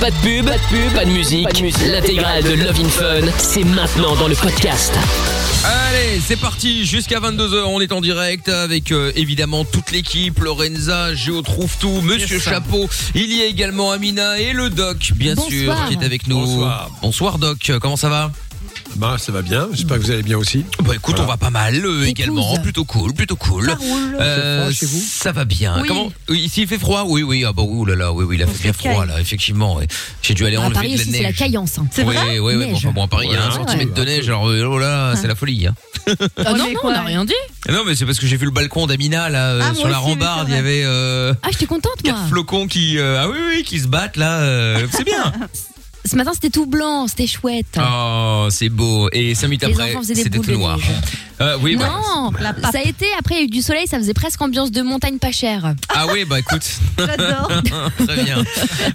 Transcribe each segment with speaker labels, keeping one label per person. Speaker 1: Pas de pub, pas de pub, pas de musique. L'intégrale de Love in Fun, c'est maintenant dans le podcast.
Speaker 2: Allez, c'est parti jusqu'à 22h. On est en direct avec euh, évidemment toute l'équipe Lorenza, Géo trouve tout, Monsieur Chapeau. Il y a également Amina et le Doc, bien sûr,
Speaker 3: Bonsoir.
Speaker 2: qui est avec nous.
Speaker 3: Bonsoir.
Speaker 2: Bonsoir Doc, Euh, comment ça va
Speaker 4: Bah, ça va bien. J'espère que vous allez bien aussi.
Speaker 2: Bah écoute, on va pas mal euh, également.
Speaker 4: Épouse.
Speaker 2: Plutôt cool, plutôt cool. Euh,
Speaker 4: Ça roule. Il fait froid chez vous
Speaker 2: ça va bien.
Speaker 4: Oui.
Speaker 2: Comment oui, Ici il fait froid Oui, oui. Ah bah ouh là là, oui, oui, il a fait bien froid là, effectivement. ouais. J'ai dû aller
Speaker 5: à
Speaker 2: enlever
Speaker 5: Paris
Speaker 2: de la
Speaker 5: aussi, c'est la
Speaker 2: neige.
Speaker 5: caillance. hein.
Speaker 2: oui, oui, oui, bon, enfin, bon, à Paris, il y a un
Speaker 5: Ouais,
Speaker 2: centimètre de neige, alors euh, oh là, c'est la folie. hein.
Speaker 5: Ah non, non, on n'a rien dit.
Speaker 2: Ah Non, mais c'est parce que j'ai vu le balcon d'Amina là euh,
Speaker 5: Ah, moi
Speaker 2: sur la
Speaker 5: aussi, oui,
Speaker 2: rambarde.
Speaker 5: c'est
Speaker 2: Il y
Speaker 5: vrai.
Speaker 2: avait euh,
Speaker 5: Ah, j'étais contente, moi.
Speaker 2: quatre flocons qui euh, ah oui oui qui se battent là. euh, c'est bien.
Speaker 5: Ce matin, c'était tout blanc, c'était chouette.
Speaker 2: oh c'est beau. Et cinq minutes
Speaker 5: Les
Speaker 2: après
Speaker 5: enfants faisaient des
Speaker 2: c'était
Speaker 5: boules
Speaker 2: tout
Speaker 5: de
Speaker 2: noir. Euh, oui. bah,
Speaker 5: non, ça a été, après, il y a eu du soleil, ça faisait presque ambiance de montagne pas chère.
Speaker 2: Ah oui, bah écoute.
Speaker 5: J'adore.
Speaker 2: Très bien.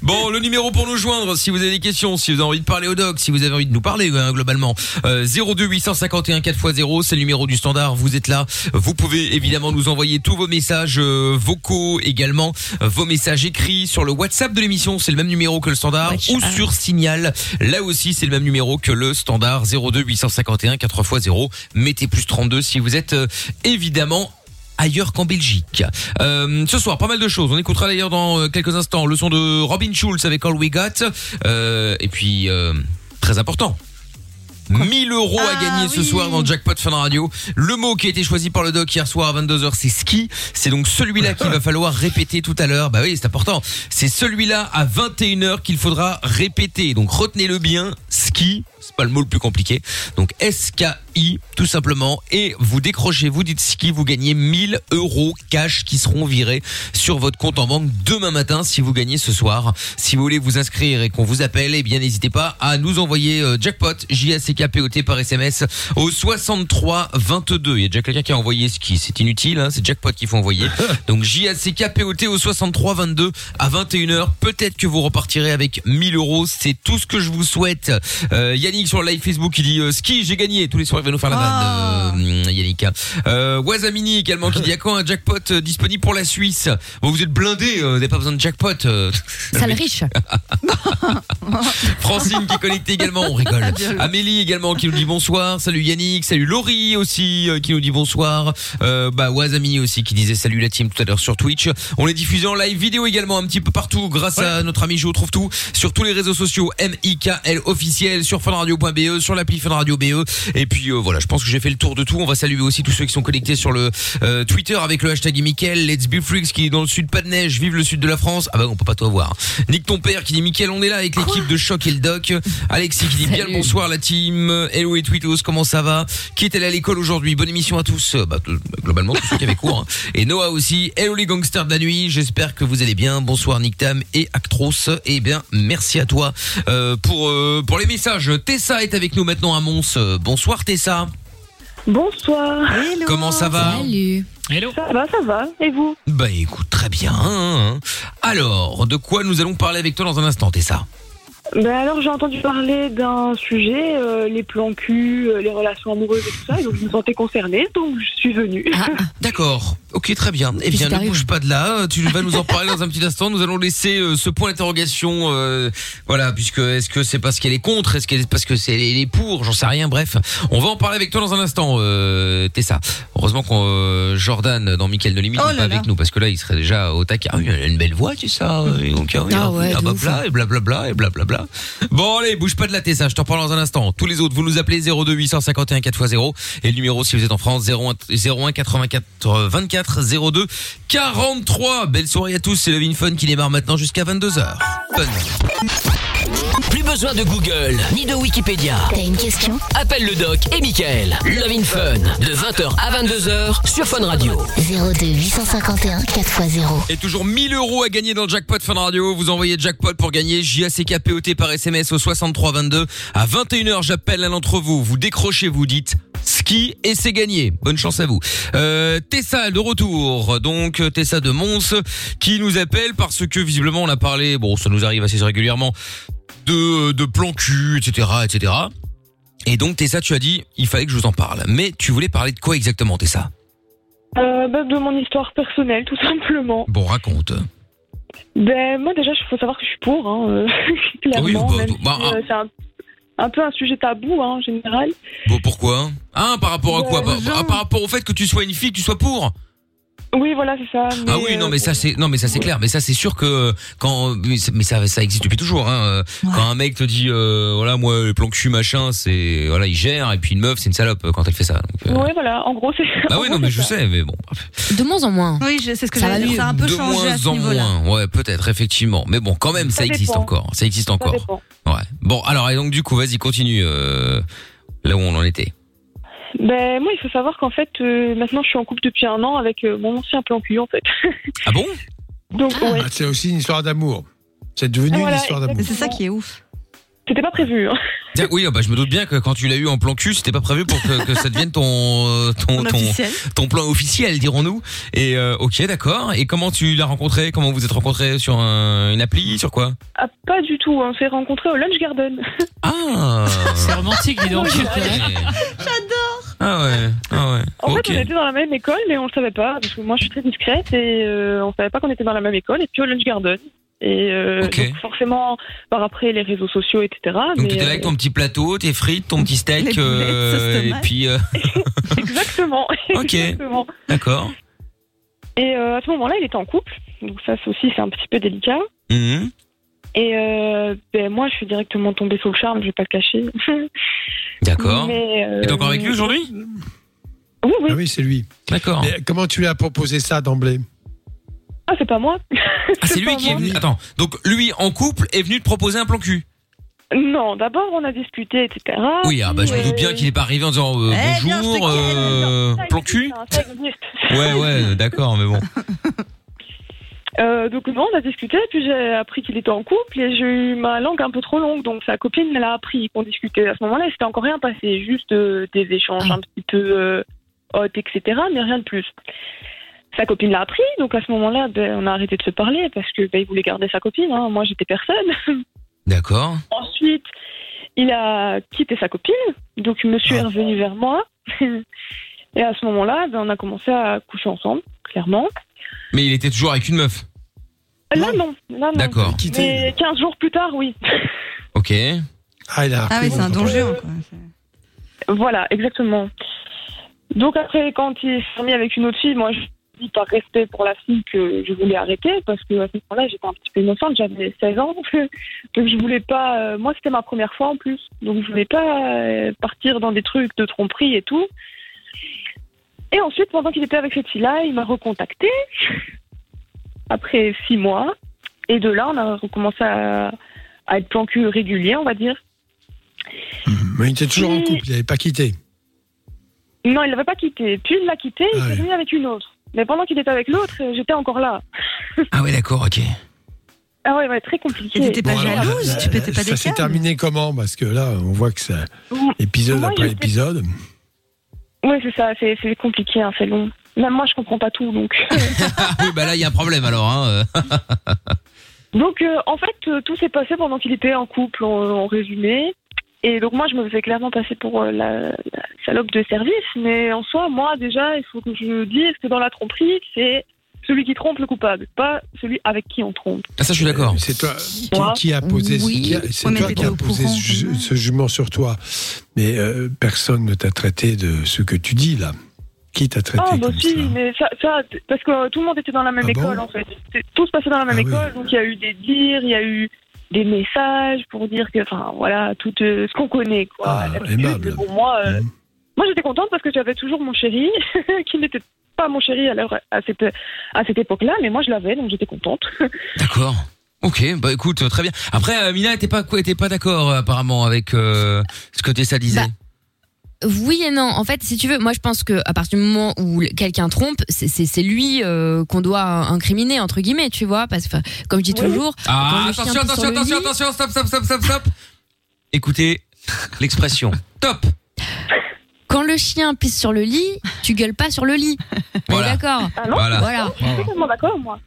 Speaker 2: Bon, le numéro pour nous joindre, si vous avez des questions, si vous avez envie de parler au doc, si vous avez envie de nous parler hein, globalement, euh, 02 851 4x0, c'est le numéro du standard, vous êtes là. Vous pouvez évidemment nous envoyer tous vos messages euh, vocaux également, euh, vos messages écrits sur le WhatsApp de l'émission, c'est le même numéro que le standard, ou sur Signal, là aussi c'est le même numéro que le standard 02 851 4x0, mettez plus 32 si vous êtes euh, évidemment ailleurs qu'en Belgique. Euh, ce soir, pas mal de choses. On écoutera d'ailleurs dans euh, quelques instants le son de Robin Schulz avec All We Got. Euh, et puis, euh, très important. 1000 euros à gagner ce soir dans Jackpot Fun Radio. Le mot qui a été choisi par le doc hier soir à 22h, c'est ski. C'est donc celui-là qu'il va falloir répéter tout à l'heure. Bah oui, c'est important. C'est celui-là à 21h qu'il faudra répéter. Donc retenez-le bien, ski. C'est pas le mot le plus compliqué. Donc S-K-I, tout simplement. Et vous décrochez, vous dites ski, vous gagnez 1000 euros cash qui seront virés sur votre compte en banque demain matin si vous gagnez ce soir. Si vous voulez vous inscrire et qu'on vous appelle, eh bien n'hésitez pas à nous envoyer euh, jackpot J A C K P O T par SMS au 63 22. Il y a déjà quelqu'un qui a envoyé ski, c'est inutile hein, c'est jackpot qu'il faut envoyer. Donc J A C K P O T au 63 22 à 21h, peut-être que vous repartirez avec 1000 euros, c'est tout ce que je vous souhaite. Euh, Yannick sur le live Facebook, il dit euh, ski, j'ai gagné. Tous les soirs il va nous faire la
Speaker 1: Ah.
Speaker 2: vanne. euh, Yannick. Euh, Wazamini également qui dit à quand un jackpot euh, disponible pour la Suisse Bon, vous êtes blindé, vous n'avez pas besoin de jackpot. euh.
Speaker 5: Sale riche.
Speaker 2: Francine qui est connectée également, on rigole. Amélie également qui nous dit bonsoir. Salut Yannick, salut Laurie aussi euh, qui nous dit bonsoir. Euh, bah Wazamini aussi qui disait salut la team tout à l'heure sur Twitch. On est diffusé en live vidéo également un petit peu partout grâce à notre ami Jo trouve tout sur tous les réseaux sociaux MIKL officiel sur funradio.be E, sur l'appli funradio.be et puis euh, voilà, je pense que j'ai fait le tour de tout. On va saluer aussi tous ceux qui sont connectés sur le euh, Twitter avec le hashtag Mickaël, Let's Be Freaks qui est dans le sud pas de neige, vive le sud de la France. Ah bah on peut pas tout avoir. Nick ton père qui dit Mickaël, on est là avec l'équipe de choc et le doc. Alexis qui dit bien le bonsoir la team. Hello et Twitos, comment ça va Qui est allé à l'école aujourd'hui Bonne émission à tous. Euh, Bah, t- globalement tous ceux qui avaient cours. hein. Et Noah aussi. Hello les gangsters de la nuit. J'espère que vous allez bien. Bonsoir Nick Tam et Actros. Eh bien merci à toi euh, pour euh, pour les messages. Tessa est avec nous maintenant à Mons. Euh, Bonsoir Tessa.
Speaker 6: Bonsoir.
Speaker 2: Comment ça va
Speaker 5: Salut.
Speaker 6: Ça va, ça va. Et vous
Speaker 2: Bah écoute, très bien. hein. Alors, de quoi nous allons parler avec toi dans un instant, Tessa
Speaker 6: ben alors j'ai entendu parler d'un sujet, euh, les plans cul, euh, les relations amoureuses et tout ça, et donc je me sentais concernée, donc je suis venue.
Speaker 5: Ah.
Speaker 2: D'accord, ok, très bien. Eh bien, ne bouge pas de là, tu vas nous en parler dans un petit instant. Nous allons laisser euh, ce point d'interrogation, euh, voilà, puisque est-ce que c'est parce qu'elle est contre, est-ce qu'elle est parce que c'est elle est pour, j'en sais rien, bref. On va en parler avec toi dans un instant, euh, Tessa. Heureusement qu'on euh, Jordan dans Michael de Limite
Speaker 7: Oh
Speaker 2: n'est pas
Speaker 7: là là.
Speaker 2: avec nous, parce que là, il serait déjà au taquet. Ah oui, elle a une belle voix, tu sais. Et donc, ah oui,
Speaker 7: Ah
Speaker 2: ah
Speaker 7: ouais,
Speaker 2: oui, ah
Speaker 7: de
Speaker 2: bah,
Speaker 7: ouf.
Speaker 2: bla, et blablabla, et blablabla. Bon, allez, bouge pas de la Tessa, je t'en parle dans un instant. Tous les autres, vous nous appelez 02 851 4x0. Et le numéro, si vous êtes en France, 01, 01 84 24 02 43. Belle soirée à tous, c'est Levin Fun qui démarre maintenant jusqu'à 22h. Fun.
Speaker 1: Plus besoin de Google ni de Wikipédia. T'as une question Appelle le doc et Michael. Love in Fun de 20h à 22h sur Fun Radio.
Speaker 8: 02 851 4x0.
Speaker 2: Et toujours 1000 euros à gagner dans le jackpot Fun Radio. Vous envoyez jackpot pour gagner JACKPOT par SMS au 6322. À 21h, j'appelle l'un d'entre vous. Vous décrochez, vous dites ski et c'est gagné. Bonne chance à vous. Euh, Tessa de retour. Donc euh, Tessa de Mons qui nous appelle parce que visiblement on a parlé, bon ça nous arrive assez régulièrement, de, de plan cul, etc. etc. Et donc Tessa, tu as dit, il fallait que je vous en parle. Mais tu voulais parler de quoi exactement Tessa
Speaker 6: Euh, ben, de mon histoire personnelle, tout simplement.
Speaker 2: Bon, raconte.
Speaker 6: Ben, moi, déjà, il faut savoir que je suis pour, hein, euh, clairement.
Speaker 2: Oui, bah,
Speaker 6: même
Speaker 2: bah,
Speaker 6: si,
Speaker 2: bah,
Speaker 6: euh, c'est un, un peu un sujet tabou, hein, en général.
Speaker 2: Bon, pourquoi Hein, par rapport à quoi par, ah, par- par rapport au fait que tu sois une fille, que tu sois pour
Speaker 6: Oui, voilà, c'est ça. euh,
Speaker 2: Ah oui, non, mais ça c'est non, mais ça c'est clair, mais ça c'est sûr que euh, quand mais ça- mais ça ça existe depuis toujours. Hein. euh, Quand un mec te dit euh, voilà moi le plan cul machin, c'est voilà il gère et puis une meuf c'est une salope euh, quand elle fait ça. donc, euh.
Speaker 6: Ouais, voilà, en gros, c'est
Speaker 2: Bah oui, non, mais je sais, mais bon.
Speaker 5: De moins en moins.
Speaker 3: Oui, je- c'est ce que
Speaker 5: Ça
Speaker 3: j'allais
Speaker 5: va
Speaker 3: dire.
Speaker 5: mieux.
Speaker 3: Ça a un peu
Speaker 2: de
Speaker 3: changé à
Speaker 2: moins
Speaker 3: ce
Speaker 2: en
Speaker 3: niveau-là.
Speaker 2: moins, ouais, peut-être, effectivement. Mais bon, quand même, ça,
Speaker 6: Ça
Speaker 2: existe
Speaker 6: dépend.
Speaker 2: encore. Ça existe encore.
Speaker 6: dépend.
Speaker 2: Ouais. Bon, alors, et donc, du coup, vas-y, continue euh, là où on en était.
Speaker 6: Ben, moi, il faut savoir qu'en fait, euh, maintenant, je suis en couple depuis un an avec euh, mon ancien plan cul, en fait.
Speaker 2: Ah bon
Speaker 6: Donc, ouais,
Speaker 4: Ah, c'est aussi une histoire d'amour. C'est devenu
Speaker 6: Voilà,
Speaker 4: une histoire d'amour.
Speaker 3: Mais c'est ça qui est ouf.
Speaker 6: c'était pas prévu. hein.
Speaker 2: Tiens, Oui, ah bah, je me doute bien que quand tu l'as eu en plan cul, c'était pas prévu pour que, que ça devienne ton, euh, ton,
Speaker 3: En
Speaker 2: ton,
Speaker 3: officiel.
Speaker 2: ton plan officiel, dirons-nous. Et euh, ok, d'accord. Et comment tu l'as rencontré Comment vous êtes rencontrés Sur un- une appli Sur quoi
Speaker 6: Ah, pas du tout, on s'est rencontrés au Lunch Garden.
Speaker 2: Ah
Speaker 7: C'est romantique, dis donc.
Speaker 2: J'adore Ah ouais, ah ouais.
Speaker 6: En
Speaker 2: ok.
Speaker 6: fait, on était dans la même école, mais on le savait pas, parce que moi, je suis très discrète, et euh, on savait pas qu'on était dans la même école, et puis au Lunch Garden. Et euh,
Speaker 2: Ok.
Speaker 6: donc, forcément, par après, les réseaux sociaux, etc.
Speaker 2: Donc
Speaker 6: mais,
Speaker 2: t'étais là avec
Speaker 6: euh,
Speaker 2: ton petit plateau, tes frites, ton petit
Speaker 3: Les
Speaker 2: steak,
Speaker 3: boulettes,
Speaker 2: euh,
Speaker 3: sauce tomate.
Speaker 2: et puis euh,
Speaker 6: Exactement.
Speaker 2: Ok.
Speaker 6: Exactement.
Speaker 2: d'accord.
Speaker 6: Et euh, à ce moment-là, il était en couple, donc ça c'est aussi, c'est un petit peu délicat.
Speaker 2: Mhm.
Speaker 6: Et euh, ben, moi, je suis directement tombée sous le charme, je vais pas le cacher.
Speaker 2: D'accord.
Speaker 6: Mais, euh,
Speaker 2: Et t'es encore avec lui aujourd'hui
Speaker 6: Oui, oui.
Speaker 4: Ah oui, c'est lui.
Speaker 2: D'accord.
Speaker 4: Mais comment tu lui as proposé ça d'emblée
Speaker 6: Ah, c'est pas moi.
Speaker 2: Ah c'est
Speaker 6: c'est
Speaker 2: lui
Speaker 6: pas
Speaker 2: qui est
Speaker 6: moi.
Speaker 2: venu. Attends. Donc lui en couple est venu te proposer un plan cul.
Speaker 6: Non, d'abord, on a discuté, etc.
Speaker 2: Oui ah bah je me
Speaker 6: Ouais.
Speaker 2: doute bien qu'il est pas arrivé en disant euh,
Speaker 3: Eh, viens, je te
Speaker 2: bonjour
Speaker 3: ken.
Speaker 2: euh,
Speaker 6: Ça
Speaker 2: plan
Speaker 6: existe,
Speaker 2: cul.
Speaker 6: hein, ça existe.
Speaker 2: Ouais ouais d'accord mais bon.
Speaker 6: Euh, donc non, on a discuté, puis j'ai appris qu'il était en couple et j'ai eu ma langue un peu trop longue, donc sa copine l'a appris qu'on discutait. À ce moment-là, c'était encore rien passé, juste euh, des échanges
Speaker 2: Ah.
Speaker 6: un petit peu euh, hot, etc., mais rien de plus. Sa copine l'a appris, donc à ce moment-là, ben, on a arrêté de se parler parce que ben, il voulait garder sa copine. hein. Moi, j'étais personne.
Speaker 2: D'accord.
Speaker 6: Ensuite, il a quitté sa copine, donc monsieur
Speaker 2: Ah.
Speaker 6: est revenu vers moi. et à ce moment-là, ben, on a commencé à coucher ensemble, clairement. Euh,
Speaker 2: Mais il était toujours avec une meuf.
Speaker 6: Là, non. Là, non.
Speaker 2: D'accord.
Speaker 4: Quitter.
Speaker 6: Mais 15 jours plus tard, oui.
Speaker 2: Ok.
Speaker 4: Ah, il a
Speaker 3: Ah oui,
Speaker 4: repris
Speaker 3: c'est un
Speaker 4: mon papa.
Speaker 3: donjon. quoi. C'est-
Speaker 6: Voilà, exactement. Donc après, quand il s'est remis avec une autre fille, moi, je dis par respect pour la fille que je voulais arrêter parce que à ce moment-là, j'étais un petit peu innocente, j'avais 16 ans, donc je voulais pas. euh, moi, c'était ma première fois en plus, donc je voulais pas euh, partir dans des trucs de tromperie et tout. Et ensuite, pendant qu'il était avec cette fille-là, il m'a recontacté après six mois, et de là, on a recommencé à, à être plan cul régulier, on va dire.
Speaker 4: Mais il était toujours en
Speaker 6: Oui.
Speaker 4: couple, il n'avait pas quitté.
Speaker 6: Non, il l'avait pas quitté. Puis il l'a quitté, il
Speaker 4: Ah
Speaker 6: s'est
Speaker 4: oui.
Speaker 6: remis avec une autre. Mais pendant qu'il était avec l'autre, euh, j'étais encore là.
Speaker 2: Ah ouais d'accord ok.
Speaker 6: Ah ouais, ouais, très
Speaker 3: Et
Speaker 6: compliqué.
Speaker 3: t'étais pas
Speaker 4: Bon, alors,
Speaker 3: jalouse,
Speaker 4: là,
Speaker 3: tu pétais pas
Speaker 4: Ça
Speaker 3: des
Speaker 4: s'est
Speaker 3: câbles.
Speaker 4: terminé comment Parce que là, on voit que ça.
Speaker 6: Moi,
Speaker 4: Épisode
Speaker 6: moi,
Speaker 4: après
Speaker 6: j'étais-
Speaker 4: épisode.
Speaker 6: Mm. Ouais, c'est ça, c'est c'est compliqué, hein, c'est long. Même moi, je comprends pas tout, donc.
Speaker 2: Ah oui bah là il y a un problème alors hein. euh.
Speaker 6: donc, euh, en fait, euh, tout s'est passé pendant qu'il était en couple, en, en résumé. Et donc, moi, je me faisais clairement passer pour euh, la, la salope de service. Mais en soi, moi, déjà, il faut que je dise que dans la tromperie, c'est celui qui trompe le coupable, pas celui avec qui on trompe.
Speaker 2: Ah ça je suis d'accord.
Speaker 4: C'est toi
Speaker 6: Moi.
Speaker 4: qui, qui a posé, ce-
Speaker 3: Oui.
Speaker 4: qui a- c'est
Speaker 3: Ouais, mais
Speaker 4: toi
Speaker 3: t'étais
Speaker 4: qui a
Speaker 3: au
Speaker 4: posé
Speaker 3: courant,
Speaker 4: ce, ju-
Speaker 3: quand même.
Speaker 4: ce jugement sur toi. Mais euh, personne ne t'a traité de ce que tu dis là. Qui t'a traité
Speaker 5: Oh,
Speaker 6: Ah, bah
Speaker 4: comme
Speaker 6: si,
Speaker 4: ça
Speaker 6: mais ça, ça, t- parce que euh, tout le monde était dans la même
Speaker 4: Ah bon
Speaker 6: école en fait. C'est- Tout se passait dans la même
Speaker 4: Ah oui.
Speaker 6: école, donc il y a eu des dires, il y a eu des messages pour dire que, enfin voilà, tout euh, ce qu'on connaît quoi.
Speaker 4: Ah,
Speaker 6: D'habitude,
Speaker 4: aimable.
Speaker 6: mais Pour moi, euh,
Speaker 2: Hein.
Speaker 4: Mhm.
Speaker 6: moi j'étais contente parce que j'avais toujours mon chéri, qui n'était pas mon chéri à, l'heure- à cette, à cette époque-là, mais moi je l'avais, donc j'étais contente.
Speaker 2: D'accord. Ok, bah écoute, euh, très bien. Après, euh, Mina était pas était pas d'accord euh, apparemment avec euh, ce que Tessa disait.
Speaker 5: Bah, Oui et non. En fait, si tu veux, moi je pense que à partir du moment où quelqu'un trompe, c'est- c'est c'est lui euh, qu'on doit incriminer entre guillemets, tu vois, parce que enfin, comme je dis
Speaker 6: Oui.
Speaker 5: toujours,
Speaker 2: ah,
Speaker 5: quand le chien
Speaker 2: attention,
Speaker 5: pisse sur
Speaker 2: attention,
Speaker 5: le
Speaker 2: attention,
Speaker 5: lit-
Speaker 2: attention, stop, stop, stop, stop, stop. Écoutez l'expression. Top.
Speaker 5: quand le chien pisse sur le lit, tu gueules pas sur le lit. On est
Speaker 2: Voilà.
Speaker 5: D'accord.
Speaker 6: Ah non,
Speaker 2: Voilà.
Speaker 5: Voilà.
Speaker 6: je suis complètement d'accord moi.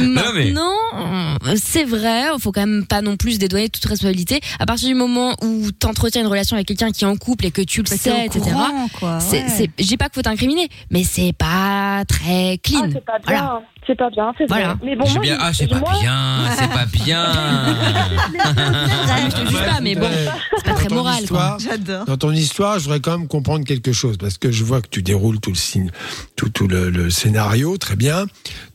Speaker 5: Maintenant,
Speaker 2: non, mais-
Speaker 5: c'est vrai, faut quand même pas non plus se dédouaner de toute responsabilité. À partir du moment où t'entretiens une relation avec quelqu'un qui est en couple et que tu le
Speaker 3: Bah, t'es
Speaker 5: sais,
Speaker 3: au
Speaker 5: etc.
Speaker 3: courant, quoi,
Speaker 5: c'est-
Speaker 3: ouais.
Speaker 5: c'est- J'ai pas que faut t'incriminer, mais c'est pas très
Speaker 6: Ah,
Speaker 5: clean.
Speaker 6: c'est pas bien,
Speaker 5: Voilà.
Speaker 6: c'est pas bien, c'est vrai.
Speaker 5: Voilà.
Speaker 6: Mais bon,
Speaker 2: J'ai
Speaker 6: moi,
Speaker 2: bien, ah, c'est pas
Speaker 6: moi,
Speaker 2: bien, c'est pas bien.
Speaker 5: Ah, je te juge pas, mais bon, c'est pas très
Speaker 4: Dans ton
Speaker 5: moral. quoi.
Speaker 4: histoire-
Speaker 3: J'adore.
Speaker 4: Dans ton histoire, je voudrais quand même comprendre quelque chose, parce que je vois que tu déroules tout le, signe, tout, tout le, le scénario, très bien.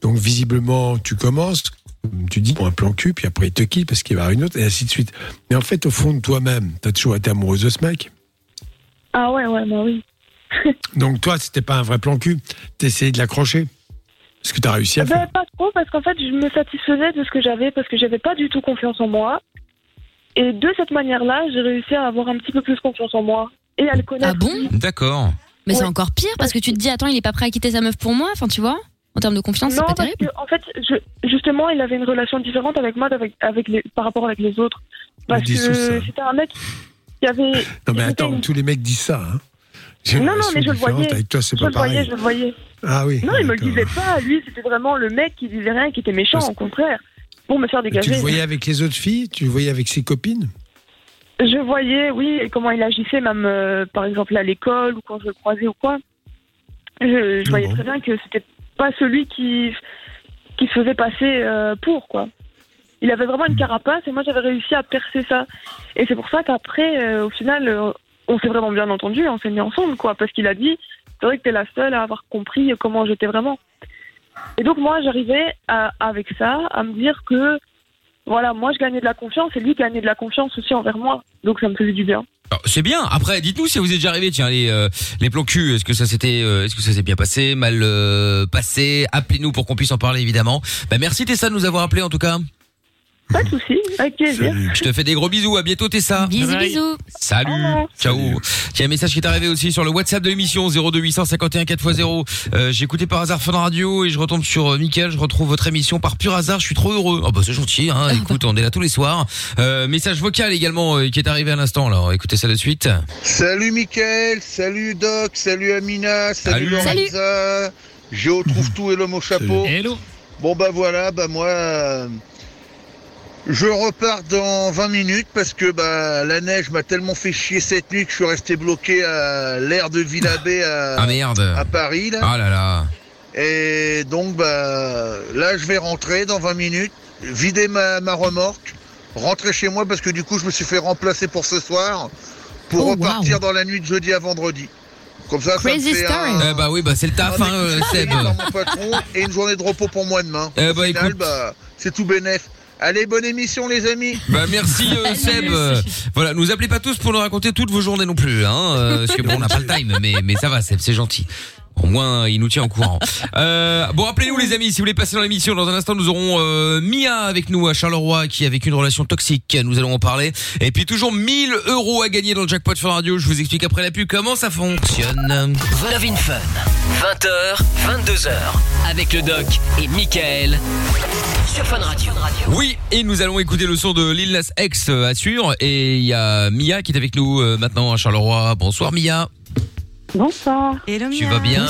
Speaker 4: Donc, visiblement, tu commences, comme tu dis, pour un plan cul, puis après, il te quitte parce qu'il va avoir une autre, et ainsi de suite. Mais en fait, au fond de toi-même, tu as toujours été amoureuse de ce mec.
Speaker 6: Ah ouais, ouais, bah oui.
Speaker 4: Donc, toi, c'était pas un vrai plan cul. Tu essayé de l'accrocher. Parce que tu as réussi à
Speaker 6: Ben,
Speaker 4: faire.
Speaker 6: pas trop, parce qu'en fait, je me satisfaisais de ce que j'avais, parce que j'avais pas du tout confiance en moi. Et de cette manière-là, j'ai réussi à avoir un petit peu plus confiance en moi. Et à le connaître.
Speaker 5: Ah bon
Speaker 2: D'accord.
Speaker 5: Mais c'est
Speaker 6: Ouais.
Speaker 5: encore pire parce que tu te dis, attends, il est pas prêt à quitter sa meuf pour moi. Enfin, tu vois, en termes de confiance, c'est
Speaker 6: Non,
Speaker 5: pas
Speaker 6: parce
Speaker 5: terrible.
Speaker 6: que, en fait, je- justement, il avait une relation différente avec moi avec, avec les, par rapport avec les autres. Parce
Speaker 4: dit sous ça.
Speaker 6: que c'était un mec qui avait.
Speaker 4: Non, mais
Speaker 6: c'était
Speaker 4: attends,
Speaker 6: une-
Speaker 4: tous les mecs disent ça. Hein. J'ai une
Speaker 6: Non, non,
Speaker 4: relation
Speaker 6: mais je le
Speaker 4: différente.
Speaker 6: voyais.
Speaker 4: Avec toi, c'est
Speaker 6: Je
Speaker 4: pas
Speaker 6: le voyais,
Speaker 4: pareil.
Speaker 6: je le voyais.
Speaker 4: Ah oui.
Speaker 6: Non, il me le
Speaker 4: d'accord.
Speaker 6: disait pas. Lui, c'était vraiment le mec qui disait rien, qui était méchant,
Speaker 4: Parce-
Speaker 6: au contraire. Pour me faire
Speaker 4: Tu le
Speaker 6: dégager.
Speaker 4: voyais avec les autres filles Tu le voyais avec ses copines
Speaker 6: Je voyais, oui, et comment il agissait, même euh, par exemple à l'école ou quand je le croisais ou quoi. Je, je voyais
Speaker 4: bon.
Speaker 6: très bien que c'était pas celui qui, qui se faisait passer euh, pour, quoi. Il avait vraiment une carapace et moi j'avais réussi à percer ça. Et c'est pour ça qu'après, euh, au final, euh, on s'est vraiment bien entendu, on s'est mis ensemble, quoi. Parce qu'il a dit, c'est vrai que t'es la seule à avoir compris comment j'étais vraiment. Et donc moi j'arrivais à- avec ça à me dire que voilà, moi je gagnais de la confiance et lui gagnait de la confiance aussi envers moi. Donc ça me faisait du bien.
Speaker 2: Alors, C'est bien. Après, dites-nous si vous êtes déjà arrivé. Tiens, les euh, les plans cul. Est-ce que ça s'était, euh, est-ce que ça s'est bien passé, mal euh, passé Appelez-nous pour qu'on puisse en parler évidemment. Bah, merci Tessa de nous avoir appelé en tout cas.
Speaker 6: Pas de souci, avec plaisir.
Speaker 2: Je te fais des gros bisous. À bientôt Tessa.
Speaker 5: Bisous,
Speaker 2: Bye.
Speaker 5: bisous.
Speaker 2: Salut.
Speaker 6: Au
Speaker 2: Ciao. Tiens, un message qui est arrivé aussi sur le WhatsApp de l'émission 02851 4x0. Euh, j'ai écouté par hasard Fun Radio et je retombe sur euh, Mickaël, je retrouve votre émission par pur hasard, je suis trop heureux. Oh bah c'est gentil hein. Écoute, on est là tous les soirs. Euh, message vocal également euh, qui est arrivé à l'instant là. Écoutez ça de suite.
Speaker 7: Salut Mickaël, salut Doc, salut Amina, salut,
Speaker 5: Salut.
Speaker 7: Lorenza, Géo trouve tout et l'homme au chapeau.
Speaker 2: Hello.
Speaker 7: Bon bah voilà, bah moi euh, je repars dans 20 minutes parce que bah la neige m'a tellement fait chier cette nuit que je suis resté bloqué à l'aire de Villabé à,
Speaker 2: Ah merde.
Speaker 7: à Paris là.
Speaker 2: Ah là là.
Speaker 7: Et donc bah là je vais rentrer dans 20 minutes, vider ma, ma remorque, rentrer chez moi parce que du coup je me suis fait remplacer pour ce soir pour
Speaker 5: Oh,
Speaker 7: repartir
Speaker 5: waouh.
Speaker 7: dans la nuit de jeudi à vendredi. Comme ça,
Speaker 5: Crazy
Speaker 7: ça me fait
Speaker 5: story.
Speaker 7: un-
Speaker 2: Eh bah oui, bah c'est le taf,
Speaker 7: un
Speaker 2: hein, euh,
Speaker 7: écoute-
Speaker 2: Seb.
Speaker 7: par mon patron et une journée de repos pour moi demain.
Speaker 2: Eh
Speaker 7: Au
Speaker 2: bah,
Speaker 7: final,
Speaker 2: écoute.
Speaker 7: bah, c'est tout bénef. Allez, bonne émission les amis
Speaker 2: Bah merci euh, Seb. Euh, Voilà, nous appelez pas tous pour nous raconter toutes vos journées non plus, hein, euh, parce que bon, on n'a pas le time, mais mais ça va, Seb, c'est gentil. Au moins, il nous tient au courant. Euh, bon, rappelez-nous les amis, si vous voulez passer dans l'émission, dans un instant, nous aurons euh, Mia avec nous à Charleroi, qui a vécu une relation toxique. Nous allons en parler. Et puis toujours 1000 euros à gagner dans le jackpot Fun Radio. Je vous explique après la pub comment ça fonctionne.
Speaker 1: Love in Fun. 20h, 22h. Avec le doc et Michael. Sur Fun Radio.
Speaker 2: Oui, et nous allons écouter le son de Lil Nas X euh, à suivre. Et il y a Mia qui est avec nous euh, maintenant à Charleroi. Bonsoir Mia.
Speaker 6: Bonsoir,
Speaker 3: Hello,
Speaker 2: Tu
Speaker 3: Mia.
Speaker 2: vas bien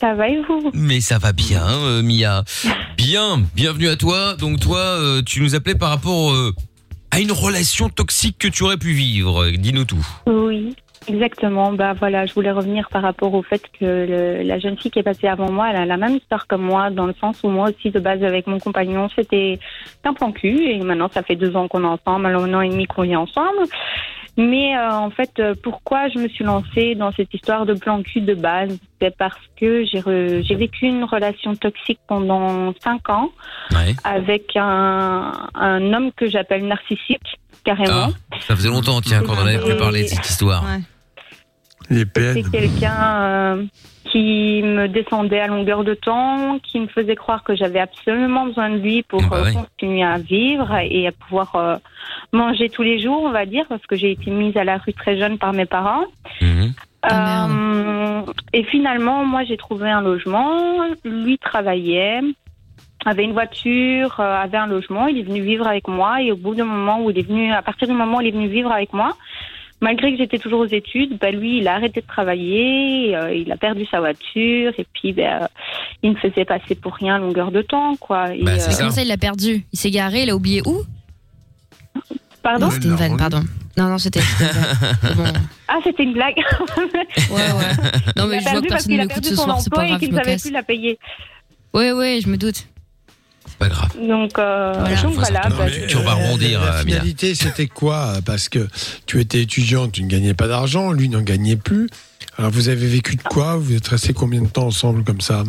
Speaker 6: ça va et vous
Speaker 2: Mais ça va bien, euh, Mia. Bien, bienvenue à toi. Donc toi, euh, tu nous appelais par rapport euh, à une relation toxique que tu aurais pu vivre. Dis-nous tout.
Speaker 9: Oui, exactement. Bah voilà, je voulais revenir par rapport au fait que le- la jeune fille qui est passée avant moi, elle a la même histoire que moi, dans le sens où moi aussi de base avec mon compagnon, c'était un plan cul, et maintenant ça fait deux ans qu'on est ensemble, alors un an et demi qu'on est ensemble. Mais euh, en fait, euh, pourquoi je me suis lancée dans cette histoire de plan cul de base C'est parce que j'ai re- j'ai vécu une relation toxique pendant cinq ans
Speaker 2: Ouais.
Speaker 9: avec un, un homme que j'appelle narcissique, carrément.
Speaker 2: Ah, ça faisait longtemps, tiens, qu'on en avait plus parlé de cette histoire.
Speaker 3: Ouais.
Speaker 4: Les
Speaker 9: C'est
Speaker 4: PN.
Speaker 9: quelqu'un euh, qui me descendait à longueur de temps, qui me faisait croire que j'avais absolument besoin de lui pour
Speaker 2: Ah bah
Speaker 9: euh,
Speaker 2: ouais.
Speaker 9: continuer à vivre et à pouvoir euh, manger tous les jours, on va dire, parce que j'ai été mise à la rue très jeune par mes parents.
Speaker 2: Mhm.
Speaker 5: Ah,
Speaker 9: Euh, et finalement, moi, j'ai trouvé un logement. Lui travaillait, avait une voiture, euh, avait un logement. Il est venu vivre avec moi. Et au bout du moment où il est venu, à partir du moment où il est venu vivre avec moi, malgré que j'étais toujours aux études, bah, lui, il a arrêté de travailler, euh, il a perdu sa voiture, et puis bah, il me faisait passer pour rien longueur de temps, quoi. Et,
Speaker 2: Bah, c'est
Speaker 9: euh,
Speaker 5: Comment ça, il l'a perdu Il s'est garé, il a oublié où
Speaker 9: Pardon
Speaker 5: Non, c'était une vanne, pardon. Non, non, c'était. c'était une vanne. C'est bon.
Speaker 9: Ah, c'était une blague.
Speaker 5: Ouais, ouais. Non,
Speaker 9: il
Speaker 5: mais
Speaker 9: a perdu
Speaker 5: je vois que
Speaker 9: parce
Speaker 5: personne
Speaker 9: qu'il
Speaker 5: ne
Speaker 9: a
Speaker 5: m'écoute
Speaker 9: perdu
Speaker 5: ce
Speaker 9: son
Speaker 5: soir, c'est
Speaker 9: emploi
Speaker 5: pas
Speaker 9: et
Speaker 5: grave, je
Speaker 9: qu'il
Speaker 5: me
Speaker 9: savait
Speaker 5: casse.
Speaker 9: plus la payer.
Speaker 5: Ouais, ouais, je me doute.
Speaker 2: C'est pas grave.
Speaker 9: Donc, euh,
Speaker 5: Voilà.
Speaker 9: donc
Speaker 2: Faut
Speaker 9: voilà.
Speaker 2: s'entendre.
Speaker 9: bah,
Speaker 2: mais- tu vas arrondir,
Speaker 4: La, la
Speaker 2: euh, Mila.
Speaker 4: finalité, c'était quoi Parce que tu étais étudiante, tu ne gagnais pas d'argent, lui n'en gagnait plus. Alors, vous avez vécu de quoi Vous êtes restés combien de temps ensemble comme ça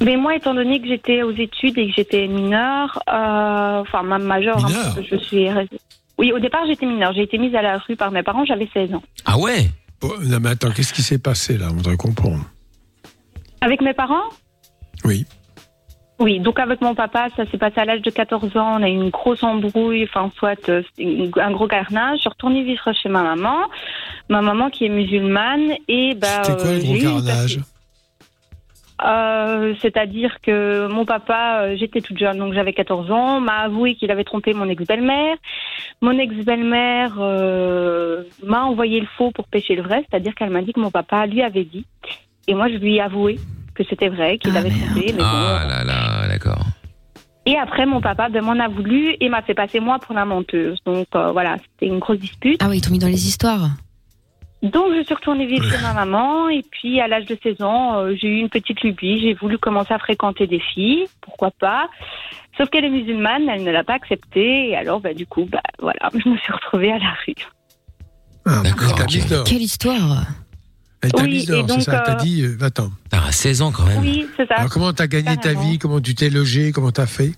Speaker 9: Mais moi, étant donné que j'étais aux études et que j'étais mineure, euh, enfin même majeure, hein, parce
Speaker 4: Mineure
Speaker 9: que je suis. restée- Oui, au départ, j'étais mineure. J'ai été mise à la rue par mes parents. J'avais 16 ans.
Speaker 2: Ah ouais
Speaker 4: Bon, Oh, Non, mais attends, qu'est-ce qui s'est passé là On voudrait comprendre.
Speaker 9: Avec mes parents
Speaker 4: Oui.
Speaker 9: Oui. Donc avec mon papa, ça s'est passé à l'âge de 14 ans. On a eu une grosse embrouille. Enfin, soit euh, c'était une- un gros carnage. Je suis retournée vivre chez ma maman. Ma maman qui est musulmane et bah.
Speaker 4: C'était quoi
Speaker 9: euh,
Speaker 4: le gros
Speaker 9: j'ai eu une
Speaker 4: carnage
Speaker 9: Euh, c'est-à-dire que mon papa, euh, j'étais toute jeune, donc j'avais 14 ans, m'a avoué qu'il avait trompé mon ex-belle-mère. Mon ex-belle-mère euh, m'a envoyé le faux pour pêcher le vrai, c'est-à-dire qu'elle m'a dit que mon papa lui avait dit. Et moi, je lui ai avoué que c'était vrai, qu'il
Speaker 5: Ah,
Speaker 9: avait trompé. mais
Speaker 2: Ah
Speaker 9: bon.
Speaker 2: là là, d'accord.
Speaker 9: Et après, mon papa ben, m'en a voulu et m'a fait passer moi pour la menteuse. Donc euh, voilà, c'était une grosse dispute.
Speaker 5: Ah ouais, ils t'ont mis dans les histoires.
Speaker 9: Donc je suis retournée vivre chez ma maman et puis à l'âge de 16 ans, euh, j'ai eu une petite lubie, j'ai voulu commencer à fréquenter des filles, pourquoi pas. Sauf qu'elle est musulmane, elle ne l'a pas accepté et alors bah, du coup, bah, voilà, je me suis retrouvée à la rue.
Speaker 4: Ah,
Speaker 2: D'accord,
Speaker 4: t'as mis
Speaker 2: ok.
Speaker 4: dehors.
Speaker 5: Quelle histoire
Speaker 4: Et t'as
Speaker 9: Oui,
Speaker 4: mis
Speaker 9: et
Speaker 4: dehors, c'est
Speaker 9: donc,
Speaker 4: ça T'as
Speaker 9: euh,
Speaker 4: dit, euh, attends.
Speaker 2: T'as 16 ans quand même.
Speaker 9: Oui, c'est ça.
Speaker 4: Alors, comment t'as gagné ta
Speaker 9: carrément.
Speaker 4: vie Comment tu t'es logé Comment t'as fait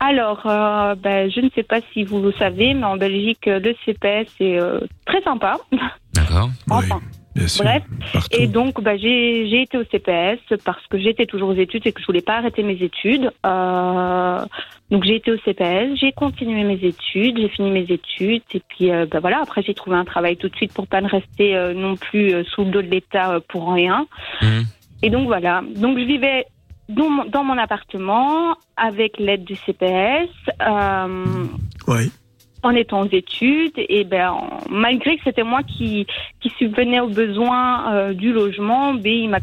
Speaker 9: Alors, euh, bah, je ne sais pas si vous le savez, mais en Belgique, euh, le CPS est euh, très sympa.
Speaker 2: D'accord.
Speaker 9: Enfin,
Speaker 4: bien sûr.
Speaker 9: bref.
Speaker 4: partout.
Speaker 9: Et donc, bah, j'ai j'ai été au CPS parce que j'étais toujours aux études et que je voulais pas arrêter mes études. Euh, donc, j'ai été au CPS, j'ai continué mes études, j'ai fini mes études. Et puis, euh, bah, voilà, après, j'ai trouvé un travail tout de suite pour pas ne rester euh, non plus euh, sous le dos de l'État euh, pour rien.
Speaker 2: Mhm.
Speaker 9: Et donc, voilà. Donc, je vivais dans mon, dans mon appartement avec l'aide du CPS. Euh,
Speaker 4: Ouais.
Speaker 9: en étant aux études, et ben en- malgré que c'était moi qui qui subvenait aux besoins euh, du logement, ben il m'a,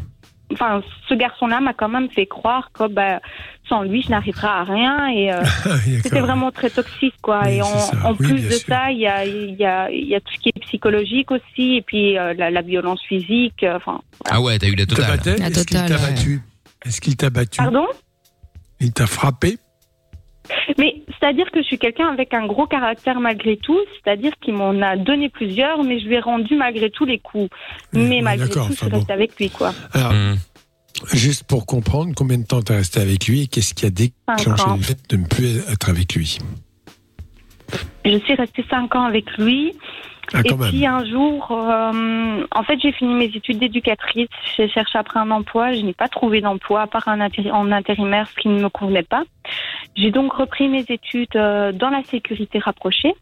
Speaker 9: enfin ce garçon-là m'a quand même fait croire que ben, sans lui je n'arriverais à rien et euh,
Speaker 4: Ah, oui, d'accord.
Speaker 9: c'était vraiment très toxique quoi.
Speaker 4: Oui,
Speaker 9: et en,
Speaker 4: c'est ça.
Speaker 9: en
Speaker 4: Oui,
Speaker 9: plus
Speaker 4: bien
Speaker 9: de
Speaker 4: sûr.
Speaker 9: ça, il y a il y a il y a tout ce qui est psychologique aussi et puis euh, la, la violence physique. euh, Enfin
Speaker 2: Ah ouais, t'as eu la
Speaker 4: Il te
Speaker 2: totale.
Speaker 4: battait
Speaker 5: La
Speaker 4: Est-ce qu'il t'a
Speaker 5: totale, ouais.
Speaker 4: battu Est-ce qu'il t'a battu
Speaker 9: pardon.
Speaker 4: Il t'a frappé
Speaker 9: Mais c'est-à-dire que je suis quelqu'un avec un gros caractère malgré tout, c'est-à-dire qu'il m'en a donné plusieurs, mais je lui ai rendu malgré tout les coups.
Speaker 4: Oui,
Speaker 9: mais
Speaker 4: oui,
Speaker 9: malgré tout,
Speaker 4: Mmh, d'accord,
Speaker 9: je suis
Speaker 4: enfin bon. Ah.
Speaker 9: restée avec lui, quoi.
Speaker 4: Alors,
Speaker 2: Mhm.
Speaker 4: juste pour comprendre, combien de temps t'es resté avec lui et qu'est-ce qui a déclenché
Speaker 9: ans.
Speaker 4: le fait de ne plus être avec lui
Speaker 9: Je suis restée cinq ans avec lui.
Speaker 4: Ah,
Speaker 9: et
Speaker 4: quand même.
Speaker 9: puis un jour, euh, en fait, j'ai fini mes études d'éducatrice. J'ai cherché après un emploi. Je n'ai pas trouvé d'emploi à part un intéri- en intérimaire, ce qui ne me convenait pas. J'ai donc repris mes études euh, dans la sécurité rapprochée.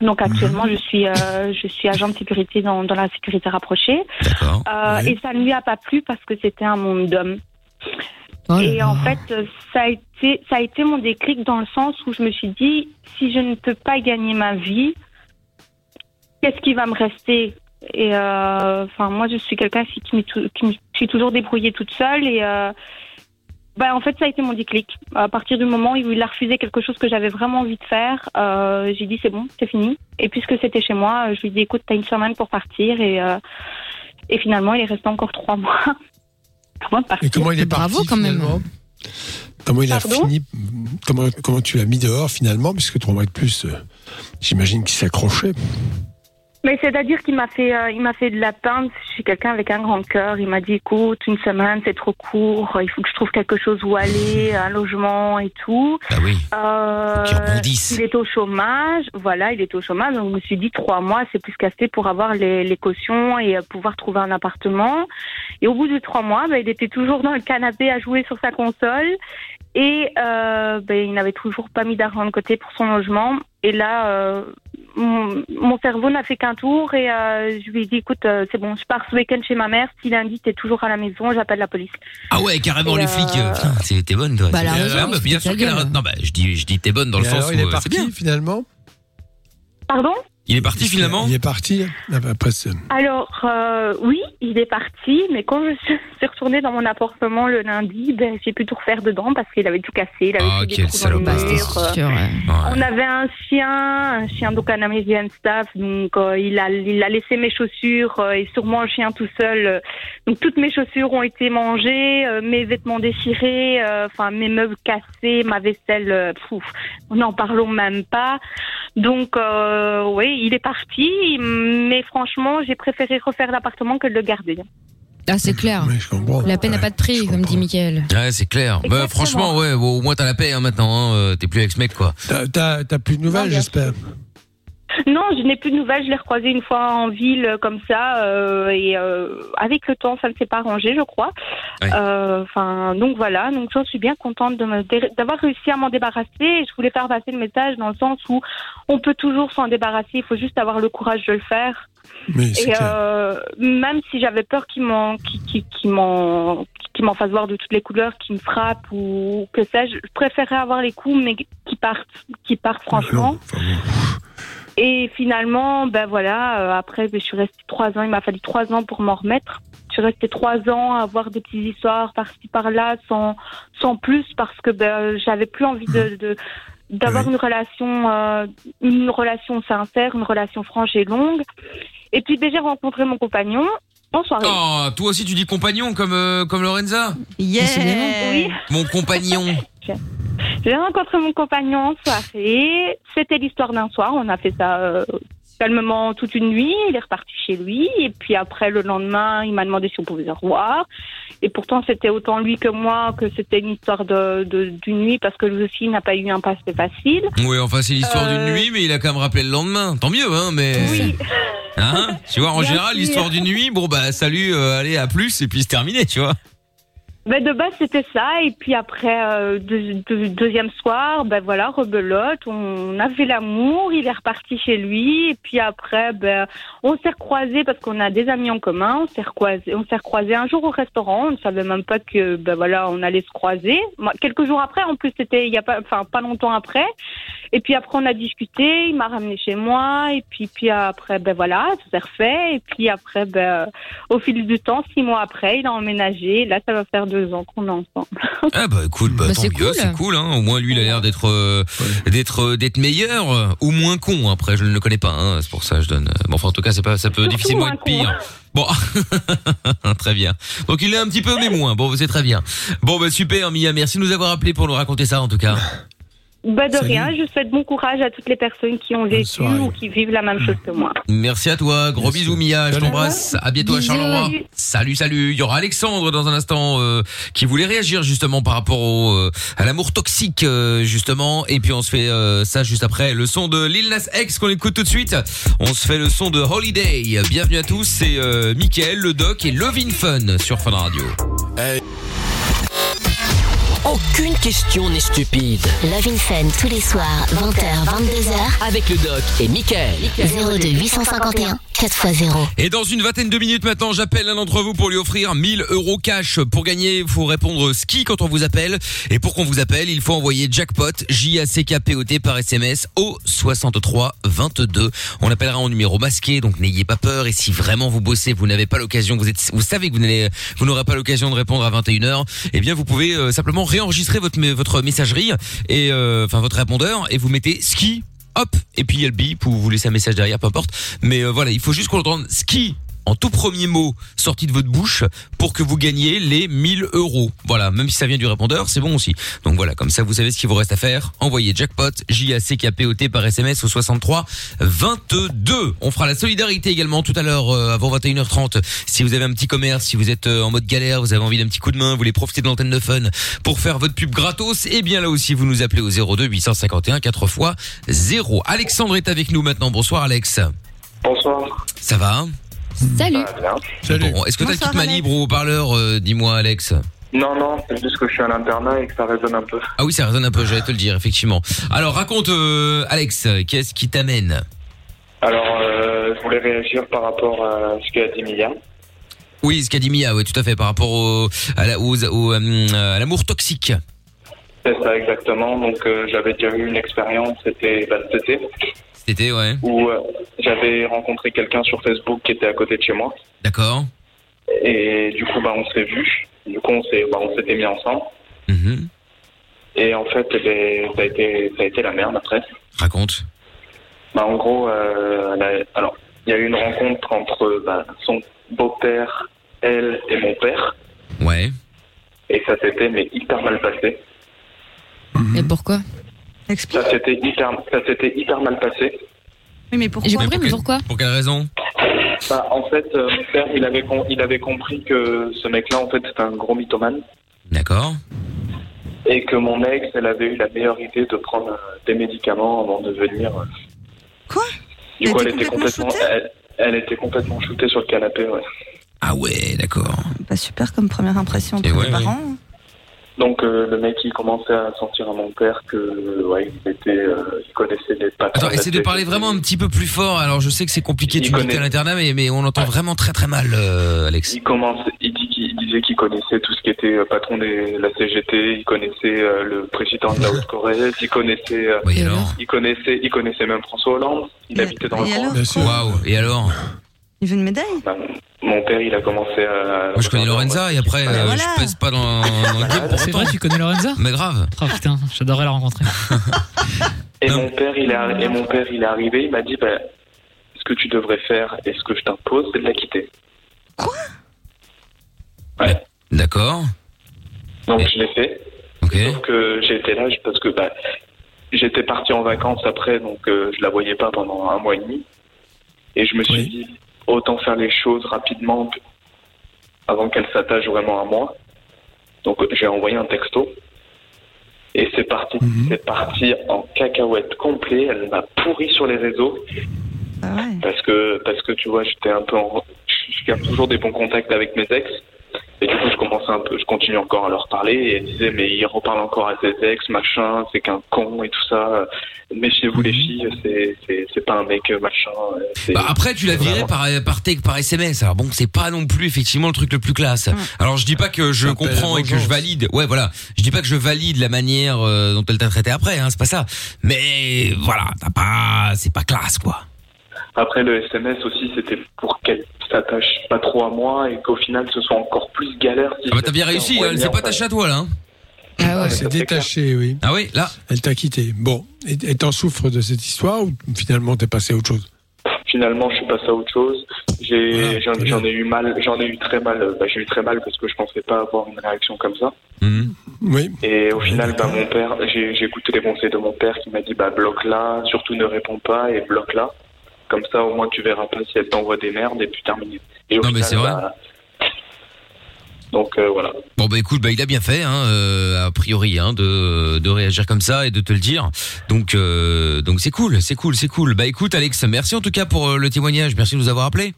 Speaker 9: Donc
Speaker 5: Mhm.
Speaker 9: actuellement, je suis euh, je suis agent de sécurité dans, dans la sécurité rapprochée.
Speaker 2: D'accord.
Speaker 9: Euh,
Speaker 4: Ouais.
Speaker 9: Et ça ne lui a pas plu parce que c'était un monde d'hommes.
Speaker 5: Oh là
Speaker 9: Et en
Speaker 5: là.
Speaker 9: fait, euh, ça a, été, ça a été mon déclic dans le sens où je me suis dit, si je ne peux pas gagner ma vie, qu'est-ce qui va me rester Et euh, enfin, moi, je suis quelqu'un qui, qui, me tou- qui me suis toujours débrouillée toute seule. Et euh, bah, en fait, ça a été mon déclic. À partir du moment où il a refusé quelque chose que j'avais vraiment envie de faire, euh, j'ai dit, c'est bon, c'est fini. Et puisque c'était chez moi, euh, je lui ai dit, écoute, t'as une semaine pour partir. Et, euh, et finalement, il est resté encore trois mois. Avant de
Speaker 4: Et
Speaker 9: partir.
Speaker 4: comment il est parti
Speaker 5: Bravo quand même.
Speaker 4: finalement Comment il a
Speaker 9: Pardon
Speaker 4: fini comment, comment tu l'as mis dehors finalement Puisque trois mois de plus, euh, j'imagine qu'il s'accrochait.
Speaker 9: Mais c'est-à-dire qu'il m'a fait, euh, il m'a fait de la peine. Je suis quelqu'un avec un grand cœur. Il m'a dit, écoute, une semaine, c'est trop court. Il faut que je trouve quelque chose où aller, un logement et tout.
Speaker 2: Bah Mhm. oui.
Speaker 9: Euh,
Speaker 2: Qu'il rebondisse.
Speaker 9: il est au chômage. Voilà, il est au chômage. Donc, je me suis dit, trois mois, c'est plus qu'assez pour avoir les, les cautions et euh, pouvoir trouver un appartement. Et au bout de trois mois, bah, il était toujours dans le canapé à jouer sur sa console. Et euh, bah, il n'avait toujours pas mis d'argent de côté pour son logement. Et là, euh, mon, mon cerveau n'a fait qu'un tour et euh, je lui ai dit, écoute, euh, c'est bon, je pars ce week-end chez ma mère. Si lundi, t'es toujours à la maison, j'appelle la police.
Speaker 2: Ah ouais, carrément
Speaker 9: Et
Speaker 2: les
Speaker 9: euh,
Speaker 2: flics. euh, Putain, c'est- t'es bonne toi.
Speaker 5: Bah,
Speaker 2: C'est-
Speaker 5: elle a raison,
Speaker 2: Ah, bah,
Speaker 5: c'est
Speaker 2: bien
Speaker 5: ta
Speaker 2: sûr qu'elle a
Speaker 5: gueule.
Speaker 2: Non bah je dis je dis t'es bonne dans le
Speaker 4: Et
Speaker 2: sens
Speaker 4: alors,
Speaker 2: où
Speaker 4: il
Speaker 2: euh,
Speaker 4: est
Speaker 2: c'est bien.
Speaker 4: parti finalement
Speaker 9: Pardon
Speaker 2: Il est parti finalement
Speaker 4: Il est parti. Après, c'est-
Speaker 9: Alors, euh, oui, il est parti, mais quand je suis- suis retournée dans mon appartement le lundi, ben, j'ai pu tout refaire dedans parce qu'il avait tout cassé. Il avait
Speaker 2: Ah,
Speaker 9: tout
Speaker 2: quel salopard,
Speaker 5: Bah,
Speaker 2: Merde.
Speaker 5: c'était
Speaker 9: euh,
Speaker 5: sûr. ouais.
Speaker 9: On avait un chien, un chien donc un American Staff, donc euh, il a il a laissé mes chaussures euh, et sûrement le chien tout seul. euh, donc toutes mes chaussures ont été mangées, euh, mes vêtements déchirés, euh, enfin mes meubles cassés, ma vaisselle, euh, pouf, n'en parlons même pas. Donc euh, oui, il est parti, mais franchement j'ai préféré refaire l'appartement que de le garder.
Speaker 5: Ah, c'est clair.
Speaker 4: mais je comprends.
Speaker 5: La peine n'a
Speaker 4: Ouais,
Speaker 5: pas de
Speaker 4: je
Speaker 5: prix, comme
Speaker 4: comprends.
Speaker 5: dit Mickaël.
Speaker 2: Ouais, c'est clair. Bah,
Speaker 9: Exactement.
Speaker 2: franchement, ouais, au au moins t'as la paix hein, maintenant. Hein, euh, T'es plus avec ce mec, quoi.
Speaker 4: T'as- T'as t'as plus de nouvelles,
Speaker 9: Non, bien
Speaker 4: j'espère.
Speaker 9: Non, je n'ai plus de nouvelles. Je l'ai recroisé une fois en ville euh, comme ça, euh, et euh, avec le temps, ça ne s'est pas arrangé, je crois.
Speaker 2: Ouais.
Speaker 9: Euh, Enfin, donc voilà. Donc j'en suis bien contente de me dé- d'avoir réussi à m'en débarrasser. Et Je voulais faire passer le message dans le sens où on peut toujours s'en débarrasser. Il faut juste avoir le courage de le faire.
Speaker 4: Mais c'est
Speaker 9: Et
Speaker 4: clair.
Speaker 9: euh, même si j'avais peur qu'il m'en qu'il- qu'il- qu'il m'en qu'il m'en fasse voir de toutes les couleurs, qu'il me frappe ou que sais-je, je préférais avoir les coups, mais qui partent, qui partent franchement.
Speaker 4: Non, enfin, bon.
Speaker 9: Et finalement, ben voilà, euh, après, je suis restée trois ans, il m'a fallu trois ans pour m'en remettre. Je suis restée trois ans à avoir des petites histoires par-ci, par-là, sans, sans plus, parce que ben, j'avais plus envie de, de- d'avoir
Speaker 4: Oui.
Speaker 9: une relation, euh, une relation sincère, une relation franche et longue. Et puis, ben, j'ai rencontré mon compagnon en soirée.
Speaker 2: Oh, toi aussi tu dis compagnon comme euh, comme Lorenza,
Speaker 5: Yeah.
Speaker 9: Oui,
Speaker 2: mon compagnon.
Speaker 9: j'ai rencontré mon compagnon en soirée. C'était l'histoire d'un soir. On a fait ça euh, calmement toute une nuit. Il est reparti chez lui. Et puis après, le lendemain, il m'a demandé si on pouvait se revoir. Et pourtant, c'était autant lui que moi que c'était une histoire de- de- d'une nuit parce que lui aussi n'a pas eu un passé facile.
Speaker 2: Oui, enfin c'est l'histoire
Speaker 9: Euh.
Speaker 2: d'une nuit, mais il a quand même rappelé le lendemain. Tant mieux, hein, mais.
Speaker 9: Oui,
Speaker 2: Hein tu vois, en
Speaker 9: Bien
Speaker 2: général,
Speaker 9: sûr.
Speaker 2: l'histoire d'une nuit, bon bah salut, euh, allez à plus et puis c'est terminé, tu vois.
Speaker 9: Ben, de base, c'était ça. Et puis après, euh, deux- deux- deuxième soir, ben voilà, rebelote. On a fait l'amour. Il est reparti chez lui. Et puis après, ben, on s'est recroisés parce qu'on a des amis en commun. On s'est recroisés, on s'est recroisés un jour au restaurant. On ne savait même pas que, ben voilà, on allait se croiser. Moi, quelques jours après, en plus, c'était il y a pas, enfin, pas longtemps après. Et puis après, on a discuté. Il m'a ramené chez moi. Et puis, puis après, ben voilà, tout s'est refait. Et puis après, ben, au fil du temps, six mois après, il a emménagé. Là, ça va faire deux ans qu'on est ensemble.
Speaker 2: Ah bah écoute, bah,
Speaker 5: Bah,
Speaker 2: tant
Speaker 5: c'est
Speaker 2: mieux,
Speaker 5: cool.
Speaker 2: c'est cool. Hein. Au moins lui, il a l'air d'être euh, d'être euh, d'être meilleur euh, ou moins con. Après, je ne le connais pas. Hein. C'est pour ça que je donne. euh, Bon, enfin, en tout cas, c'est pas, ça peut
Speaker 9: Surtout
Speaker 2: difficilement
Speaker 9: moins
Speaker 2: être
Speaker 9: con.
Speaker 2: pire. Bon, très bien. Donc il est un petit peu mais moins. Bon, c'est très bien. Bon, bah super, Mia. Merci de nous avoir appelé pour nous raconter ça en tout cas.
Speaker 9: Bah, de
Speaker 4: Salut.
Speaker 9: rien, je souhaite bon courage à toutes les personnes qui ont vécu
Speaker 4: soirée.
Speaker 9: ou qui vivent la même chose que moi.
Speaker 2: Merci à toi. Gros
Speaker 4: Merci.
Speaker 2: bisous, Mia. Je
Speaker 4: Salut.
Speaker 2: t'embrasse. À bientôt à
Speaker 5: Bisous.
Speaker 2: Charleroi. Salut, salut. Il y aura Alexandre dans un instant euh, qui voulait réagir justement par rapport au, euh, à l'amour toxique euh, justement. Et puis on se fait euh, ça juste après le son de Lil Nas X qu'on écoute tout de suite. On se fait le son de Holiday. Bienvenue à tous. C'est euh, Mickaël, le Doc et Levin Fun sur Fun Radio.
Speaker 1: Aucune question n'est stupide.
Speaker 8: Love in Fun tous les soirs, 20h,
Speaker 1: Avec le doc et Michael.
Speaker 8: 22h, 02 851 4x0.
Speaker 2: Et dans une vingtaine de minutes maintenant, j'appelle l'un d'entre vous pour lui offrir 1000 euros cash. Pour gagner, il faut répondre ski quand on vous appelle. Et pour qu'on vous appelle, il faut envoyer jackpot, J-A-C-K-P-O-T par SMS au 63 22. On appellera en numéro masqué, donc n'ayez pas peur. Et si vraiment vous bossez, vous n'avez pas l'occasion, vous êtes, vous savez que vous n'allez, vous n'aurez pas l'occasion de répondre à 21h, eh bien, vous pouvez euh, simplement réenregistrer votre, me- votre messagerie et, euh, enfin, votre répondeur et vous mettez ski hop, et puis il y a le bip ou vous laissez un message derrière, peu importe. Mais euh, voilà, il faut juste qu'on entende ski en tout premier mot sorti de votre bouche pour que vous gagniez les 1000 euros. Voilà, même si ça vient du répondeur, c'est bon aussi. Donc voilà, comme ça vous savez ce qu'il vous reste à faire. Envoyez jackpot, J-A-C-K-P-O-T par SMS au 63 22. On fera la solidarité également tout à l'heure euh, avant 21h30. Si vous avez un petit commerce, si vous êtes euh, en mode galère, vous avez envie d'un petit coup de main, vous voulez profiter de l'antenne de fun pour faire votre pub gratos, et bien là aussi vous nous appelez au 02 851 4 x 0. Alexandre est avec nous maintenant. Bonsoir Alex.
Speaker 3: Bonsoir.
Speaker 2: Ça va hein
Speaker 5: Salut.
Speaker 3: Ça va bien
Speaker 4: Salut.
Speaker 2: Bon, est-ce que t'as le
Speaker 10: Bonsoir,
Speaker 2: kit manibre au haut-parleur euh, Dis-moi Alex.
Speaker 3: Non, non, c'est juste que je suis à l'internat et que ça résonne un peu.
Speaker 2: Ah oui, ça résonne un peu, j'allais te le dire, effectivement. Alors raconte euh, Alex, qu'est-ce qui t'amène
Speaker 3: Alors, euh, je voulais réagir par rapport à ce qu'a dit Mia.
Speaker 2: Oui, ce qu'a dit Mia, ouais, tout à fait, par rapport au, à la- aux- au, euh, à l'amour toxique.
Speaker 11: C'est ça exactement. Donc euh, j'avais déjà eu une expérience, c'était bah, cet été,
Speaker 2: C'était, ouais.
Speaker 11: où euh, j'avais rencontré quelqu'un sur Facebook qui était à côté de chez moi.
Speaker 2: D'accord.
Speaker 11: Et du coup, bah, on s'est vus. Du coup, on s'est, bah, on s'était mis ensemble.
Speaker 2: Mhm.
Speaker 11: Et en fait, eh ben, ça a été, ça a été la merde après.
Speaker 2: Raconte.
Speaker 11: Bah, en gros, euh, elle a- alors, il y a eu une rencontre entre bah, son beau-père, elle et mon père.
Speaker 2: Ouais.
Speaker 11: Et ça s'était mais hyper mal passé.
Speaker 4: Hum.
Speaker 5: Et pourquoi
Speaker 11: Ça s'était hyper, ça s'était hyper mal passé.
Speaker 5: Oui, mais pourquoi J'ai compris, mais pourquoi
Speaker 2: Pour quelle raison
Speaker 11: Bah, en fait, euh, mon père, il avait, com- il avait compris que ce mec-là, en fait, c'était un gros mythomane.
Speaker 2: D'accord.
Speaker 11: Et que mon ex, elle avait eu la meilleure idée de prendre euh, des médicaments avant de venir. Quoi Du coup, elle était complètement, elle, elle était complètement shootée sur le canapé, ouais.
Speaker 2: Ah ouais, d'accord.
Speaker 9: Pas super comme première impression pour les parents.
Speaker 11: Donc, euh, le mec, il commençait à sentir à mon père que, ouais, il était, euh, il connaissait les patrons.
Speaker 2: Attends, essaie de parler vraiment un petit peu plus fort. Alors, je sais que c'est compliqué, tu me dis que t'es à l'internat, mais, mais on entend vraiment très très mal, euh, Alex.
Speaker 11: Il commence, il dit qu'il il disait qu'il connaissait tout ce qui était euh, patron de la CGT, il connaissait euh, le président de la Haute-Corrèze, il connaissait, euh, il connaissait, il connaissait même François Hollande. Il habitait dans le coin.
Speaker 2: Waouh, et alors
Speaker 9: Il veut une médaille
Speaker 11: Mon père, il a commencé à.
Speaker 2: Moi, je connais Lorenza et après, euh, je pèse pas dans, dans le game.
Speaker 12: C'est vrai, tu connais Lorenza
Speaker 2: Mais grave.
Speaker 12: Oh putain, j'adorerais la rencontrer.
Speaker 11: Et mon père, il est, arri- et mon père, il est arrivé, il m'a dit, bah, ce que tu devrais faire et ce que je t'impose, c'est de la quitter.
Speaker 2: D'accord.
Speaker 11: Donc je l'ai fait.
Speaker 2: Sauf
Speaker 11: que j'étais là je- parce que bah, j'étais parti en vacances après, donc euh, je la voyais pas pendant un mois et demi. Et je me suis dit, autant faire les choses rapidement p- avant qu'elle s'attache vraiment à moi. Donc euh, j'ai envoyé un texto. Et c'est parti,
Speaker 2: Mhm.
Speaker 11: c'est parti en cacahuète complet. Elle m'a pourri sur les réseaux.
Speaker 10: Ah
Speaker 11: Parce que parce que tu vois, j'étais un peu en je garde toujours des bons contacts avec mes ex. Et du coup, je commençais un peu, je continue encore à leur parler et elle disait, mais il reparle encore à ses ex, machin, c'est qu'un con et tout ça. Méfiez-vous les filles, c'est, c'est, c'est pas un mec, machin. c'est-
Speaker 2: Mhm. Bah, après, tu l'as viré par, par, tec- par SMS. Alors bon, c'est pas non plus effectivement le truc le plus classe. Alors je dis pas que je comprends et que je valide. Ouais, voilà. Je dis pas que je valide la manière euh, dont elle t'a traité après. Hein, c'est pas ça. Mais voilà, t'as pas, c'est pas classe quoi.
Speaker 11: Après, le SMS aussi, c'était pour qu'elle s'attache pas trop à moi et qu'au final, ce soit encore plus galère. Si
Speaker 2: Ah bah t'as bien réussi. hein, Elle s'est pas attachée à toi là. hein.
Speaker 4: Elle s'est détachée, oui.
Speaker 2: Ah oui, là.
Speaker 4: Elle t'a quitté. Bon, et et t'en souffres de cette histoire ou finalement t'es passé à autre chose
Speaker 11: Finalement, je suis passé à autre chose. J'ai, j'en, j'en ai eu mal, j'en ai eu très mal. euh, Bah, j'ai eu très mal parce que je pensais pas avoir une réaction comme ça.
Speaker 2: Mhm.
Speaker 4: Oui.
Speaker 11: Et au final, bah, mon père, j'ai j'ai écouté les conseils de mon père qui m'a dit bah, bloque là, surtout ne réponds pas et bloque là. Comme ça, au moins, tu verras pas si elle t'envoie des merdes et puis terminé. Et au
Speaker 2: Non, mais c'est vrai.
Speaker 11: bah, donc euh, voilà.
Speaker 2: Bon bah écoute, bah il a bien fait, hein, euh, a priori, hein, de, de réagir comme ça et de te le dire. Donc euh, donc c'est cool, c'est cool, c'est cool. Bah écoute Alex, merci en tout cas pour euh, le témoignage, merci de nous avoir appelé.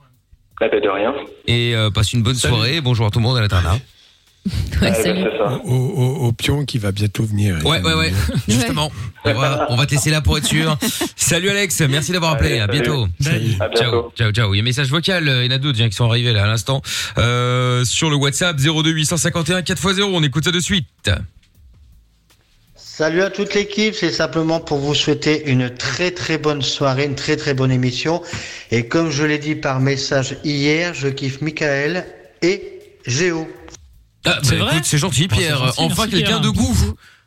Speaker 11: Ah, bah, de rien.
Speaker 2: Et euh, passe une bonne soirée. Bonjour à tout le monde à l'internat.
Speaker 4: Au, au- au pion qui va bientôt venir.
Speaker 2: Ouais, ouais, ouais. Justement, on va, on va te laisser là pour être sûr. Salut Alex, merci d'avoir appelé.
Speaker 12: Allez,
Speaker 2: À
Speaker 12: salut.
Speaker 2: bientôt.
Speaker 12: Salut.
Speaker 2: Ciao, Ciao, ciao, ciao. Il y a un message vocal. euh, Il y en a d'autres tiens, qui sont arrivés là à l'instant Euh, sur le WhatsApp 02851 4x0. On écoute ça de suite. Ah,
Speaker 13: Salut à toute l'équipe, c'est simplement pour vous souhaiter une très très bonne soirée, une très très bonne émission. Et comme je l'ai dit par message hier, je kiffe Michael et Géo.
Speaker 2: Ah, bah, écoute, C'est gentil,
Speaker 13: Oh, c'est
Speaker 2: Pierre.
Speaker 13: gentil,
Speaker 2: enfin
Speaker 13: merci,
Speaker 2: quelqu'un
Speaker 13: Pierre.
Speaker 2: de goût.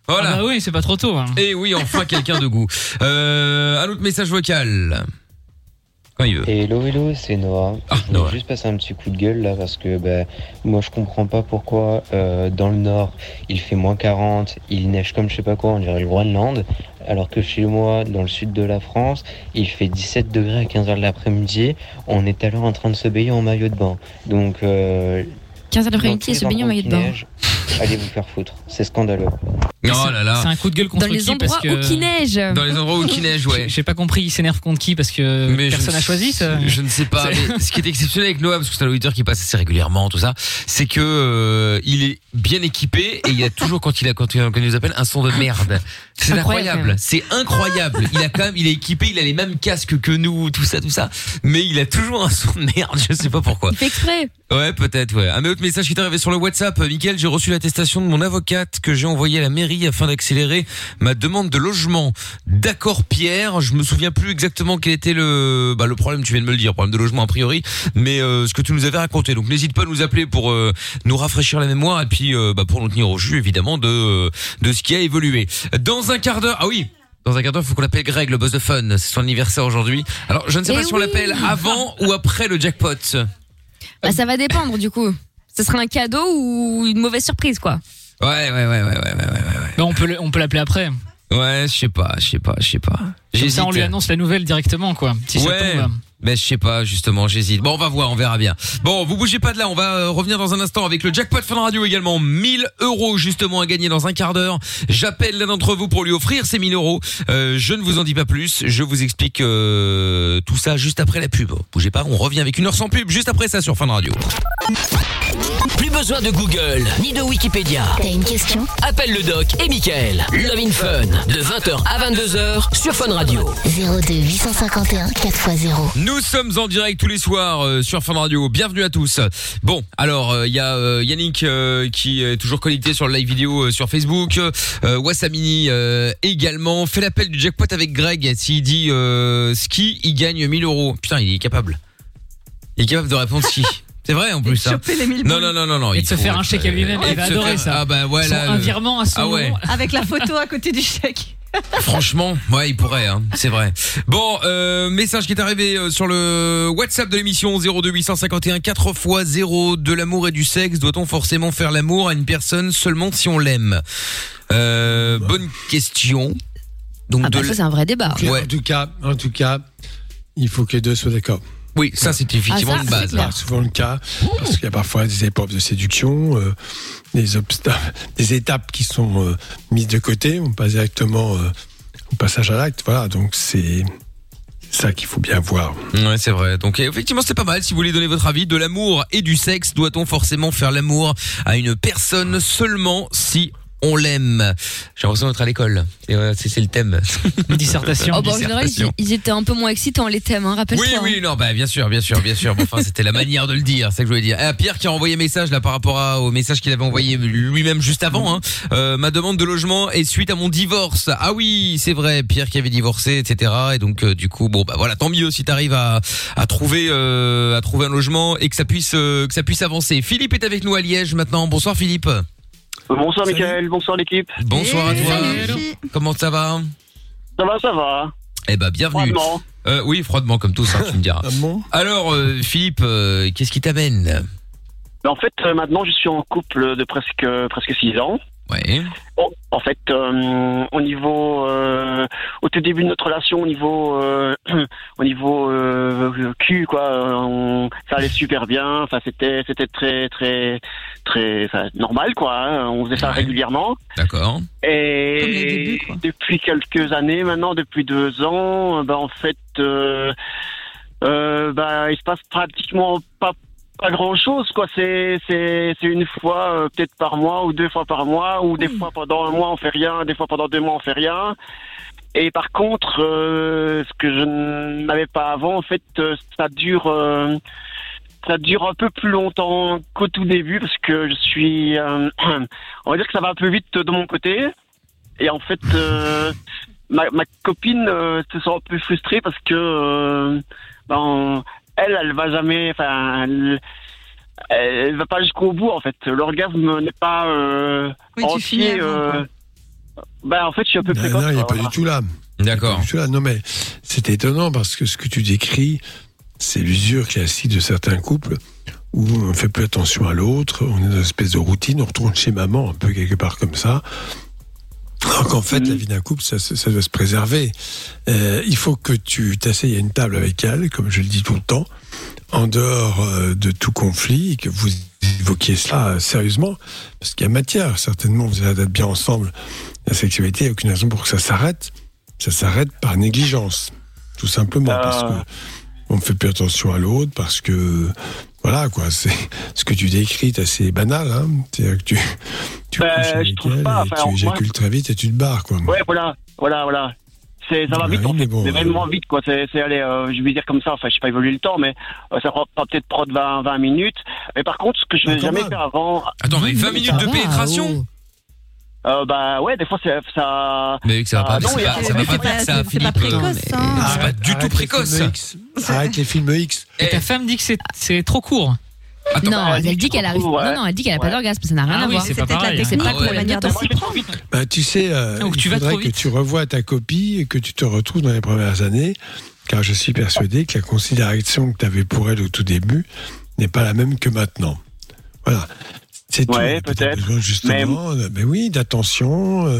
Speaker 2: Voilà.
Speaker 12: Ah bah oui, c'est pas trop tôt. hein.
Speaker 2: Et oui, enfin quelqu'un de goût. Euh, un autre message vocal. Quand il veut. Ah,
Speaker 14: Hello, hello, c'est Noah. je voulais juste passer un petit coup de gueule là parce que bah, moi je comprends pas pourquoi euh, dans le nord il fait moins 40, il neige comme je sais pas quoi, on dirait le Groenland, alors que chez moi dans le sud de la France il fait 17 degrés à 15h de l'après-midi, on est alors en train de se baigner en maillot de bain. Donc. Euh,
Speaker 5: 15 heures d'après-midi et se baigner en maillot de bain.
Speaker 14: neige, Allez vous faire foutre, c'est scandaleux.
Speaker 2: Oh là là.
Speaker 12: C'est un coup de gueule contre
Speaker 5: Dans les
Speaker 12: qui parce
Speaker 5: endroits
Speaker 12: que...
Speaker 5: où qui neige. Dans les
Speaker 2: endroits où qui neige, ouais.
Speaker 12: J'ai- J'ai pas compris, il s'énerve contre qui parce que
Speaker 2: je
Speaker 12: personne
Speaker 2: ne-
Speaker 12: n'a choisi ça.
Speaker 2: Je ne sais pas.
Speaker 12: C'est-
Speaker 2: mais ce qui est exceptionnel avec Noah, parce que c'est un auditeur qui passe assez régulièrement, tout ça, c'est que euh, il est bien équipé et il a toujours quand il a quand il, quand il nous appelle un son de merde. C'est
Speaker 12: Incroyable.
Speaker 2: incroyable. C'est incroyable. Il a quand même, il est équipé, il a les mêmes casques que nous, tout ça, tout ça, mais il a toujours un son de merde. Je sais pas pourquoi.
Speaker 5: Il fait exprès.
Speaker 2: Euh, Ouais, peut-être, ouais. Un autre message qui est arrivé sur le WhatsApp. Mickaël, j'ai reçu l'attestation de mon avocate que j'ai envoyée à la mairie mairie afin d'accélérer ma demande de logement. D'accord Pierre, je me souviens plus exactement quel était le bah, le problème, tu viens de me le dire, problème de logement a priori, mais euh, ce que tu nous avais raconté. Donc n'hésite pas à nous appeler pour euh, nous rafraîchir la mémoire et puis euh, bah, pour nous tenir au jus évidemment de euh, de ce qui a évolué. Dans un quart d'heure, ah oui. Dans un quart d'heure, faut qu'on appelle Greg, le boss de fun. C'est son anniversaire aujourd'hui. Alors, je ne sais
Speaker 5: Eh
Speaker 2: pas si on
Speaker 5: oui.
Speaker 2: l'appelle avant ou après le jackpot.
Speaker 5: Bah, ça va dépendre du coup. Ce serait un cadeau ou une mauvaise surprise quoi.
Speaker 2: Ouais, ouais, ouais, ouais, ouais, ouais, ouais, ouais.
Speaker 12: Bah, on peut le- on peut l'appeler après.
Speaker 2: Ouais, je sais pas, je sais pas, je sais pas.
Speaker 12: Comme
Speaker 2: J'hésite.
Speaker 12: ça, on lui annonce la nouvelle directement, quoi. Si ça
Speaker 2: ouais.
Speaker 12: tombe.
Speaker 2: Mais je sais pas, justement, j'hésite. Bon, on va voir, on verra bien. Bon, vous bougez pas de là, on va euh, revenir dans un instant avec le jackpot Fun Radio également. 1000 euros, justement, à gagner dans un quart d'heure. J'appelle l'un d'entre vous pour lui offrir ces 1000 euros. Euh, je ne vous en dis pas plus, je vous explique euh, tout ça juste après la pub. Bougez pas, on revient avec une heure sans pub, juste après ça sur Fun Radio.
Speaker 1: Plus besoin de Google ni de Wikipédia. T'as une question Appelle le doc et Michael. Love in Fun de 20h à 22h sur Fun Radio.
Speaker 8: 02 851 4x0.
Speaker 2: Nous sommes en direct tous les soirs euh, sur Fun Radio. Bienvenue à tous. Bon, alors euh, il y a euh, Yannick euh, qui est toujours connecté sur le live vidéo euh, sur Facebook. Euh, Wassamini euh, également fait l'appel du jackpot avec Greg. S'il dit euh, ski, il gagne 1000 euros. Putain, il est capable. Il est capable de répondre ski. C'est vrai en plus. hein.
Speaker 12: choper les 1000
Speaker 2: non,
Speaker 12: boules.
Speaker 2: non, non, non, non.
Speaker 12: Et
Speaker 2: il
Speaker 12: de se
Speaker 2: faut
Speaker 12: faire un
Speaker 2: être,
Speaker 12: chèque à lui-même,
Speaker 2: euh,
Speaker 12: il va
Speaker 2: se
Speaker 12: adorer
Speaker 2: faire-
Speaker 12: ça.
Speaker 2: Ah bah ouais,
Speaker 12: Son-
Speaker 2: là,
Speaker 12: un
Speaker 2: le-
Speaker 12: virement à son
Speaker 2: ah ouais.
Speaker 12: nom.
Speaker 10: Avec la photo à côté du chèque.
Speaker 2: Franchement, ouais, il pourrait, hein, c'est vrai. Bon, euh, message qui est arrivé euh, sur le WhatsApp de l'émission 02851 4 x 0 de l'amour et du sexe. Doit-on forcément faire l'amour à une personne seulement si on l'aime euh, Bonne question. Donc
Speaker 5: Ah bah
Speaker 2: de
Speaker 5: ça c'est un vrai débat.
Speaker 4: Ok, En tout cas, en tout cas, il faut que les deux soient d'accord.
Speaker 2: Oui, ça c'est effectivement Ah, ça, une base. c'est
Speaker 4: C'est
Speaker 2: clair.
Speaker 4: pas souvent le cas parce qu'il y a parfois des épreuves de séduction, euh, des obstacles, des étapes qui sont euh, mises de côté. On passe directement euh, au passage à l'acte. Voilà, donc c'est ça qu'il faut bien voir.
Speaker 2: Ouais, c'est vrai. Donc euh, effectivement, c'est pas mal. Si vous voulez donner votre avis de l'amour et du sexe, doit-on forcément faire l'amour à une personne seulement si on l'aime J'ai l'impression d'être à l'école. Et, euh, C'est c'est le thème. Une dissertation.
Speaker 5: Oh, bah, en général, ils, ils étaient un peu moins excitants les thèmes, hein, rappelle-toi.
Speaker 2: Oui, oui, non, bah, bien sûr, bien sûr, bien sûr. Bon, enfin, c'était la manière de le dire, c'est ça que je voulais dire. Ah, Pierre qui a envoyé message là par rapport à, au message qu'il avait envoyé lui-même juste avant. Hein. Euh, ma demande de logement est suite à mon divorce. Ah oui, c'est vrai, Pierre qui avait divorcé, etc. Et donc, euh, du coup, bon, bah voilà, tant mieux si t'arrives à, à trouver euh, à trouver un logement et que ça puisse euh, que ça puisse avancer. Philippe est avec nous à Liège maintenant. Bonsoir, Philippe.
Speaker 15: Bonsoir Michael, bonsoir l'équipe.
Speaker 2: Bonsoir à toi. Comment ça va
Speaker 15: Ça va, ça va.
Speaker 2: Eh ben, bienvenue.
Speaker 15: Froidement.
Speaker 2: Euh, oui, froidement comme tous, hein, tu me diras. Alors, euh, Philippe, euh, qu'est-ce qui t'amène
Speaker 15: Mais en fait, euh, maintenant, je suis en couple de presque euh, presque six ans.
Speaker 2: Ouais.
Speaker 15: Bon, en fait, euh, au niveau, euh, au tout début de notre relation, au niveau, euh, au niveau euh, cul, quoi, euh, on- ça allait super bien. Enfin, c'était, c'était très, très, très, enfin, normal, quoi. hein. On faisait ça régulièrement.
Speaker 2: D'accord.
Speaker 15: Et depuis quelques années maintenant, depuis deux ans, euh, bah, en fait, euh, euh, bah, il se passe pratiquement pas, pas grand chose. quoi. C'est c'est- c'est une fois euh, peut-être par mois ou deux fois par mois, ou des fois pendant un mois on fait rien, des fois pendant deux mois on fait rien. Et par contre, euh, ce que je n'avais pas avant, en fait, euh, ça dure. euh, ça dure un peu plus longtemps qu'au tout début parce que je suis, euh, on va dire que ça va un peu vite de mon côté. Et en fait, euh, ma, ma copine euh, se sent un peu frustrée parce que, euh, ben, elle, elle va jamais, enfin, elle, elle va pas jusqu'au bout en fait. L'orgasme n'est pas euh,
Speaker 4: Oui, tu finis
Speaker 15: entier.
Speaker 4: avant,
Speaker 15: euh, ben, en fait, je suis un peu
Speaker 4: Non,
Speaker 15: précoce.
Speaker 4: non, il n'y a
Speaker 15: quoi,
Speaker 4: pas
Speaker 15: voilà.
Speaker 4: du tout là.
Speaker 2: D'accord.
Speaker 4: Non, mais c'est étonnant parce que ce que tu décris, c'est l'usure classique de certains couples où on ne fait plus attention à l'autre, on est dans une espèce de routine, on retourne chez maman un peu quelque part comme ça. Alors qu'en fait,
Speaker 15: Mm.
Speaker 4: la vie d'un couple, ça, ça- ça doit se préserver. Euh, il faut que tu t'asseyes à une table avec elle, comme je le dis tout le temps, en dehors euh, de tout conflit, et que vous évoquiez cela euh, sérieusement, parce qu'il y a matière. Certainement, vous allez être bien ensemble. La sexualité, il n'y a aucune raison pour que ça s'arrête. Ça s'arrête par négligence, tout
Speaker 15: Ah.
Speaker 4: simplement, parce que on ne fait plus attention à l'autre, parce que voilà quoi. C'est ce que tu décris, c'est assez banal. Hein C'est-à-dire que tu, tu
Speaker 15: Ben,
Speaker 4: couches
Speaker 15: je
Speaker 4: avec
Speaker 15: trouve
Speaker 4: elle
Speaker 15: pas,
Speaker 4: et
Speaker 15: enfin,
Speaker 4: tu
Speaker 15: moi-
Speaker 4: éjacules très vite et tu te barres quoi.
Speaker 15: Ouais, voilà, voilà, voilà. C'est, ça va
Speaker 4: Ouais,
Speaker 15: vite, en
Speaker 4: mais
Speaker 15: fait.
Speaker 4: bon,
Speaker 15: c'est
Speaker 4: euh,
Speaker 15: vraiment vite, quoi. C'est, c'est aller, euh, je vais dire comme ça, enfin, je sais pas évoluer le temps, mais euh, ça va pas peut-être prendre 20, 20 minutes. Mais par contre, ce que je vais jamais faire avant.
Speaker 4: ah, oh.
Speaker 2: Attends, mais 20 minutes de pénétration
Speaker 15: euh, bah ouais, des fois c'est- ça. Ah,
Speaker 2: Ah, Mais ça va pas- ça va- ça va pas hein. Ah, vite, ça, Philippe. Non, mais-
Speaker 4: C'est
Speaker 2: pas du tout précoce. Ah,
Speaker 4: Arrête les films X.
Speaker 12: Et ta femme dit que c'est- c'est trop court.
Speaker 5: hein.
Speaker 15: Ah,
Speaker 5: non, elle dit qu'elle arrive. Non, non, elle dit qu'elle a pas d'orgasme, ça n'a rien
Speaker 12: Ah
Speaker 5: à
Speaker 12: oui,
Speaker 5: voir.
Speaker 12: c'est pas
Speaker 5: peut-être la
Speaker 12: pareil.
Speaker 5: technique,
Speaker 12: Ah
Speaker 5: c'est pas la
Speaker 12: ouais.
Speaker 5: manière de s'y prendre.
Speaker 4: Bah, tu sais, euh,
Speaker 12: Ah, Donc,
Speaker 4: il
Speaker 12: tu vas
Speaker 4: faudrait
Speaker 12: trop
Speaker 4: que tu revois ta copie et que tu te retrouves dans les premières années, car je suis persuadé que la considération que tu avais pour elle au tout début n'est pas la même que maintenant. Voilà. C'est tout.
Speaker 15: Ouais,
Speaker 4: Mais t'as
Speaker 15: peut-être.
Speaker 4: besoin, Justement, de- mais oui, d'attention, euh,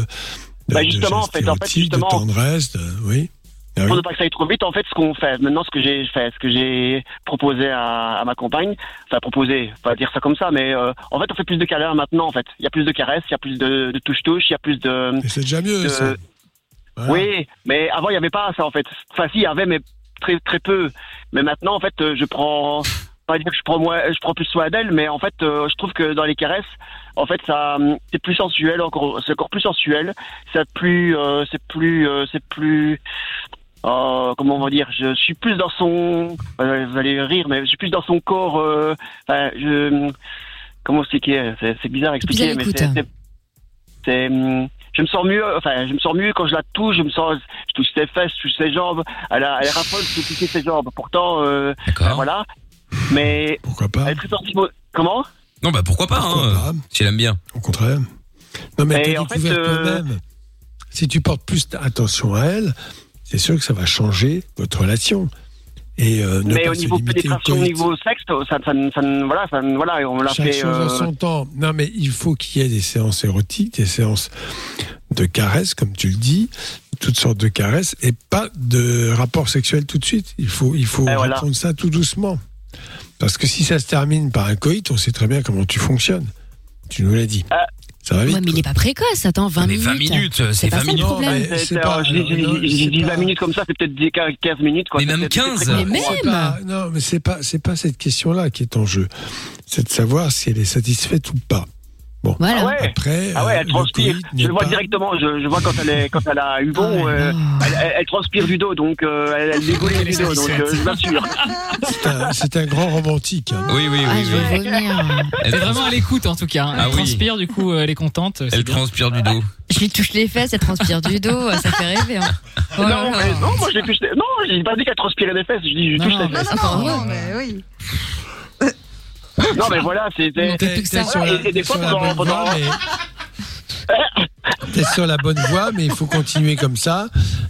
Speaker 4: de,
Speaker 15: Bah,
Speaker 4: de
Speaker 15: justement, en
Speaker 4: gestes
Speaker 15: fait, en fait,
Speaker 4: érotiques,
Speaker 15: justement-
Speaker 4: de tendresse, de- oui. Ah oui.
Speaker 15: Pour ne pas que ça aille trop vite, en fait, ce qu'on fait, maintenant, ce que j'ai fait, ce que j'ai proposé à, à ma compagne, enfin, proposé, pas dire ça comme ça, mais euh, en fait, on fait plus de câlins maintenant, en fait. Il y a plus de caresses, il y a plus de, de touche-touche, il y a plus de.
Speaker 4: c'est déjà mieux,
Speaker 15: Euh,
Speaker 4: ça.
Speaker 15: Oui, mais avant, il n'y avait pas ça, en fait. Enfin, si, il y avait, mais très, très peu. Mais maintenant, en fait, euh, je prends. Pas dire que je prends, moins, je prends plus soin d'elle, mais en fait, euh, je trouve que dans les caresses, en fait, ça, hum, c'est plus sensuel, encore, c'est encore plus sensuel, c'est plus, euh, c'est plus, euh, c'est plus, euh, comment on va dire, je suis plus dans son, euh, vous allez rire, mais je suis plus dans son corps, euh, enfin, je, comment expliquer, c'est, c'est bizarre
Speaker 5: plus
Speaker 15: à expliquer,
Speaker 5: à
Speaker 15: mais
Speaker 5: l'écoute.
Speaker 15: c'est, c'est- c'est, hum, je me sens mieux, enfin, je me sens mieux quand je la touche, je me sens, je touche ses fesses, je touche ses jambes, elle, a, elle est raffole de toucher ses jambes, pourtant, euh, voilà, mais,
Speaker 4: pourquoi pas, hein. Ah,
Speaker 15: elle est très sentimo- comment?
Speaker 2: Non, bah pourquoi pas,
Speaker 15: Ah.
Speaker 2: hein, si elle aime bien.
Speaker 4: Au contraire. Non, mais,
Speaker 15: Mais
Speaker 4: t'as
Speaker 15: en fait,
Speaker 4: découvert
Speaker 15: euh,
Speaker 4: toi-même. Si tu portes plus t- attention à elle, c'est sûr que ça va changer votre relation. Et euh, ne
Speaker 15: mais
Speaker 4: pas
Speaker 15: au
Speaker 4: se
Speaker 15: niveau
Speaker 4: limiter au
Speaker 15: pénétration, au
Speaker 4: coït.
Speaker 15: niveau sexe, ça, ça, ça, voilà, ça, voilà, on l'a
Speaker 4: Chaque
Speaker 15: fait.
Speaker 4: chose en
Speaker 15: euh,
Speaker 2: Ah,
Speaker 4: son temps. Non, mais il faut qu'il y ait des séances érotiques, des séances de caresses, comme tu le dis, toutes sortes de caresses, et pas de rapport sexuel tout de suite. Il faut, il faut
Speaker 15: Eh,
Speaker 4: reprendre
Speaker 15: voilà.
Speaker 4: ça tout doucement. Parce que si ça se termine par un coït, on sait très bien comment tu fonctionnes. Tu nous l'as dit.
Speaker 15: Euh,
Speaker 4: Ça va vite.
Speaker 5: Ouais, mais il n'est pas précoce, attends, 20
Speaker 4: Mais
Speaker 5: minutes.
Speaker 4: 20 minutes, c'est
Speaker 5: pas
Speaker 4: 20
Speaker 5: ça le
Speaker 4: minutes.
Speaker 5: problème.
Speaker 15: c'est-
Speaker 4: c'est
Speaker 15: euh,
Speaker 4: pas-
Speaker 15: je dis- je dis-
Speaker 4: non,
Speaker 15: je
Speaker 4: c'est
Speaker 15: dis 20
Speaker 4: pas-
Speaker 15: minutes comme ça, c'est peut-être des 15 minutes. Quoi. C'est peut-être- c'est très- très court.
Speaker 4: C'est pas- Non, mais c'est pas, c'est pas cette question-là qui est en jeu. C'est de savoir si elle est satisfaite ou pas. Bon,
Speaker 15: Ah ouais.
Speaker 4: après,
Speaker 15: ah ouais, elle
Speaker 4: euh,
Speaker 15: transpire.
Speaker 4: Covid
Speaker 15: Je
Speaker 4: n'est
Speaker 15: le vois
Speaker 4: pas-
Speaker 15: directement. Je, je vois quand elle est quand elle a
Speaker 5: Ah
Speaker 15: eu bon, euh, elle, elle- elle transpire du dos, donc euh, elle, elle dégouline du dos, donc euh, je m'assure.
Speaker 4: c'est un- c'est un grand romantique. hein.
Speaker 2: Oui, oui,
Speaker 5: Ah,
Speaker 2: oui. oui.
Speaker 12: Elle est vraiment à l'écoute en tout cas. hein.
Speaker 2: Ah
Speaker 12: Elle
Speaker 2: oui.
Speaker 12: transpire du coup, euh, elle est contente.
Speaker 2: Elle transpire du dos.
Speaker 5: Je lui touche les fesses, elle transpire du dos, ça fait rêver. Hein. Oh là
Speaker 15: non,
Speaker 5: là.
Speaker 15: mais- non, moi je l'ai touché. Non, j'ai pas dit qu'elle transpirait des fesses. Je dis, je touche les fesses.
Speaker 10: mais oui.
Speaker 15: Non, mais voilà, c'était.
Speaker 4: T'es- t'es sur
Speaker 15: Voilà,
Speaker 4: la-
Speaker 15: et- Et des
Speaker 4: t'es
Speaker 15: fois,
Speaker 4: sur la bonne
Speaker 15: pendant- pendant.
Speaker 4: voie, mais- T'es sur la bonne voie, mais il faut continuer comme ça.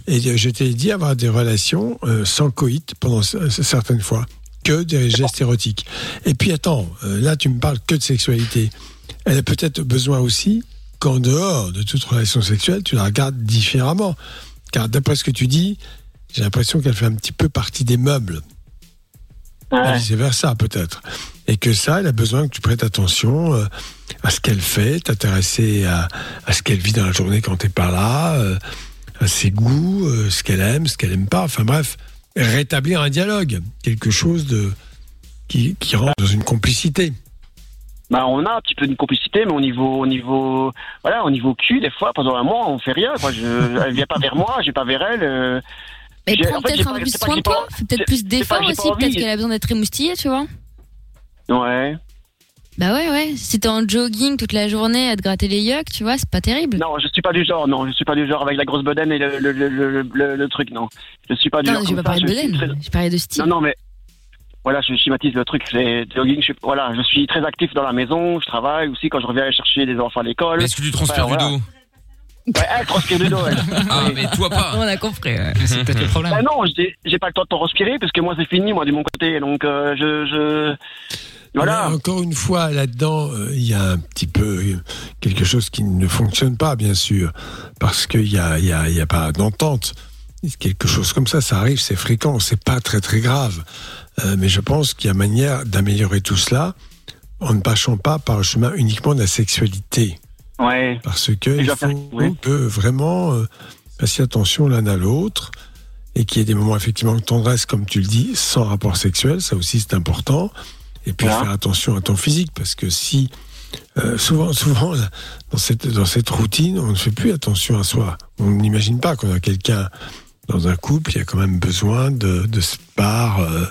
Speaker 4: Et euh, je t'ai dit avoir des relations euh, sans coït pendant ce- ce- certaines fois, que des gestes érotiques. Et puis attends, euh, là tu me parles que de sexualité. Elle a peut-être besoin aussi qu'en dehors de toute relation sexuelle, tu la regardes différemment. Car d'après ce que tu dis, j'ai l'impression qu'elle fait un petit peu partie des meubles.
Speaker 15: Ouais.
Speaker 4: vice versa peut-être. Et que ça, elle a besoin que tu prêtes attention euh, à ce qu'elle fait, t'intéresser à, à ce qu'elle vit dans la journée quand t'es pas là, euh, à ses goûts, euh, ce qu'elle aime, ce qu'elle aime pas. Enfin bref, rétablir un dialogue, quelque chose de qui, qui rentre dans une complicité.
Speaker 15: Bah, on a un petit peu une complicité, mais au niveau, au niveau, voilà, au niveau cul, des fois, pendant un mois, on fait rien. Quoi. Je, elle vient pas vers moi, j'ai pas vers elle. euh,
Speaker 5: Mais
Speaker 15: j'ai-
Speaker 5: prends
Speaker 15: en fait, j'ai
Speaker 5: peut-être un
Speaker 15: pas-
Speaker 5: peu
Speaker 15: c'est
Speaker 5: plus
Speaker 15: pas
Speaker 5: soin de
Speaker 15: que j'ai pas-
Speaker 5: toi, fais peut-être plus
Speaker 15: c'est pas que
Speaker 5: d'efforts
Speaker 15: j'ai pas
Speaker 5: aussi, peut-être
Speaker 15: envie.
Speaker 5: qu'elle a besoin d'être émoustillée, tu vois.
Speaker 15: Ouais.
Speaker 5: Bah ouais, ouais, si t'es en jogging toute la journée à te gratter les yeux, tu vois, c'est pas terrible.
Speaker 15: Non, je suis pas du genre, non, je suis pas du genre avec la grosse bedaine et le, le, le, le, le- le truc, non. Je suis pas du
Speaker 5: Non,
Speaker 15: genre.
Speaker 5: j'ai
Speaker 15: comme
Speaker 5: pas
Speaker 15: ça,
Speaker 5: parlé de
Speaker 15: je suis
Speaker 5: bedaine, j'ai parlé de
Speaker 15: très-
Speaker 5: style.
Speaker 15: Non, non, mais voilà, je schématise le truc. C'est jogging, je suis, voilà, je suis très actif dans la maison, je travaille aussi quand je reviens chercher des enfants à l'école.
Speaker 2: Est-ce que tu transpires
Speaker 15: Enfin,
Speaker 2: du
Speaker 15: voilà.
Speaker 2: dos
Speaker 15: Ouais, elle transpire du dos, elle.
Speaker 2: Ah, mais toi pas.
Speaker 5: On a compris.
Speaker 12: C'est peut-être le problème.
Speaker 15: Bah non, j'ai j'ai pas le temps de t'en respirer parce que moi c'est fini, moi de mon côté. Donc euh, je, je voilà.
Speaker 4: Mais encore une fois, là-dedans, euh, il y a un petit peu euh, quelque chose qui ne fonctionne pas, bien sûr, parce qu'il n'y a, il y a- il y a pas d'entente. Quelque chose comme ça, ça arrive, c'est fréquent, c'est pas très très grave. Euh, mais je pense qu'il y a manière d'améliorer tout cela en ne passant pas par le chemin uniquement de la sexualité.
Speaker 15: Ouais.
Speaker 4: Parce que il faut que vraiment euh, passer attention l'un à l'autre et qu'il y ait des moments effectivement de tendresse, comme tu le dis, sans rapport sexuel, ça aussi c'est important. Et puis faire attention à ton physique, parce que si euh, souvent, souvent là, dans cette dans cette routine, on ne fait plus attention à soi. On n'imagine pas qu'on a quelqu'un dans un couple, il y a quand même besoin de de cette part euh,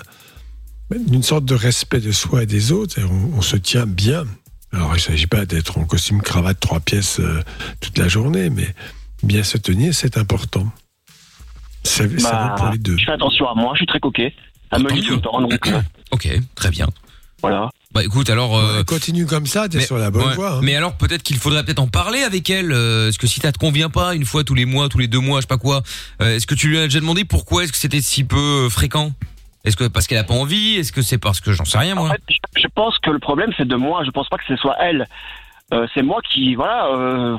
Speaker 4: d'une sorte de respect de soi et des autres. Et on, on se tient bien Alors, il ne s'agit pas d'être en costume cravate trois pièces euh, toute la journée, mais bien se tenir, c'est important. Ça, ça
Speaker 15: Bah,
Speaker 4: vaut pour les deux.
Speaker 15: Je fais attention à moi, je suis très coquet.
Speaker 2: Ah,
Speaker 15: À me lit tout le temps, donc. euh,
Speaker 2: Ok, très bien.
Speaker 15: Voilà.
Speaker 2: Bah écoute, alors.
Speaker 4: continue comme ça, t'es sur la bonne voie, hein.
Speaker 2: Mais alors peut-être qu'il faudrait peut-être en parler avec elle. euh, est-ce que si ça te convient pas, une fois tous les mois, tous les deux mois, je sais pas quoi, euh, est-ce que tu lui as déjà demandé pourquoi est-ce que c'était si peu euh, fréquent Est-ce que parce qu'elle a pas envie Est-ce que c'est parce que j'en sais rien moi
Speaker 15: En fait, je- je pense que le problème, c'est de moi. Je pense pas que ce soit elle. Euh, c'est moi qui, voilà. euh,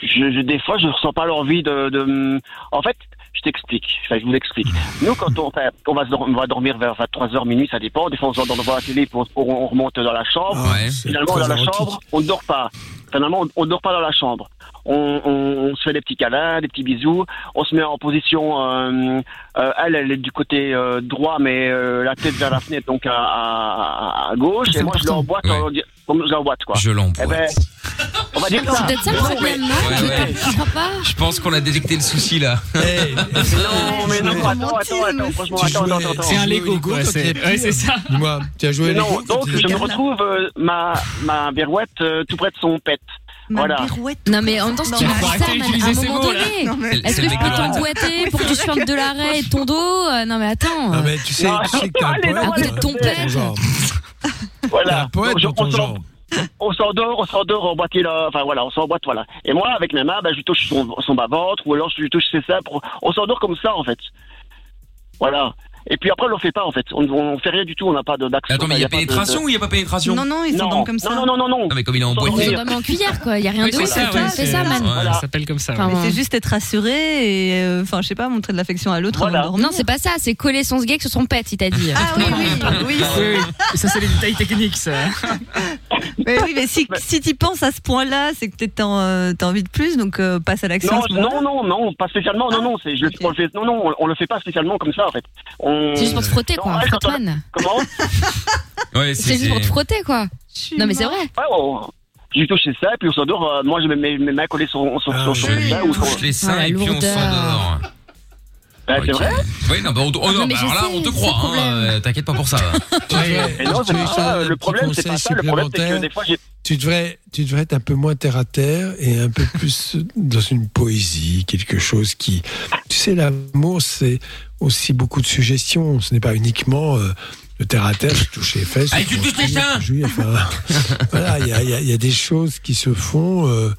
Speaker 15: je, je- des fois, je ressens pas l'envie de, de m- En fait, je t'explique. Enfin, je vous explique. Nous, quand on, enfin, on, va, se dor- on va dormir vers 23h minuit, ça dépend. Des fois, on se dort devant la télé, puis on, on remonte dans la chambre. Finalement,
Speaker 16: très
Speaker 15: dans la
Speaker 16: érotique.
Speaker 15: chambre, on ne dort pas. Finalement, on- on ne dort pas dans la chambre. On, on- on se fait des petits câlins, des petits bisous. On se met en position. euh, euh, elle, elle est du côté euh, droit, mais euh, la tête vers la fenêtre, donc à, à- à gauche. Et moi, je l'emboîte en- comme je l'emboîte, quoi.
Speaker 2: Je l'emboîte.
Speaker 15: Eh ben, on va dire ça.
Speaker 5: C'est peut-être ça le
Speaker 15: Non,
Speaker 5: problème,
Speaker 15: mais-
Speaker 5: non
Speaker 2: Ouais, ouais.
Speaker 5: Je crois pas.
Speaker 2: Je pense qu'on a détecté le souci là.
Speaker 15: Non, mais non, attends, attends, attends, franchement, attends, attends, attends.
Speaker 4: Moi, tu as joué à
Speaker 15: Mais non,
Speaker 4: Lego quand
Speaker 15: donc
Speaker 4: t'étais
Speaker 15: je me
Speaker 4: gamin
Speaker 15: retrouve euh, ma, ma birouette euh, tout près de son pet. voilà.
Speaker 5: Non, mais en même temps, si
Speaker 15: Non,
Speaker 5: tu
Speaker 15: mais
Speaker 5: dis ça,
Speaker 15: arrêtez
Speaker 5: man, à un
Speaker 15: d'utiliser ces
Speaker 5: moment
Speaker 15: mots, là. Non, mais-
Speaker 5: donné, est-ce
Speaker 15: C'est
Speaker 5: que je peux
Speaker 15: dégueulasse.
Speaker 5: t'emboîter pour que tu chantes de l'arrêt et ton dos Euh, Non, mais attends.
Speaker 4: Ah, mais tu sais, tu sais que t'es un poète.
Speaker 5: À côté de ton
Speaker 4: toi,
Speaker 5: père.
Speaker 4: genre.
Speaker 15: Voilà.
Speaker 4: poète
Speaker 15: Donc, je-
Speaker 4: dans ton
Speaker 15: on s'en-
Speaker 4: genre.
Speaker 15: On s'endort, on s'endort, on boite là. Enfin voilà, on s'emboîte, voilà. Et moi, avec mes mains, bah, je lui touche son, son bas-ventre ou alors je lui touche ses seins. pour- On s'endort comme ça, en fait. Voilà. Et puis après, on le fait pas, en fait. On, on fait rien du tout, on n'a pas de- d'action.
Speaker 2: Attends, mais il y a
Speaker 15: pas de-
Speaker 2: pénétration
Speaker 15: de-
Speaker 2: ou il y a pas pénétration
Speaker 10: Non, non, ils sont dans comme ça.
Speaker 15: Non, non, non, Bah, non.
Speaker 2: Ah, mais comme il est
Speaker 5: Ils
Speaker 2: emboîté.
Speaker 5: sont dormis en cuillère, quoi. Il n'y a rien
Speaker 10: Oui,
Speaker 5: de
Speaker 10: c'est
Speaker 5: ouf.
Speaker 10: ça,
Speaker 5: toi,
Speaker 10: ouais,
Speaker 5: Fais
Speaker 10: c'est-
Speaker 5: ça, man.
Speaker 10: ouais,
Speaker 5: Voilà.
Speaker 10: ça
Speaker 12: s'appelle comme ça.
Speaker 5: Enfin,
Speaker 10: Mais
Speaker 5: ouais.
Speaker 10: c'est juste être rassuré et euh, enfin je sais pas montrer de l'affection à l'autre avant de dormir.
Speaker 5: Non, c'est pas ça, c'est coller son sgeg sur son pet, il t'a dit. Ah oui,
Speaker 10: oui.
Speaker 12: oui. Ça, c'est les détails techniques, ça.
Speaker 10: Mais oui, mais si,
Speaker 5: Bah.
Speaker 10: si t'y penses à ce point-là, c'est que peut-être t'as en- t'as envie de plus, donc euh, passe à l'action.
Speaker 15: Non,
Speaker 5: euh,
Speaker 15: non, non, non, pas spécialement. Non, non, c'est, je, le- on le fait, non, non, on, on le fait pas spécialement comme ça en fait. On...
Speaker 5: C'est juste pour se frotter,
Speaker 15: Non,
Speaker 5: quoi.
Speaker 15: ouais, quand on-
Speaker 5: Frottman.
Speaker 15: Comment
Speaker 2: Ouais,
Speaker 5: C'est juste pour te frotter, quoi. Non, mais c'est vrai.
Speaker 15: Ouais, on- je lui touche ça et puis on s'endort. euh, moi, je mets mes, mes mains collées sur sur sur sur
Speaker 2: Ah, je
Speaker 15: ça ou sur.
Speaker 2: touche les seins et puis on s'endort.
Speaker 15: Ah, c'est vrai
Speaker 2: Oui, non, bah, on, on-
Speaker 15: Ah, non,
Speaker 2: bah,
Speaker 15: mais je
Speaker 2: alors là,
Speaker 15: sais,
Speaker 2: on te
Speaker 15: c'est le
Speaker 2: croit, hein,
Speaker 15: problème.
Speaker 2: euh, t'inquiète pas pour ça.
Speaker 15: Mais non, c'est pas ça. Le problème, c'est
Speaker 4: conseil
Speaker 15: pas ça. Le problème, c'est que des
Speaker 4: supplémentaire.
Speaker 15: fois, j'ai.
Speaker 4: Tu devrais, tu devrais être un peu moins terre à terre et un peu plus dans une poésie, quelque chose qui. Tu sais, l'amour, c'est aussi beaucoup de suggestions. Ce n'est pas uniquement euh, le terre à terre, je touche les fesses.
Speaker 2: Allez, Ah, tu
Speaker 4: je
Speaker 2: touches les
Speaker 4: mange,
Speaker 2: seins
Speaker 4: je jouis, enfin, Voilà, il y a, il y a- il y a des choses qui se font euh,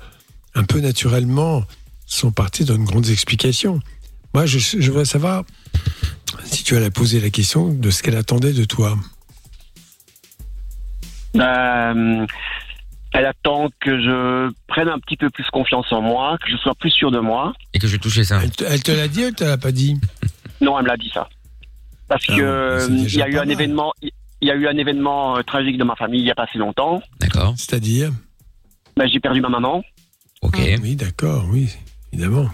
Speaker 4: un peu naturellement, sans partir dans de grandes explications. Moi, je, je voudrais savoir si tu allais poser la question de ce qu'elle attendait de toi.
Speaker 15: Euh, elle attend que je prenne un petit peu plus confiance en moi, que je sois plus sûr de moi.
Speaker 2: Et que je vais toucher ça.
Speaker 4: Elle te l'a dit ou elle te l'a pas dit
Speaker 15: Non, elle me l'a dit ça. Parce
Speaker 2: Ah,
Speaker 15: que euh, il y a eu un événement, il y a eu un événement euh, tragique de ma famille il y a pas si longtemps.
Speaker 2: D'accord.
Speaker 4: C'est-à-dire
Speaker 15: Ben, j'ai perdu ma maman.
Speaker 2: Ok.
Speaker 4: Ah Oui, d'accord, oui, évidemment.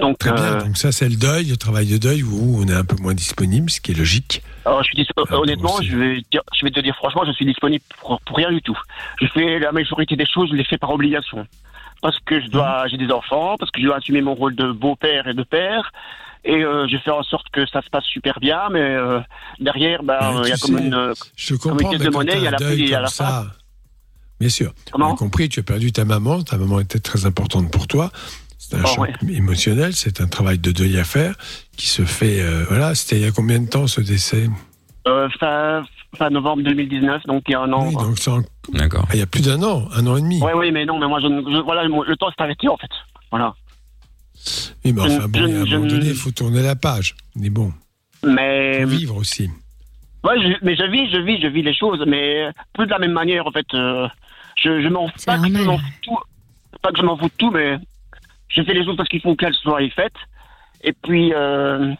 Speaker 15: Donc,
Speaker 4: Très
Speaker 15: euh,
Speaker 4: bien. Donc ça, c'est le deuil, le travail de deuil où on est un peu moins disponible, ce qui est logique.
Speaker 15: Alors, je suis dis-
Speaker 4: Ah,
Speaker 15: euh, honnêtement, je vais, dire- je vais te dire franchement, je suis disponible pour, pour rien du tout. Je fais la majorité des choses, je les fais par obligation. Parce que je
Speaker 4: Mhm.
Speaker 15: dois, j'ai des enfants, parce que je dois assumer mon rôle de beau-père et de père. Et euh, je fais en sorte que ça se passe super bien, mais euh, derrière, ben, euh, il y
Speaker 4: Bah,
Speaker 15: a
Speaker 4: tu
Speaker 15: comme
Speaker 4: sais,
Speaker 15: une, euh,
Speaker 4: Je
Speaker 15: comme une
Speaker 4: comprends.
Speaker 15: caisse
Speaker 4: mais
Speaker 15: de
Speaker 4: quand
Speaker 15: monnaie,
Speaker 4: t'as
Speaker 15: il y a
Speaker 4: un
Speaker 15: la
Speaker 4: deuil
Speaker 15: pile et il y a
Speaker 4: comme
Speaker 15: la
Speaker 4: ça,
Speaker 15: face.
Speaker 4: Bien sûr. on a compris, tu as perdu ta maman. Ta maman était très importante pour toi. C'est un
Speaker 15: Oh,
Speaker 4: choc émotionnel. C'est un travail de deuil à faire qui se fait. euh, voilà. C'était il y a combien de temps ce décès
Speaker 15: Euh, fin, fin novembre 2019, donc il y a un an.
Speaker 4: Oui, donc c'est en-
Speaker 2: D'accord.
Speaker 4: Ah, Il y a plus d'un an, un an et demi.
Speaker 15: Ouais, oui, mais non, mais moi, je, ne- je- voilà, mon- le temps s'est arrêté en fait. Voilà.
Speaker 4: Oui, mais
Speaker 15: Je-
Speaker 4: enfin, bon,
Speaker 15: je-
Speaker 4: il y a un
Speaker 15: je-
Speaker 4: moment donné, il faut tourner la page. Mais bon,
Speaker 15: Mais
Speaker 4: vivre aussi.
Speaker 15: Ouais, je- mais je vis, je vis, je vis les choses, mais euh, plus de la même manière en fait. euh, je je m'en pas que je m'en fous de tout, pas que je m'en fous de tout, mais je fais les choses parce qu'il faut qu'elles soient faites. Et puis euh,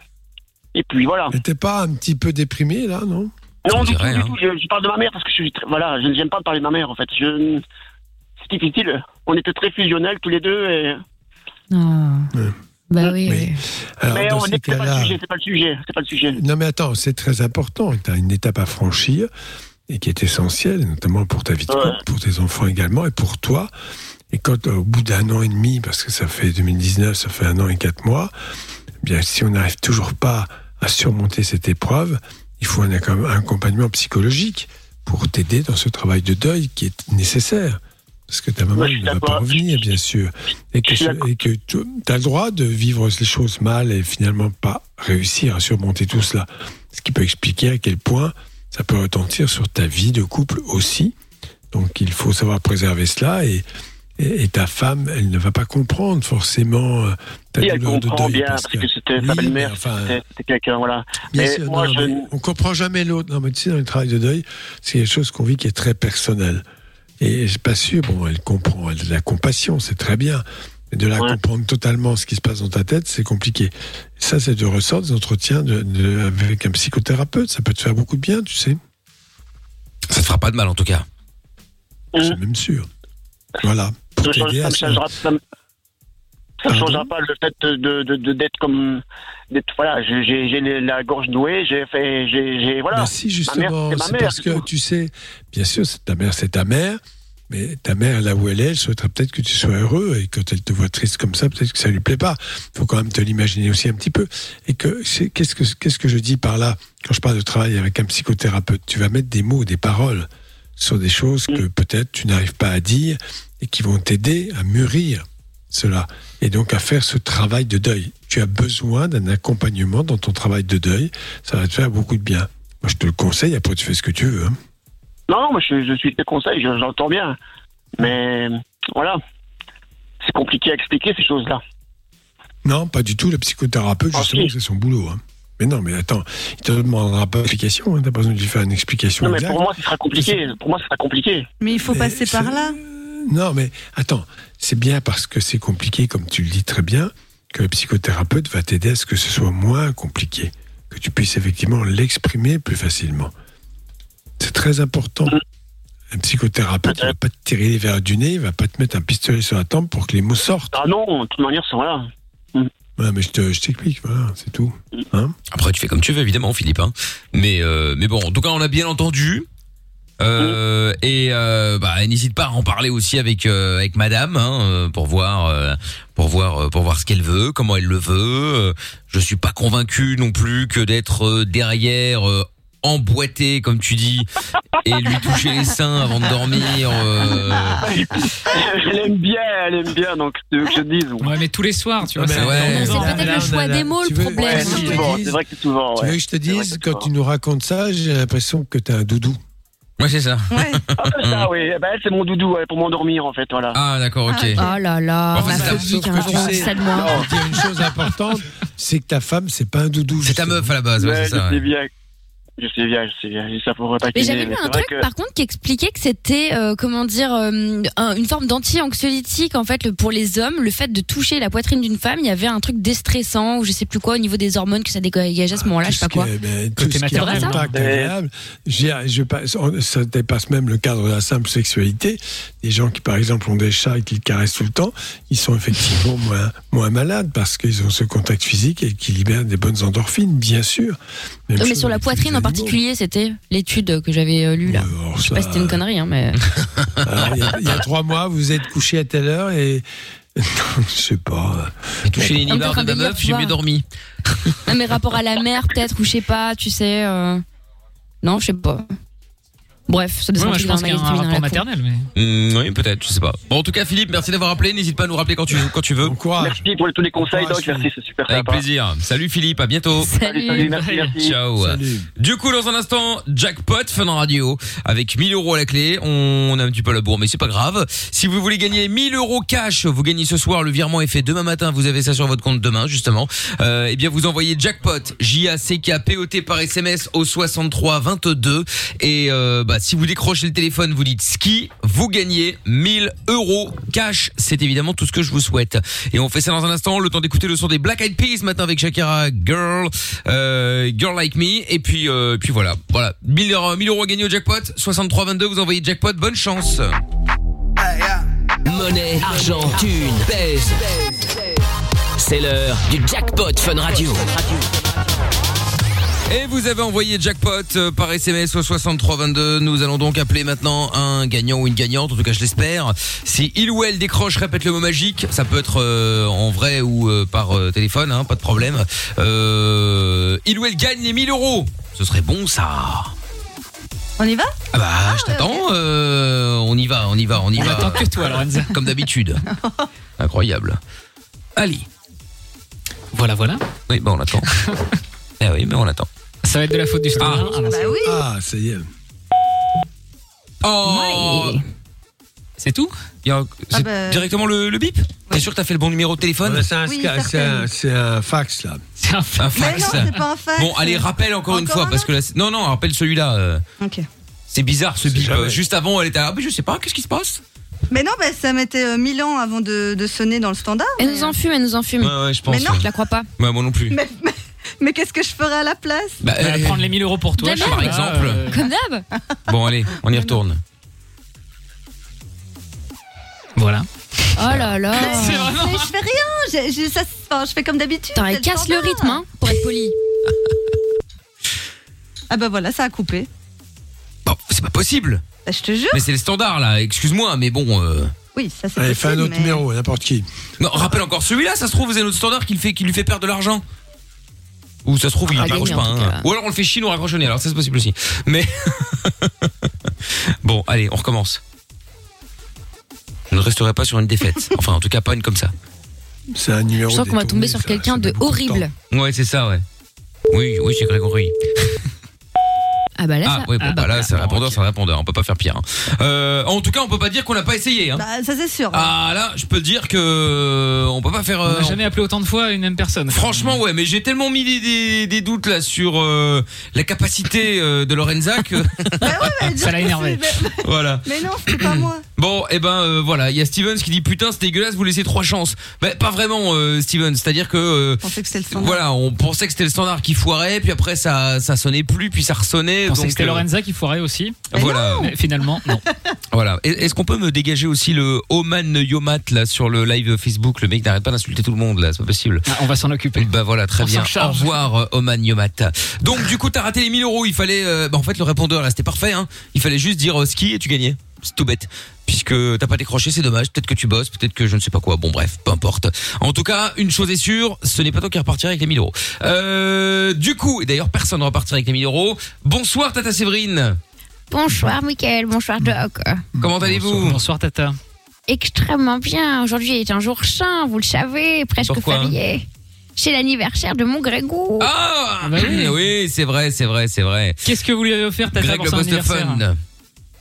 Speaker 15: et puis voilà.
Speaker 4: Mais T'es pas un petit peu déprimé là, non
Speaker 15: Non du tout, du
Speaker 4: hein.
Speaker 15: tout, je, je parle de ma mère parce que je suis très- voilà, je n'aime pas parler de ma mère en fait. Je c'est difficile. On était très fusionnels tous les deux et
Speaker 5: Ah. Bah oui. oui.
Speaker 4: Hein. Alors,
Speaker 15: mais
Speaker 4: dans
Speaker 15: on
Speaker 4: ces
Speaker 15: est- c'est pas le
Speaker 4: cas-là-
Speaker 15: sujet, c'est pas le sujet, c'est pas le sujet.
Speaker 4: Non, mais attends, c'est très important. Tu as une étape à franchir et qui est essentielle, notamment pour ta vie de couple, pour tes enfants également et pour toi. Et quand, euh, au bout d'un an et demi, parce que ça fait 2019, ça fait un an et quatre mois, eh bien, si on n'arrive toujours pas à surmonter cette épreuve, il faut un, accom- un accompagnement psychologique pour t'aider dans ce travail de deuil qui est nécessaire. Parce que ta maman
Speaker 15: Moi, je suis
Speaker 4: ne va pas
Speaker 15: d'accord.
Speaker 4: revenir, bien sûr. Et que,
Speaker 15: Je suis d'accord.
Speaker 4: et que tu as le droit de vivre les choses mal et finalement pas réussir à surmonter tout cela. Ce qui peut expliquer à quel point ça peut retentir sur ta vie de couple aussi. Donc il faut savoir préserver cela et, et, et ta femme, elle ne va pas comprendre forcément euh, ta
Speaker 15: Si, elle
Speaker 4: douleur de
Speaker 15: comprend
Speaker 4: deuil.
Speaker 15: bien,
Speaker 4: parce
Speaker 15: parce que c'était
Speaker 4: Oui,
Speaker 15: sa belle-mère,
Speaker 4: mais enfin,
Speaker 15: c'était c'était quelqu'un, voilà.
Speaker 4: Bien
Speaker 15: Mais
Speaker 4: sûr,
Speaker 15: moi,
Speaker 4: non,
Speaker 15: je-
Speaker 4: mais on comprend jamais l'autre. Non, mais tu sais, dans le travail de deuil, c'est quelque chose qu'on vit qui est très personnel. Et je suis pas sûr, bon, elle comprend, elle a de la compassion, c'est très bien. Mais de la comprendre totalement ce qui se passe dans ta tête, c'est compliqué. Ça, c'est de ressort des entretiens de- de- avec un psychothérapeute. Ça peut te faire beaucoup de bien, tu sais.
Speaker 2: Ça te fera pas de mal en tout cas.
Speaker 4: C'est même sûr. Voilà. Pour
Speaker 15: ça
Speaker 4: t'aider à
Speaker 15: ne
Speaker 4: ça.
Speaker 15: changera, ça me- ça me
Speaker 4: Pardon
Speaker 15: changera pas le fait de de- de- d'être comme d'être voilà j'ai- j'ai j'ai la gorge nouée j'ai fait j'ai j'ai- voilà
Speaker 4: Mais si,
Speaker 15: ma mère
Speaker 4: justement,
Speaker 15: c'est ma
Speaker 4: c'est
Speaker 15: mère
Speaker 4: parce que tu sais, bien sûr, c'est ta mère, c'est ta mère, mais ta mère, là où elle est, elle souhaiterait peut-être que tu sois heureux, et quand elle te voit triste comme ça, peut-être que ça lui plaît pas. Il faut quand même te l'imaginer aussi un petit peu. Et que c'est- qu'est-ce que qu'est-ce que je dis par là quand je parle de travail avec un psychothérapeute Tu vas mettre des mots, des paroles sur des choses
Speaker 15: Mm.
Speaker 4: que peut-être tu n'arrives pas à dire et qui vont t'aider à mûrir cela et donc à faire ce travail de deuil. Tu as besoin d'un accompagnement dans ton travail de deuil, ça va te faire beaucoup de bien. Moi, je te le conseille, après tu fais ce que tu veux. hein.
Speaker 15: non non, moi je, je suis tes conseils je- j'entends bien mais voilà c'est compliqué à expliquer ces choses là
Speaker 4: Non, pas du tout, le psychothérapeute,
Speaker 15: Ah,
Speaker 4: justement, c'est son boulot. hein. Mais non, mais attends, il te demandera pas d'explication, hein, t'as pas besoin de lui faire une explication
Speaker 15: non mais
Speaker 4: exacte.
Speaker 15: pour moi ce sera compliqué pour moi ce sera compliqué
Speaker 10: Mais il faut
Speaker 4: Mais
Speaker 10: passer
Speaker 4: c'est-
Speaker 10: par là.
Speaker 4: Non, mais attends, c'est bien parce que c'est compliqué, comme tu le dis très bien, que le psychothérapeute va t'aider à ce que ce soit moins compliqué, que tu puisses effectivement l'exprimer plus facilement. C'est très important. Un psychothérapeute, il va pas te tirer les verres du nez, il va pas te mettre un pistolet sur la tempe pour que les mots sortent.
Speaker 15: ah non de toute manière c'est voilà
Speaker 4: Ouais, mais je te- je t'explique, voilà, c'est tout. Hein
Speaker 2: Après, tu fais comme tu veux, évidemment, Philippe. hein. Mais, euh, mais bon, en tout cas, on a bien entendu. Euh, Et euh, bah, n'hésite pas à en parler aussi avec euh, avec Madame hein, euh, pour voir euh, pour voir euh, pour voir ce qu'elle veut, comment elle le veut. Euh, Je suis pas convaincu non plus que d'être euh, derrière. euh, emboîté comme tu dis et lui toucher les seins avant de dormir euh,
Speaker 15: elle aime bien elle aime bien donc tu veux que je te dise ouais
Speaker 12: mais tous les soirs tu
Speaker 2: vois, c'est-
Speaker 12: ouais.
Speaker 5: C'est peut-être le choix des mots le problème.
Speaker 15: c'est souvent, c'est vrai que c'est souvent
Speaker 4: Tu veux
Speaker 15: ouais.
Speaker 4: que je te dise, quand tu nous racontes ça, j'ai l'impression que t'as un doudou.
Speaker 2: Moi, c'est ça. Mm.
Speaker 15: Ah, c'est ça, oui. Eh ben, elle, c'est mon doudou ouais, pour m'endormir, en fait. Voilà.
Speaker 2: Ah, d'accord, ok.
Speaker 5: Oh là là,
Speaker 4: Enfin,
Speaker 5: ma
Speaker 4: c'est la-
Speaker 5: phobie
Speaker 4: sauf
Speaker 5: qu'un
Speaker 4: que tu
Speaker 5: jour,
Speaker 4: sais-
Speaker 5: ça de moi.
Speaker 4: Non, il y a une chose importante, c'est que ta femme, c'est pas un doudou. C'est ta meuf
Speaker 2: à la base,
Speaker 15: Ouais, je sais bien. Je sais bien, je sais bien. J'ai ça pour
Speaker 5: Mais
Speaker 15: taquiner.
Speaker 5: j'avais lu
Speaker 15: mais
Speaker 5: un
Speaker 15: c'est vrai
Speaker 5: truc,
Speaker 15: que-
Speaker 5: par contre, qui expliquait que c'était, euh, comment dire, euh, un- une forme d'anti-anxiolytique, en fait, le- pour les hommes. Le fait de toucher la poitrine d'une femme, il y avait un truc déstressant, ou je sais plus quoi, au niveau des hormones que ça dégageait à ce moment-là, je sais pas quoi.
Speaker 4: Eh ben, tout
Speaker 5: Côté
Speaker 4: ce qui est
Speaker 5: maternel,
Speaker 4: contact
Speaker 5: hein.
Speaker 2: Ben,
Speaker 4: agréable, j'ai- je passe- on- ça dépasse même le cadre de la simple sexualité. Des gens qui, par exemple, ont des chats et qui le caressent tout le temps, ils sont effectivement moins, moins malades parce qu'ils ont ce contact physique et qui libèrent des bonnes endorphines, bien sûr. Même
Speaker 5: Non, mais
Speaker 4: chose
Speaker 5: sur la
Speaker 4: avec
Speaker 5: poitrine
Speaker 4: les
Speaker 5: en
Speaker 4: animaux.
Speaker 5: particulier, c'était l'étude que j'avais euh, lue là. je sais pas si c'était une connerie, hein, mais.
Speaker 4: Alors, Il y, a- il y a trois mois, vous êtes couché à telle heure et. Non, je sais pas.
Speaker 2: toucher les nibards de ma meuf, j'ai mieux dormi.
Speaker 5: non, mais rapport à la mer, peut-être, ou je sais pas, tu sais. euh, Non, je sais pas. Bref, ça descend
Speaker 12: Ouais, je
Speaker 5: toujours
Speaker 12: pense
Speaker 5: dans
Speaker 12: qu'il y a un
Speaker 5: magazine féminin,
Speaker 12: rapport
Speaker 5: la con.
Speaker 12: maternel mais
Speaker 2: Hmm, oui, peut-être, je sais pas. Bon, en tout cas, Philippe, merci d'avoir appelé. N'hésite pas à nous rappeler quand tu, quand tu veux.
Speaker 15: Merci pour tous les conseils, Doc. Merci, c'est super
Speaker 2: Avec
Speaker 15: sympa.
Speaker 2: plaisir. Salut Philippe, à bientôt.
Speaker 15: Salut. Salut, salut, merci, merci.
Speaker 2: Ciao.
Speaker 15: Salut.
Speaker 2: Du coup, dans un instant, jackpot Fun Radio avec 1000 euros à la clé. On a un petit peu à la bourre, mais c'est pas grave. Si vous voulez gagner 1000 euros cash, vous gagnez ce soir. Le virement est fait demain matin. Vous avez ça sur votre compte demain, justement. Euh, eh bien, vous envoyez jackpot J A C K P O T par SMS au 63 22 et euh, bah, si vous décrochez le téléphone, vous dites ski, vous gagnez 1000 euros cash. C'est évidemment tout ce que je vous souhaite. Et on fait ça dans un instant. Le temps d'écouter le son des Black Eyed Peas ce matin avec Shakira, Girl, euh, Girl Like Me. Et puis, euh, puis voilà, voilà. 1000 euros, 1000 euros à gagner au jackpot. 63 22, vous envoyez jackpot. Bonne chance.
Speaker 1: Monnaie, argent, thune, pèse. C'est l'heure du jackpot Fun Radio.
Speaker 2: Et vous avez envoyé jackpot euh, par SMS au 6322. Nous allons donc appeler maintenant un gagnant ou une gagnante, en tout cas je l'espère. Si il ou elle décroche, répète le mot magique. Ça peut être euh, en vrai ou euh, par euh, téléphone, hein, pas de problème. Euh, il ou elle gagne les 1000 euros. Ce serait bon ça.
Speaker 10: On y va
Speaker 2: Ah bah, je t'attends. euh, on y va, on y va, on y
Speaker 12: On
Speaker 2: va.
Speaker 12: attend que toi, Lorenza.
Speaker 2: Comme d'habitude. Incroyable. Allez.
Speaker 12: Voilà, voilà.
Speaker 2: Oui, bah on attend. eh oui, mais on attend.
Speaker 12: Ça va être de la faute du standard.
Speaker 2: Ah. Bah oui.
Speaker 4: Ah, ça y est.
Speaker 2: Oh
Speaker 12: C'est tout
Speaker 2: Il y a-
Speaker 10: Ah
Speaker 2: c'est
Speaker 10: bah-
Speaker 2: Directement le, le bip T'es sûr que t'as fait le bon numéro de téléphone
Speaker 4: Ah, C'est un,
Speaker 10: Oui,
Speaker 4: sca- c'est un-
Speaker 10: certaines.
Speaker 4: c'est un fax, là.
Speaker 12: C'est un
Speaker 2: fax.
Speaker 10: Mais non, c'est pas un fax.
Speaker 2: Bon, allez, rappelle encore, une fois. parce que là, c'est- non, non, rappelle celui-là. euh,
Speaker 10: Ok.
Speaker 2: C'est bizarre ce bip. Euh, Juste avant, elle était. Ah, mais je sais pas, qu'est-ce qui se passe
Speaker 10: Mais non, bah, ça mettait euh, 1000 ans avant de, de sonner dans le standard.
Speaker 5: Elle nous enfume, elle nous enfume.
Speaker 2: Ouais, ouais, je pense,
Speaker 5: Mais non,
Speaker 2: ouais.
Speaker 5: je la crois pas.
Speaker 2: Bah, moi non plus.
Speaker 10: Mais, mais- mais qu'est-ce que je ferais à la place
Speaker 2: Bah,
Speaker 12: Elle
Speaker 2: euh,
Speaker 12: va prendre les 1000 euros pour toi,
Speaker 10: De
Speaker 12: je sais
Speaker 10: même.
Speaker 12: pas,
Speaker 2: Par exemple.
Speaker 12: euh,
Speaker 5: Comme d'hab.
Speaker 2: Bon, allez, on y retourne. Voilà.
Speaker 5: Oh là là.
Speaker 10: Mais Je fais rien, j'ai- j'ai- ça- enfin, je fais comme d'habitude.
Speaker 5: Attends, elle
Speaker 10: c'est
Speaker 5: casse le
Speaker 10: standard.
Speaker 5: rythme, hein, pour être poli.
Speaker 10: Ah bah voilà, ça a coupé.
Speaker 2: Bon, c'est pas possible.
Speaker 10: Bah, je te jure.
Speaker 2: Mais c'est le standard là, excuse-moi, mais bon. euh,
Speaker 10: Oui, ça c'est
Speaker 4: Allez, fais un
Speaker 10: possible,
Speaker 4: autre
Speaker 10: mais-
Speaker 4: numéro, n'importe qui.
Speaker 2: Non, rappelle encore celui-là, ça se trouve, vous avez notre standard qui, le fait, qui lui fait perdre de l'argent. Ou ça se trouve, il
Speaker 12: Ah,
Speaker 2: raccroche
Speaker 12: gagné,
Speaker 2: pas.
Speaker 12: en tout
Speaker 2: hein.
Speaker 12: cas.
Speaker 2: Ou alors on le fait chinois raccrochonné, alors ça c'est possible aussi. Mais. bon, allez, on recommence. Je ne resterai pas sur une défaite. Enfin, en tout cas, pas une comme ça.
Speaker 4: C'est un numéro.
Speaker 5: Je sens qu'on va tomber sur quelqu'un de horrible.
Speaker 2: Ouais, c'est ça, ouais. Oui, oui, j'ai compris.
Speaker 5: Ah bah là,
Speaker 2: Ah,
Speaker 5: ça.
Speaker 2: oui, bon,
Speaker 5: ah
Speaker 2: bah,
Speaker 5: bah
Speaker 2: là, c'est un répondeur, c'est un répondeur, on peut pas faire pire. hein. Euh, en tout cas, on peut pas dire qu'on n'a pas essayé. Hein.
Speaker 10: Bah, ça c'est sûr.
Speaker 2: Ah là, je peux dire que on peut pas faire. euh,
Speaker 12: On n'a jamais appelé autant de fois une même personne.
Speaker 2: Franchement, ouais, mais j'ai tellement mis des, des- des doutes là sur euh, la capacité euh, de Lorenza que bah,
Speaker 12: Ça l'a énervé.
Speaker 2: voilà.
Speaker 10: Mais non, c'est pas moi.
Speaker 2: Bon, et ben euh, voilà, il y a Stevens qui dit putain, c'est dégueulasse, vous laissez trois chances. Ben pas vraiment, euh, Stevens. C'est-à-dire que euh,
Speaker 10: Je pensais que c'était le standard.
Speaker 2: voilà, on pensait que c'était le standard qui foirait, puis après ça ça sonnait plus, puis ça ressonnait.
Speaker 12: Je pensais
Speaker 2: donc,
Speaker 12: que c'était
Speaker 2: euh,
Speaker 12: Lorenza qui foirait aussi.
Speaker 2: Voilà.
Speaker 12: Mais finalement, non.
Speaker 2: Voilà. Et- Est-ce qu'on peut me dégager aussi le Oman Yomat là sur le live Facebook Le mec n'arrête pas d'insulter tout le monde là, c'est pas possible.
Speaker 12: on va s'en occuper.
Speaker 2: Bah voilà, très
Speaker 12: On
Speaker 2: bien.
Speaker 12: s'en
Speaker 2: Au
Speaker 12: charge.
Speaker 2: revoir euh, Oman Yomat. Donc du coup, t'as raté les 1000 euros. Il fallait, euh, bah, en fait, le répondeur là, c'était parfait. Hein. Il fallait juste dire euh, ski et tu gagnais. C'est tout bête. Puisque t'as pas décroché, c'est dommage. Peut-être que tu bosses, peut-être que je ne sais pas quoi. Bon bref, peu importe. En tout cas, une chose est sûre, ce n'est pas toi qui repartiras avec les 1000 euros. Euh, du coup, et d'ailleurs personne ne repartira avec les 1000 euros. Bonsoir Tata Séverine.
Speaker 5: Bonsoir, Michael. Bonsoir, Doc.
Speaker 2: Comment allez-vous
Speaker 12: Bonsoir Tata.
Speaker 5: Extrêmement bien. Aujourd'hui est un jour sain, vous le savez, presque
Speaker 2: Pourquoi
Speaker 5: férié. C'est l'anniversaire de mon
Speaker 12: Oh
Speaker 5: Grégou.
Speaker 2: Ah oui, c'est vrai, c'est vrai, c'est vrai.
Speaker 12: bah Qu'est-ce que vous lui avez offert Tata
Speaker 2: Greg
Speaker 12: pour
Speaker 2: le
Speaker 12: son
Speaker 2: boss de
Speaker 12: anniversaire
Speaker 2: fun.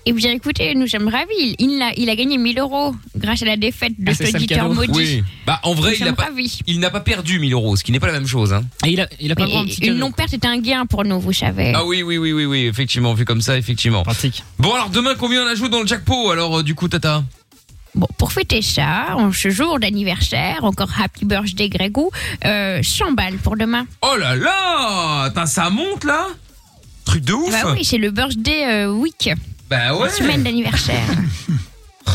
Speaker 5: Eh bien, écoutez, nous sommes ravis. Il a, il a gagné 1000 euros grâce à la défaite de
Speaker 12: Ah, c'est
Speaker 5: cet
Speaker 12: ça, le
Speaker 5: auditeur
Speaker 12: cadeau.
Speaker 5: maudit.
Speaker 2: Oui. Bah en vrai,
Speaker 5: Nous
Speaker 2: il n'a
Speaker 5: sommes
Speaker 2: pas,
Speaker 5: ravis.
Speaker 2: il n'a pas perdu 1000 euros, ce qui n'est pas la même chose. Hein.
Speaker 12: Et il a, il a pas
Speaker 5: Mais
Speaker 12: pris un petit
Speaker 5: une
Speaker 12: cadeau.
Speaker 5: non-perte est un gain pour nous, vous savez.
Speaker 2: Ah oui, oui, oui, oui, oui, effectivement, vu comme ça, effectivement.
Speaker 12: Pratique.
Speaker 2: Bon alors demain combien on ajoute dans le jackpot alors euh, du coup Tata
Speaker 5: Bon, pour fêter ça, en ce jour d'anniversaire, encore happy birthday Grégou, euh, 100 balles pour demain.
Speaker 2: Oh là là, Attends, ça monte là Truc de ouf.
Speaker 5: Bah oui, c'est le birthday euh, week,
Speaker 12: Ah
Speaker 2: Bah ouais.
Speaker 5: la semaine d'anniversaire.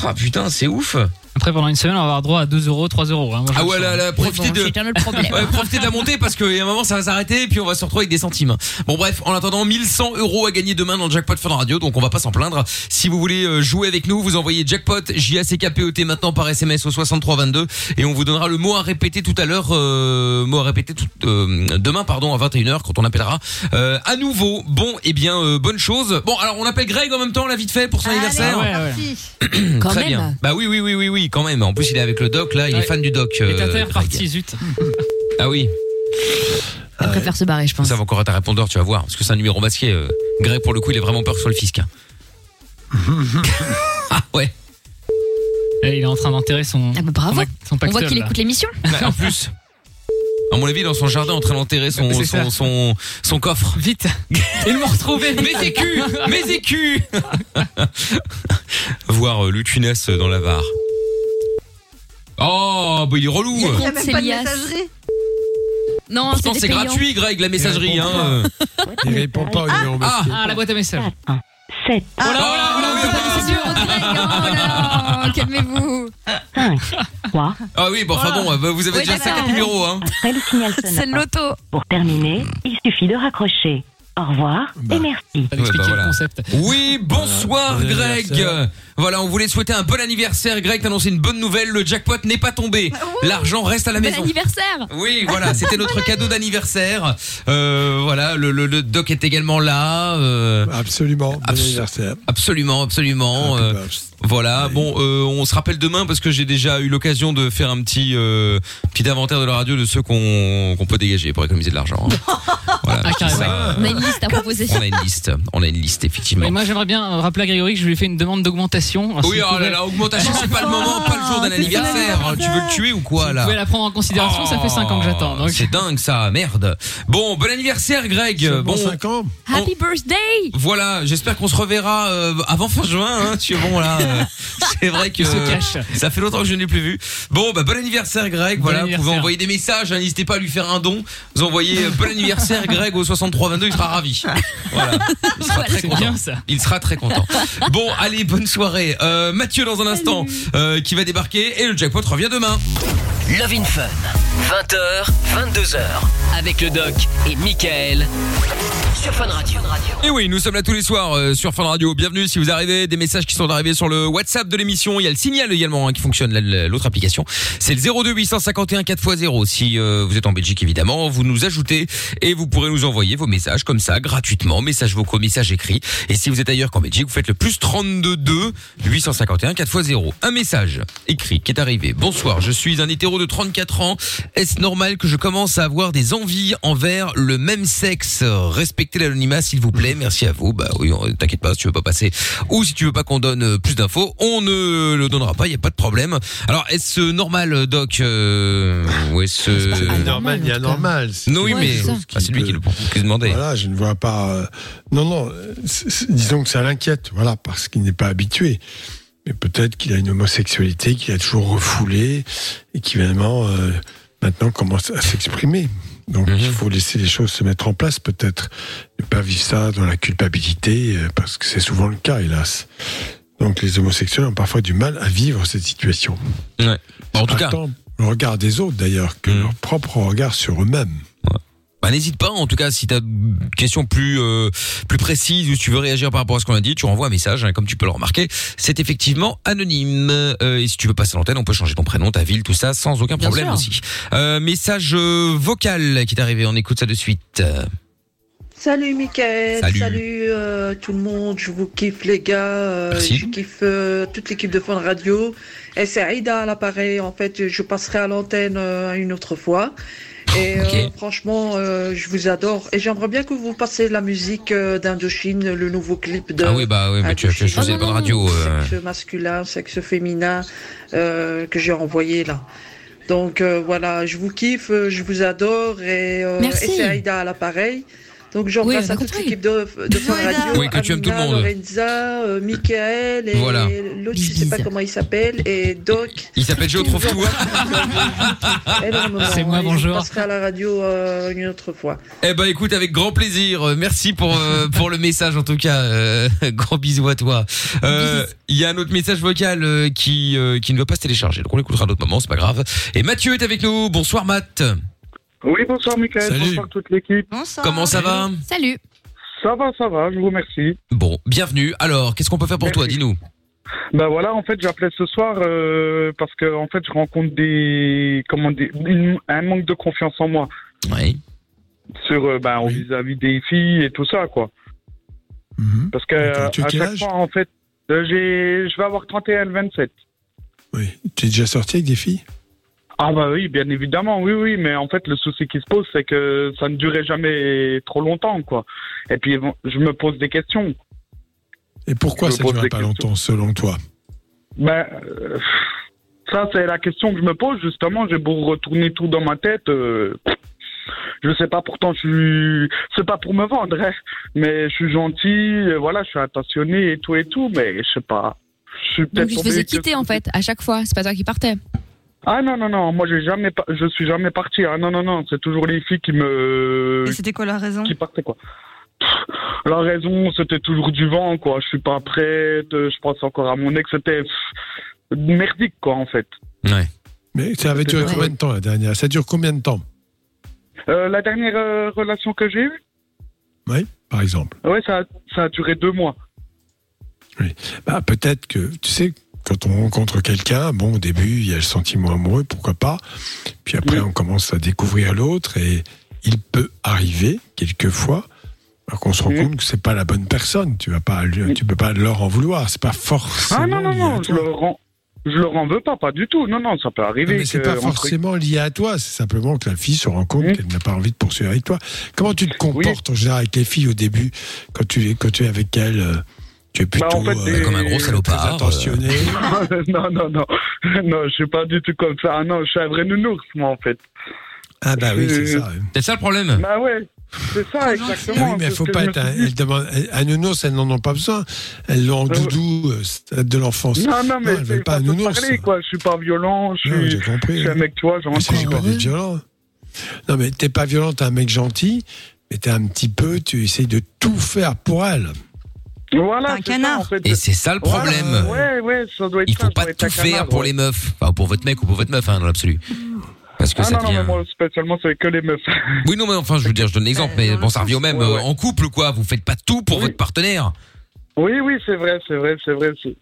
Speaker 2: Ah putain, c'est ouf.
Speaker 12: Après, pendant une semaine, on va avoir droit à 2 euros, 3 euros. hein. Moi, je
Speaker 2: Ah
Speaker 12: le
Speaker 2: ouais,
Speaker 12: sens.
Speaker 2: là, là, profitez
Speaker 5: bon,
Speaker 2: de.
Speaker 5: c'est un autre problème.
Speaker 2: Ouais, profitez de la montée parce qu'à un moment ça va s'arrêter et puis on va se retrouver avec des centimes. Bon bref, en attendant 1100 euros à gagner demain dans le jackpot Fun Radio, donc on va pas s'en plaindre. Si vous voulez euh, jouer avec nous, vous envoyez jackpot J A C K P O T maintenant par SMS au 6322 et on vous donnera le mot à répéter tout à l'heure, euh, mot à répéter tout, euh, demain pardon à 21h quand on appellera euh, à nouveau. Bon et bien euh, bonne chose. Bon alors on appelle Greg en même temps la vite fait pour son anniversaire.
Speaker 12: Ah ouais, ouais.
Speaker 10: Parti.
Speaker 5: Quand
Speaker 2: Très
Speaker 5: même.
Speaker 2: bien. Bah oui oui oui oui oui quand même. En plus il est avec le doc là, il est
Speaker 12: Ouais.
Speaker 2: fan du doc.
Speaker 12: Et
Speaker 2: euh,
Speaker 12: Tata est
Speaker 2: Greg.
Speaker 12: reparti, zut.
Speaker 2: Ah oui.
Speaker 5: Elle préfère se barrer, je pense.
Speaker 2: Ça va encore être un répondeur, tu vas voir, parce que c'est un numéro masqué. euh. Greg, pour le coup, il a vraiment peur sur le fisc. hein. ah ouais.
Speaker 12: Et il est en train d'enterrer son.
Speaker 5: Ah bah bravo.
Speaker 12: son pac- son
Speaker 5: On voit
Speaker 12: pactole,
Speaker 5: qu'il
Speaker 12: là.
Speaker 5: écoute l'émission.
Speaker 2: Bah, en plus, à mon avis, dans son jardin, en train d'enterrer son,
Speaker 12: C'est
Speaker 2: son,
Speaker 12: ça.
Speaker 2: son, son coffre.
Speaker 12: Vite Ils m'ont retrouvé
Speaker 2: Mes écus Mes écus Voir euh, Lutunès dans la Var. Oh, bah il est relou.
Speaker 10: Il n'y a
Speaker 5: Compte
Speaker 10: même pas de
Speaker 5: Célias.
Speaker 10: messagerie.
Speaker 5: Non,
Speaker 2: Pourtant,
Speaker 5: c'était
Speaker 2: c'est
Speaker 5: payant.
Speaker 2: gratuit, Greg, la messagerie. Hein. euh.
Speaker 4: Il répond pas au numéro
Speaker 2: Ah,
Speaker 4: masqué.
Speaker 12: Ah, la boîte à messages.
Speaker 2: Oh là, oh là, oh là, oui,
Speaker 5: C'est
Speaker 2: oh là.
Speaker 5: pas nécessaire, Greg, oh là là, Calmez-vous.
Speaker 2: Ah oui, bon, enfin bon,
Speaker 1: eh ben,
Speaker 2: euh, vous avez
Speaker 5: Oui,
Speaker 2: déjà
Speaker 5: d'accord.
Speaker 2: 5 numéros. Hein.
Speaker 5: C'est de l'auto.
Speaker 16: Pour terminer, il suffit de raccrocher. au revoir et merci.
Speaker 2: Ouais, bah voilà. Oui, bonsoir
Speaker 16: Voilà, bon
Speaker 2: Greg.
Speaker 16: anniversaire.
Speaker 2: Euh, Voilà, on voulait te souhaiter un bon anniversaire Greg, t'annoncer une bonne nouvelle, le jackpot n'est pas tombé. L'argent reste à la
Speaker 5: Ah Bon
Speaker 2: maison.
Speaker 5: anniversaire
Speaker 2: Oui, voilà, c'était notre cadeau d'anniversaire. Euh, voilà, le, le- le doc est également là. euh,
Speaker 4: Absolument. Bon
Speaker 2: abso-
Speaker 4: anniversaire.
Speaker 2: absolument, absolument. euh, voilà, bon, euh, on se rappelle demain parce que j'ai déjà eu l'occasion de faire un petit euh, petit inventaire de la radio de ceux qu'on qu'on peut dégager pour économiser de l'argent. hein. voilà, parce que ça,
Speaker 5: On a une liste à proposer.
Speaker 2: on a une liste, on a une liste effectivement.
Speaker 12: Mais moi j'aimerais bien euh, rappeler à Grégory que je lui ai fait une demande d'augmentation. Alors,
Speaker 2: Oui,
Speaker 12: si vous
Speaker 2: oh là
Speaker 12: pouvez-
Speaker 2: là, augmentation, c'est pas le moment, pas le jour d'un
Speaker 12: Ah,
Speaker 2: anniversaire. Tu veux le tuer ou quoi,
Speaker 12: Vous
Speaker 2: là
Speaker 12: pouvez la prendre en considération, ça fait 5 ans que j'attends.
Speaker 2: Oh,
Speaker 12: donc.
Speaker 2: C'est dingue, ça, merde. Bon, bon anniversaire, Greg.
Speaker 12: bon
Speaker 2: Bon,
Speaker 12: cinq
Speaker 4: ans.
Speaker 5: Happy birthday
Speaker 2: Voilà, j'espère qu'on se reverra euh, avant fin juin, hein, tu es bon là. euh, c'est vrai que
Speaker 12: Il se cache.
Speaker 2: ça fait longtemps que je ne l'ai plus vu. Bon, bah, bon anniversaire Greg. voilà, vous pouvez
Speaker 12: anniversaire.
Speaker 2: envoyer des messages, hein, n'hésitez pas à lui faire un don. Vous envoyez euh, bon anniversaire Greg au 6322, il sera ravi. Voilà, il sera très
Speaker 12: C'est
Speaker 2: content.
Speaker 12: bien, ça.
Speaker 2: Il sera très content. Bon, allez, bonne soirée. Euh, Mathieu dans un instant euh, qui va débarquer et le jackpot revient demain.
Speaker 1: Love in Fun, 20h, 22h, avec le doc et Michael sur Fun Radio.
Speaker 2: Et oui, nous sommes là tous les soirs euh, sur Fun Radio. Bienvenue si vous arrivez. Des messages qui sont arrivés sur le WhatsApp de l'émission. Il y a le signal également hein, qui fonctionne, la- la- l'autre application. C'est le 02851 4x0. Si euh, vous êtes en Belgique, évidemment, vous nous ajoutez et vous pourrez nous envoyer vos messages comme ça, gratuitement. Messages vocaux, messages écrits. Et si vous êtes ailleurs qu'en Belgique, vous faites le plus 32 2 851 4x0. Un message écrit qui est arrivé. Bonsoir, je suis un hétéro de 34 ans. Est-ce normal que je commence à avoir des envies envers le même sexe Respectez l'anonymat, s'il vous plaît. Merci à vous. Bah oui, on- t'inquiète pas, si tu veux pas passer ou si tu veux pas qu'on donne euh, plus d'infos, on ne le donnera pas. Il y a pas de problème. Alors, est-ce normal, Doc euh, Ou est-ce euh,
Speaker 4: C'est normal, il y a normal.
Speaker 2: Non, oui, mais Ah, c'est lui qui le qui demandait.
Speaker 4: Voilà, je ne vois pas. euh, Non, non. euh, c'est- c'est- Disons que ça l'inquiète, voilà, parce qu'il n'est pas habitué. Mais peut-être qu'il a une homosexualité qu'il a toujours refoulée et qui finalement euh, maintenant commence à s'exprimer. Donc
Speaker 2: Mhm.
Speaker 4: il faut laisser les choses se mettre en place, peut-être, ne pas vivre ça dans la culpabilité, euh, parce que c'est souvent le cas, hélas. Donc les homosexuels ont parfois du mal à vivre cette situation.
Speaker 2: Ouais. Bon, en tout cas. Mhm.
Speaker 4: Tant le regard des autres d'ailleurs que leur propre regard sur eux-mêmes.
Speaker 2: Bah, n'hésite pas, en tout cas, si tu as une question plus, euh, plus précise ou si tu veux réagir par rapport à ce qu'on a dit, tu renvoies un message, hein, comme tu peux le remarquer. C'est effectivement anonyme. Euh, et si tu veux passer à l'antenne, on peut changer ton prénom, ta ville, tout ça, sans aucun
Speaker 11: Bien
Speaker 2: problème
Speaker 11: sûr.
Speaker 2: aussi. Euh, message euh, vocal qui est arrivé, on écoute ça de suite. Euh,
Speaker 17: Salut Mickaël,
Speaker 2: Salut.
Speaker 17: salut, euh, tout le monde, je vous kiffe les gars, euh,
Speaker 2: Merci.
Speaker 17: je kiffe euh, toute l'équipe de Fun Radio. Et c'est Aïda à l'appareil, en fait je passerai à l'antenne euh, une autre fois. Et euh, franchement, euh, je vous adore et j'aimerais bien que vous passiez la musique euh, d'Indochine, le nouveau clip de
Speaker 2: Ah oui, bah oui, mais tu as quelque chose
Speaker 17: Indochine.
Speaker 2: de bonne radio. euh.
Speaker 17: sexe masculin, sexe féminin euh, que j'ai envoyé là. Donc euh, voilà, je vous kiffe, euh, je vous adore et, euh,
Speaker 18: Merci.
Speaker 17: et c'est Aïda à l'appareil. Donc j'embrasse
Speaker 18: Oui, bah, on a
Speaker 17: à toute l'équipe de, de Fun Radio.
Speaker 2: Oui, que tu aimes tout le
Speaker 17: Amina,
Speaker 2: monde.
Speaker 17: Lorenza, euh, Michael et
Speaker 2: Voilà.
Speaker 17: l'autre, je sais pas comment il s'appelle, et Doc.
Speaker 2: Il s'appelle Joe Trouve Tout. hein. C'est moi, bonjour.
Speaker 17: Je passerai à la radio euh, une autre fois.
Speaker 2: Eh ben écoute avec grand plaisir. Euh, Merci pour euh, pour le message en tout cas. Euh, grand bisou à toi. Euh, Il y a un autre message vocal euh, qui euh, qui ne veut pas se télécharger. Donc on l'écoutera à d'autres moments, c'est pas grave. Et Mathieu est avec nous. Bonsoir Matt.
Speaker 19: Oui, bonsoir Mickaël,
Speaker 2: Salut.
Speaker 19: bonsoir toute l'équipe.
Speaker 2: Comment ça va
Speaker 5: Salut.
Speaker 19: Ça va, ça va, je vous remercie.
Speaker 2: Bon, bienvenue. Alors, qu'est-ce qu'on peut faire pour toi Dis-nous.
Speaker 19: Ben voilà, en fait, j'appelais ce soir euh, parce que en fait, je rencontre des comment dire, une- un manque de confiance en moi.
Speaker 2: Oui.
Speaker 19: Sur euh, ben, vis-à-vis des filles et tout ça quoi. Parce que euh,
Speaker 4: tu as
Speaker 19: à
Speaker 4: quel
Speaker 19: chaque
Speaker 4: âge
Speaker 19: fois en fait, euh, j'ai je vais avoir 31 le 27.
Speaker 4: Tu es déjà sorti avec des filles
Speaker 19: Ah bah oui, bien évidemment, oui, oui, mais en fait le souci qui se pose, c'est que ça ne durait jamais trop longtemps, quoi. Et puis bon, je me pose des questions.
Speaker 4: Et pourquoi
Speaker 19: Je
Speaker 4: ça ne
Speaker 19: pose
Speaker 4: durait
Speaker 19: des
Speaker 4: pas
Speaker 19: questions.
Speaker 4: longtemps selon toi
Speaker 19: Ben, euh, ça c'est la question que je me pose justement. J'ai beau retourner tout dans ma tête, euh, je sais pas. Pourtant, je suis, c'est pas pour me vendre, hein, mais je suis gentil, euh, voilà, je suis attentionné et tout et tout, mais je sais pas. Je suis
Speaker 5: Donc
Speaker 19: peut-être
Speaker 5: tu te
Speaker 19: tombé
Speaker 5: faisais
Speaker 19: que-
Speaker 5: quitter en fait, à chaque fois. C'est pas toi qui partais.
Speaker 19: Ah non non non, moi j'ai jamais, pa- je suis jamais parti. Ah non non non, c'est toujours les filles qui me
Speaker 10: Et c'était quoi la raison
Speaker 19: qui partait quoi. Pff, La raison, c'était toujours du vent, quoi. Je suis pas prête, euh, je pense encore à mon ex, c'était pff, merdique, quoi, en fait.
Speaker 4: Mais ça avait duré
Speaker 19: Ouais.
Speaker 4: combien de temps la dernière Ça dure combien de temps
Speaker 19: Euh, la dernière euh, relation que j'ai eue
Speaker 4: Oui. par exemple.
Speaker 19: Ouais, ça, a- ça a duré deux mois.
Speaker 4: Oui. Bah, peut-être que, tu sais, quand on rencontre quelqu'un, bon, au début, il y a le sentiment amoureux, pourquoi pas. Puis après, on commence à découvrir l'autre et il peut arriver, quelquefois, bah, qu'on se rend compte que c'est pas la bonne personne. Tu vas pas, lui- tu peux pas leur en vouloir. C'est pas forcément.
Speaker 19: Ah non, non,
Speaker 4: lié à
Speaker 19: non, je
Speaker 4: toi.
Speaker 19: le rends. Je le rends veux pas, pas du tout. Non, non, ça peut arriver.
Speaker 4: Non, mais c'est
Speaker 19: que,
Speaker 4: pas
Speaker 19: entre- Mmh.
Speaker 4: forcément lié à toi, c'est simplement que la fille se rend compte qu'elle n'a pas envie de poursuivre avec toi. Comment tu te comportes en général avec les filles au début quand tu, quand tu es avec elles euh, Tu es
Speaker 19: Bah,
Speaker 4: plutôt euh,
Speaker 2: Comme un gros salopard. euh.
Speaker 4: très attentionné.
Speaker 19: non, non, non. Non, je suis pas du tout comme ça. Ah non, je suis un vrai nounours, moi, en fait.
Speaker 4: Ah bah oui, c'est
Speaker 19: Euh,
Speaker 4: ça.
Speaker 2: C'est ça le problème
Speaker 19: Bah ouais, c'est ça,
Speaker 4: Ah
Speaker 19: exactement.
Speaker 4: oui, mais
Speaker 19: c'est
Speaker 4: il
Speaker 19: ce
Speaker 4: faut
Speaker 19: que
Speaker 4: pas
Speaker 19: je me
Speaker 4: être.
Speaker 19: suis
Speaker 4: un-
Speaker 19: dit. Ah
Speaker 4: Elles demandent, un nounours, elles n'en ont pas besoin. Elles l'ont en doudou euh, c'est de l'enfance.
Speaker 19: Non, non, mais
Speaker 4: elles veulent pas un
Speaker 19: faut
Speaker 4: nounours.
Speaker 19: parler, quoi. Je suis pas violent, je
Speaker 4: Non,
Speaker 19: suis,
Speaker 4: j'ai compris,
Speaker 19: je suis un
Speaker 4: oui.
Speaker 19: mec, tu vois,
Speaker 4: Mais c'est
Speaker 19: gentil.
Speaker 4: pas
Speaker 19: quoi.
Speaker 4: d'être violent. Non, mais t'es pas violent, t'es un mec gentil, mais t'es un petit peu, tu essayes de tout faire pour elle.
Speaker 19: Voilà, c'est ça, en fait.
Speaker 2: Et c'est ça le
Speaker 19: Voilà,
Speaker 2: problème.
Speaker 19: Ouais, ouais, ça doit être
Speaker 2: Il faut pas tout faire pour les meufs. Enfin, pour votre mec ou pour votre meuf, hein, dans l'absolu. Parce que
Speaker 19: ah
Speaker 2: ça
Speaker 19: non, non, mais
Speaker 2: devient.
Speaker 19: moi, spécialement, c'est que les meufs.
Speaker 2: Oui, non, mais enfin, je veux dire, je donne l'exemple, mais bon, ça revient au même. euh, En couple, quoi, vous faites pas tout pour votre partenaire.
Speaker 19: Oui, oui, c'est vrai, c'est vrai, c'est vrai. c'est-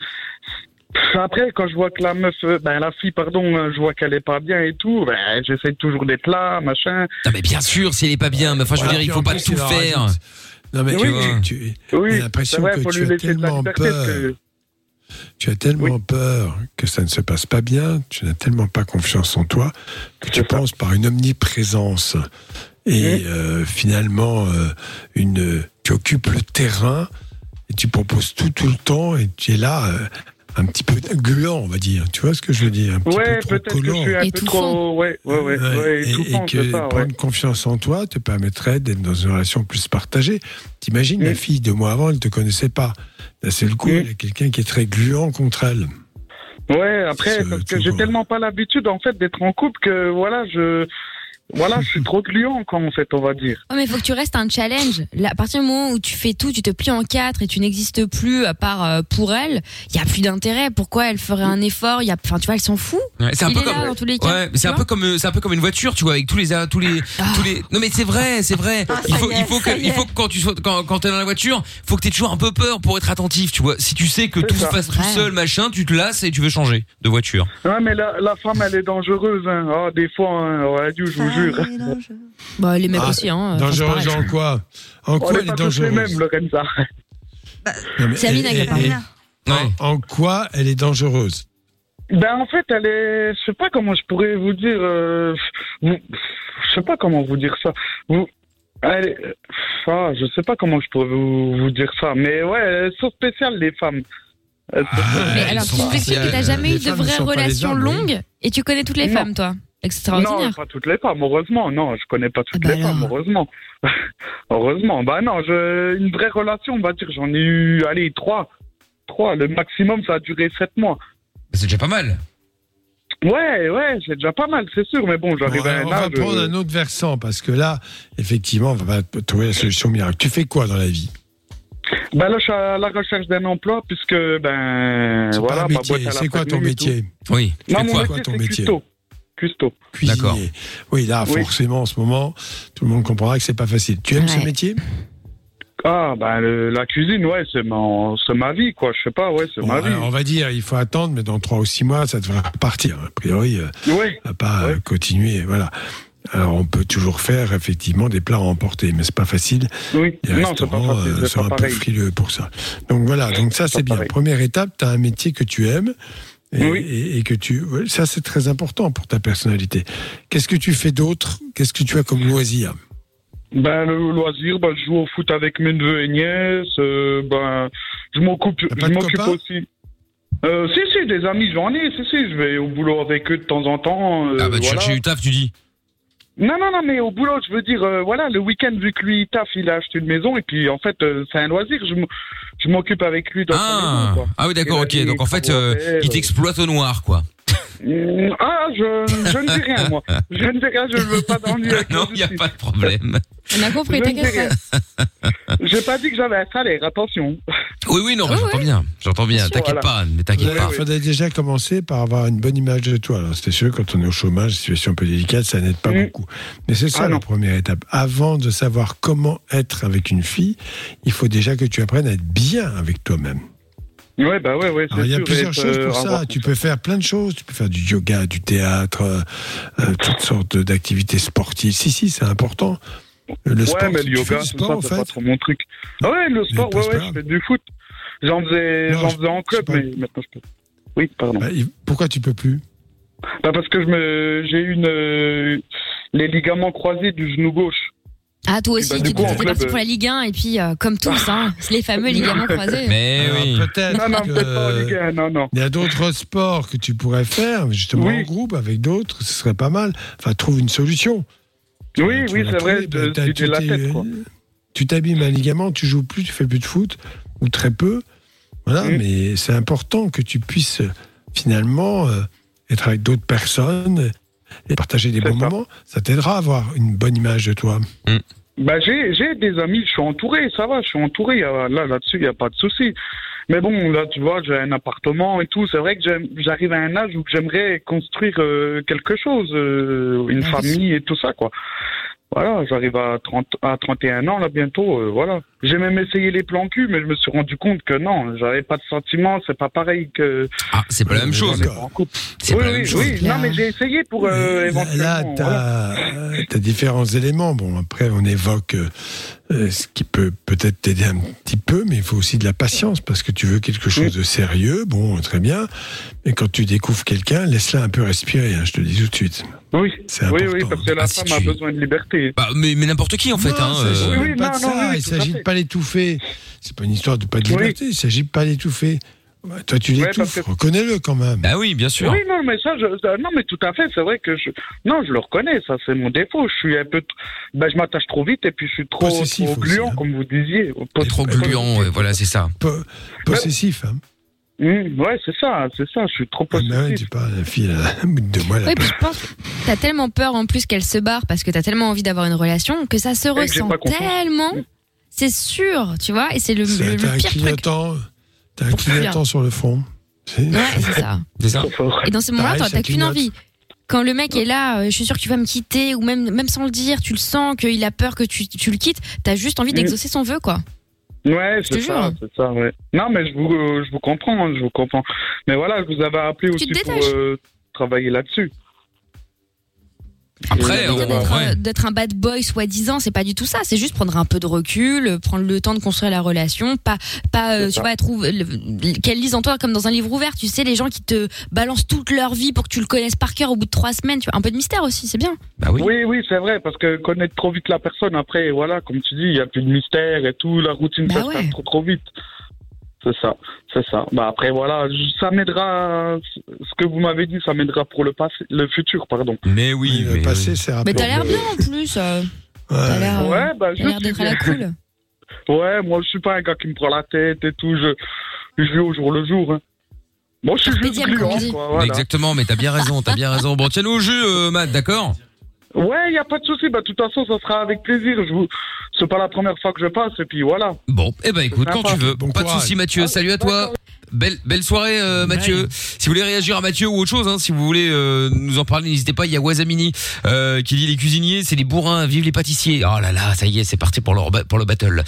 Speaker 19: Après, quand je vois que la meuf, euh, ben la fille, pardon, euh, je vois qu'elle est pas bien et tout, ben j'essaie toujours d'être là, machin.
Speaker 2: Non, mais bien sûr, si elle est pas bien, mais enfin, je veux
Speaker 19: Voilà,
Speaker 2: dire, il
Speaker 19: puis
Speaker 2: faut
Speaker 19: en
Speaker 2: pas
Speaker 19: plus,
Speaker 2: tout
Speaker 19: il leur
Speaker 2: faire.
Speaker 19: rajoute.
Speaker 4: Non, mais tu
Speaker 19: Oui.
Speaker 4: vois, tu
Speaker 19: Oui,
Speaker 4: as l'impression
Speaker 19: c'est vrai,
Speaker 4: que
Speaker 19: faut
Speaker 4: tu
Speaker 19: lui
Speaker 4: as
Speaker 19: laisser de la
Speaker 4: tellement
Speaker 19: liberté,
Speaker 4: peur.
Speaker 19: parce que-
Speaker 4: Tu as tellement peur que ça ne se passe pas bien, tu n'as tellement pas confiance en toi, que tu penses par une omniprésence et euh, finalement euh, une, tu occupes le terrain et tu proposes tout tout le temps et tu es là euh, un petit peu gluant, on va dire. Tu vois ce que je veux dire Un petit
Speaker 19: Ouais,
Speaker 4: peu
Speaker 19: peut-être
Speaker 4: trop
Speaker 19: que je
Speaker 4: collant.
Speaker 19: suis un peu trop. Ouais, ouais, ouais, ouais,
Speaker 4: Et,
Speaker 19: étouffant,
Speaker 4: et que
Speaker 19: c'est ça, ouais.
Speaker 4: prendre confiance en toi te permettrait d'être dans une relation plus partagée. T'imagines, la fille, deux mois avant, elle ne te connaissait pas. D'un seul coup, elle a quelqu'un qui est très gluant contre elle.
Speaker 19: Ouais, après, parce que j'ai tellement pas l'habitude, en fait, d'être en couple que, voilà, je. Voilà, je suis trop gluant, quand en fait, on va dire.
Speaker 5: Ouais, Oh, mais il faut que tu restes un challenge. Là, à partir du moment où tu fais tout, tu te plies en quatre et tu n'existes plus à part euh, pour elle, il y a plus d'intérêt. Pourquoi elle ferait un effort Il y a, enfin, tu vois, elle s'en fout.
Speaker 2: Ouais, c'est un
Speaker 5: Il
Speaker 2: peu
Speaker 5: est
Speaker 2: comme
Speaker 5: là, dans tous les cas.
Speaker 2: ouais,
Speaker 5: tu
Speaker 2: c'est un
Speaker 5: vois.
Speaker 2: peu comme euh, c'est un peu comme une voiture, tu vois, avec tous les a- tous les
Speaker 5: Ah.
Speaker 2: tous les Non mais c'est vrai, c'est vrai. il faut il faut que il faut que quand tu sois quand quand t'es dans la voiture, faut que t'aies toujours un peu peur pour être attentif, tu vois. Si tu sais que tout se passe tout seul, machin, tu te lasses et tu veux changer de voiture.
Speaker 19: Ouais, Ah, mais la, la femme, elle est dangereuse, hein. Ah, des fois, hein, ouais, Dieu, je vous jure.
Speaker 5: Bah, les mecs
Speaker 4: Ah,
Speaker 5: aussi, hein. enfin, c'est
Speaker 4: dangereuse
Speaker 5: pareil.
Speaker 4: en quoi En
Speaker 19: on
Speaker 4: quoi
Speaker 19: est
Speaker 4: elle
Speaker 19: pas
Speaker 4: est
Speaker 19: tous les
Speaker 4: dangereuse
Speaker 19: mêmes, Lorenza.
Speaker 4: Non, mais
Speaker 19: C'est Amine
Speaker 4: elle-
Speaker 19: avec la
Speaker 4: elle-
Speaker 19: partenaire.
Speaker 4: elle- en, en quoi elle est dangereuse
Speaker 19: Ben en fait, elle est, je sais pas comment je pourrais vous dire, euh, vous- je sais pas comment vous dire ça. Vous, elle, est- ah, je sais pas comment je pourrais vous, vous dire ça, mais ouais, elles sont spéciales les femmes. Ah, Elles Euh, sont spéciales. euh,
Speaker 5: Mais alors, tu nous expliques que t'as jamais eu de vraies relations longues et tu connais toutes les
Speaker 19: Non.
Speaker 5: femmes, toi.
Speaker 19: Non,
Speaker 5: Extraordinaire.
Speaker 19: pas toutes les femmes, heureusement. Non, je connais pas toutes les femmes, heureusement. heureusement. Bah non, je, une vraie relation, on va dire, j'en ai eu, allez, trois. Trois, le maximum, ça a duré sept mois.
Speaker 4: Bah,
Speaker 2: C'est déjà pas mal.
Speaker 19: Ouais, ouais, c'est déjà pas mal, c'est sûr, mais bon,
Speaker 4: Bon,
Speaker 19: j'arrive à
Speaker 4: alors,
Speaker 19: un
Speaker 4: On va
Speaker 19: âge.
Speaker 4: prendre
Speaker 19: euh,
Speaker 4: un autre versant parce que là, effectivement, on va pas trouver la solution miracle. Tu fais quoi dans la vie
Speaker 19: Ben là, je suis à la recherche d'un emploi puisque ben
Speaker 4: C'est pas
Speaker 19: voilà, ma
Speaker 4: un métier,
Speaker 19: boîte à la
Speaker 4: c'est quoi
Speaker 19: famille
Speaker 4: ton
Speaker 19: et
Speaker 4: métier
Speaker 19: tout.
Speaker 2: Oui,
Speaker 19: Non,
Speaker 4: c'est
Speaker 19: mon
Speaker 4: quoi
Speaker 19: métier,
Speaker 4: quoi ton
Speaker 19: c'est
Speaker 4: métier
Speaker 19: cuistot. Cuistot.
Speaker 4: D'accord. Oui, là,
Speaker 19: Oui.
Speaker 4: forcément, en ce moment, tout le monde comprendra que c'est pas facile. Tu aimes ce métier
Speaker 19: Ah ben le- la cuisine, ouais, c'est ma, c'est ma vie quoi. Je sais pas, ouais, c'est
Speaker 4: Bon,
Speaker 19: ma vie.
Speaker 4: alors, On va dire, il faut attendre, mais dans 3 ou 6 mois, ça devrait repartir. A priori, euh,
Speaker 19: Ouais.
Speaker 4: ça va pas euh, continuer. Voilà. Alors, on peut toujours faire effectivement des plats à emporter, mais c'est pas facile.
Speaker 19: Oui.
Speaker 4: Les
Speaker 19: Non, c'est pas
Speaker 4: restaurants
Speaker 19: facile,
Speaker 4: euh,
Speaker 19: c'est
Speaker 4: sont
Speaker 19: pas
Speaker 4: un
Speaker 19: pareil.
Speaker 4: peu frileux pour ça. Donc voilà, donc ça c'est bien. Première étape, tu as un métier que tu aimes et, et- et que tu. ouais, Ça c'est très important pour ta personnalité. Qu'est-ce que tu fais d'autre Qu'est-ce que tu as comme loisir
Speaker 19: Ben le loisir, ben je joue au foot avec mes neveux et nièces. euh, ben je m'occupe, je m'occupe aussi. Euh, si si, des amis j'en ai. Si si, je vais au boulot avec eux de temps en temps. euh,
Speaker 2: Ah bah tu
Speaker 19: voilà.
Speaker 2: cherches du taf, tu dis.
Speaker 19: Non, non, non, mais au boulot, je veux dire, euh, voilà, le week-end, vu que lui, il taf, il a acheté une maison, et puis en fait, euh, c'est un loisir, je m- je m'occupe avec lui dans
Speaker 2: Ah,
Speaker 19: son maison, quoi.
Speaker 2: ah oui d'accord, OK. Donc en fait, euh, il t'exploite au noir quoi.
Speaker 19: Mm, Ah, je, je ne dis rien, moi. Je ne dis rien, je ne veux pas d'ennui.
Speaker 2: Non, il y a pas de problème.
Speaker 5: On a compris,
Speaker 19: Je ne dis
Speaker 5: t'inquiète
Speaker 19: rien.
Speaker 5: pas.
Speaker 19: J'ai pas dit que j'avais un salaire, attention.
Speaker 2: Oui, oui, non, bah, j'entends bien. J'entends bien. T'inquiète pas, mais t'inquiète pas.
Speaker 4: Il faudrait déjà commencer par avoir une bonne image de toi. Alors, c'est sûr, quand on est au chômage, situation un peu délicate, ça n'aide pas
Speaker 19: Mm.
Speaker 4: beaucoup. Mais c'est
Speaker 19: Ah,
Speaker 4: ça la première étape. Avant de savoir comment être avec une fille, il faut déjà que tu apprennes à être bien avec toi-même.
Speaker 19: Ouais, bah ouais, ouais, c'est
Speaker 4: Alors, il Ah, y a
Speaker 19: sûr,
Speaker 4: plusieurs
Speaker 19: être,
Speaker 4: choses
Speaker 19: euh,
Speaker 4: pour ça.
Speaker 19: avoir-
Speaker 4: Tu peux faire plein de choses. Tu peux faire du yoga, du théâtre, euh, euh, toutes sortes d'activités sportives. Si, si, c'est important. Le
Speaker 19: ouais,
Speaker 4: sport,
Speaker 19: mais
Speaker 4: tu
Speaker 19: le
Speaker 4: fais
Speaker 19: yoga,
Speaker 4: du
Speaker 19: tout
Speaker 4: sport,
Speaker 19: ça,
Speaker 4: en
Speaker 19: c'est
Speaker 4: fait.
Speaker 19: pas trop mon truc. Ah ouais, le sport, ouais, ouais, je fais du foot. J'en faisais,
Speaker 4: Non,
Speaker 19: j'en
Speaker 4: je-
Speaker 19: faisais en club, mais maintenant je peux. Oui, pardon.
Speaker 4: Bah, il- pourquoi tu peux plus
Speaker 19: Bah, parce que je me, j'ai une, euh, les ligaments croisés du genou gauche.
Speaker 5: Ah, toi aussi,
Speaker 19: Bah, du
Speaker 5: tu
Speaker 19: coup, en
Speaker 5: t'es
Speaker 19: club,
Speaker 5: parti
Speaker 19: euh,
Speaker 5: pour la Ligue 1, et puis, euh, comme tous, hein, c'est les fameux ligaments croisés.
Speaker 2: Mais
Speaker 4: oui. Ah, Peut-être.
Speaker 19: Non, non,
Speaker 4: que-
Speaker 19: peut-être pas en Ligue
Speaker 4: Il y a d'autres sports que tu pourrais faire, justement en groupe avec d'autres, ce serait pas mal. Enfin, trouve une solution.
Speaker 19: Oui, oui,
Speaker 4: l'as
Speaker 19: c'est vrai,
Speaker 4: trouvé,
Speaker 19: de-
Speaker 4: t'as-
Speaker 19: du-
Speaker 4: tu
Speaker 19: de la
Speaker 4: t'es-
Speaker 19: tête, quoi.
Speaker 4: Tu t'abîmes un ligament, tu joues plus, tu fais plus de foot ou très peu. Voilà, mais c'est important que tu puisses euh, finalement euh, être avec d'autres personnes et partager des bons moments. Ça t'aidera à avoir une bonne image de toi.
Speaker 19: Bah, j'ai, j'ai des amis, je suis entouré, ça va, je suis entouré. y a- Là, là-dessus, il n'y a pas de souci. Mais bon, là, tu vois, j'ai un appartement et tout. C'est vrai que j'aime- j'arrive à un âge où j'aimerais construire euh, quelque chose, euh,
Speaker 11: Bah,
Speaker 19: une famille et tout ça, quoi. Voilà, j'arrive à, 30, à 31 ans, là, bientôt, euh, voilà. J'ai même essayé les plans cul, mais je me suis rendu compte que non, j'avais pas de sentiments, c'est pas pareil que...
Speaker 2: Ah, c'est pas la même chose.
Speaker 19: C'est
Speaker 4: pas la
Speaker 19: oui,
Speaker 4: même
Speaker 19: oui,
Speaker 4: chose. Mmh.
Speaker 19: oui. Non, mais j'ai essayé pour euh, éventuellement...
Speaker 4: Là, tu as, différents éléments. Bon, après, on évoque euh, euh, ce qui peut peut-être t'aider un petit peu, mais il faut aussi de la patience parce que tu veux quelque chose de sérieux. Bon, très bien. Mais quand tu découvres quelqu'un, laisse-la un peu respirer, hein, je te le dis tout de suite.
Speaker 19: Oui,
Speaker 4: c'est
Speaker 19: oui,
Speaker 4: important.
Speaker 19: oui, parce que
Speaker 2: Ah,
Speaker 19: la femme a besoin de liberté.
Speaker 2: Bah, mais, mais n'importe qui, en fait.
Speaker 4: Non,
Speaker 2: hein,
Speaker 4: il s'agit
Speaker 2: euh,
Speaker 4: même pas de ça. il s'agit de pas l'étouffer. C'est pas une histoire de pas de
Speaker 2: Oui.
Speaker 4: liberté. Il s'agit de pas l'étouffer. Bah, Toi, tu
Speaker 19: Ouais,
Speaker 4: l'étouffes. Reconnais-le quand même.
Speaker 2: Bah oui, bien
Speaker 19: Oui, non, mais ça, je, ça- non, mais tout à fait, c'est vrai que je, non, je le reconnais, ça, c'est mon défaut. Je suis un peu, t- ben, je m'attache trop vite et puis je suis trop,
Speaker 2: Possessif
Speaker 19: trop
Speaker 2: aussi, hein.
Speaker 19: gluant, comme vous disiez.
Speaker 2: Trop gluant, ouais, voilà, c'est ça.
Speaker 4: Possessif. Hein.
Speaker 16: Mm,
Speaker 4: Ah,
Speaker 19: Mmh, ouais, c'est ça, c'est ça, je suis trop
Speaker 4: possessif. tu parles, la fille, là, au bout de deux mois, elle a
Speaker 5: Oui, puis je pense que t'as tellement peur en plus qu'elle se barre parce que t'as tellement envie d'avoir une relation que ça se
Speaker 4: que j'ai
Speaker 5: ressent
Speaker 4: pas confiance.
Speaker 5: tellement. C'est sûr, tu vois, et c'est le, le-
Speaker 4: C'est-
Speaker 5: le
Speaker 4: T'as un
Speaker 5: pire truc.
Speaker 4: clignotant, t'as un clignotant sur le front. Ouais,
Speaker 5: c'est ça.
Speaker 2: C'est ça.
Speaker 5: Et dans ces moments-là,
Speaker 4: Pareil,
Speaker 5: t'as-
Speaker 4: ça
Speaker 5: t'as qu'une
Speaker 4: clignote.
Speaker 5: envie. Quand le mec est là, euh, je suis sûr que tu vas me quitter, ou même, même sans le dire, tu le sens, qu'il a peur que tu, tu le quittes, t'as juste envie
Speaker 19: Mm.
Speaker 5: d'exaucer son vœu, quoi.
Speaker 19: Ouais,
Speaker 5: te
Speaker 19: c'est ça,
Speaker 5: jure.
Speaker 19: c'est ça, ouais. Non, mais je vous, euh, je vous comprends, hein, je vous comprends. Mais voilà, je vous avais appelé
Speaker 5: Tu
Speaker 19: aussi
Speaker 5: te
Speaker 19: pour
Speaker 5: détaches.
Speaker 19: euh, travailler là-dessus.
Speaker 2: Après, on-
Speaker 5: D'être
Speaker 2: ouais.
Speaker 5: euh, d'être un bad boy soi-disant, c'est pas du tout ça. C'est juste prendre un peu de recul, euh, prendre le temps de construire la relation, pas, pas euh,
Speaker 2: C'est
Speaker 5: tu
Speaker 2: ça.
Speaker 5: vois, trouve qu'elle lise en toi comme dans un livre ouvert. Tu sais, les gens qui te balancent toute leur vie pour que tu le connaisses par cœur au bout de trois semaines. Tu vois, un peu de mystère aussi, c'est bien.
Speaker 2: Bah oui.
Speaker 19: oui, c'est vrai, parce que connaître trop vite la personne, après, voilà, comme tu dis, il n'y a plus de mystère et tout, la routine
Speaker 5: Bah
Speaker 19: ça se
Speaker 5: ouais.
Speaker 19: passe trop trop vite. C'est ça, c'est ça. Bah après, voilà, je- ça m'aidera, ce que vous m'avez dit, ça m'aidera pour le passé, le futur, pardon.
Speaker 2: Mais oui,
Speaker 4: Le passé, c'est
Speaker 19: Ah
Speaker 5: Mais t'as
Speaker 4: rappelé.
Speaker 5: l'air bien en plus. euh, T'as l'air euh,
Speaker 19: Ouais, bah,
Speaker 5: t'as
Speaker 19: je
Speaker 5: l'air
Speaker 19: suis
Speaker 5: d'être à la
Speaker 19: bien.
Speaker 5: cool.
Speaker 19: Ouais, moi, je suis pas un gars qui me prend la tête et tout, je, je vis au jour le jour. hein. Moi, je suis juste
Speaker 5: Carpe diem, comme on
Speaker 19: gluant,
Speaker 5: dit.
Speaker 19: quoi, voilà.
Speaker 2: Exactement, mais t'as bien raison, t'as bien raison. Bon, tiens-nous au jus, euh, Matt, d'accord
Speaker 19: Ouais, il a pas de souci. Bah, de toute façon, ça sera avec plaisir. Je vous... C'est pas la première fois que je passe, et puis voilà.
Speaker 2: Bon, eh ben écoute,
Speaker 19: C'est
Speaker 2: quand
Speaker 19: sympa. Ah,
Speaker 2: tu veux.
Speaker 19: Bon
Speaker 2: pas de
Speaker 19: courage.
Speaker 2: soucis, Mathieu. Salut à toi. Belle, belle soirée, euh, Mathieu. Si vous voulez réagir à Mathieu ou autre chose, hein, si vous voulez euh, nous en parler, n'hésitez pas. Il y a Wazamini euh, qui dit les cuisiniers, c'est les bourrins, vive les pâtissiers. Oh là là, ça y est, c'est parti pour, leur ba- pour le battle.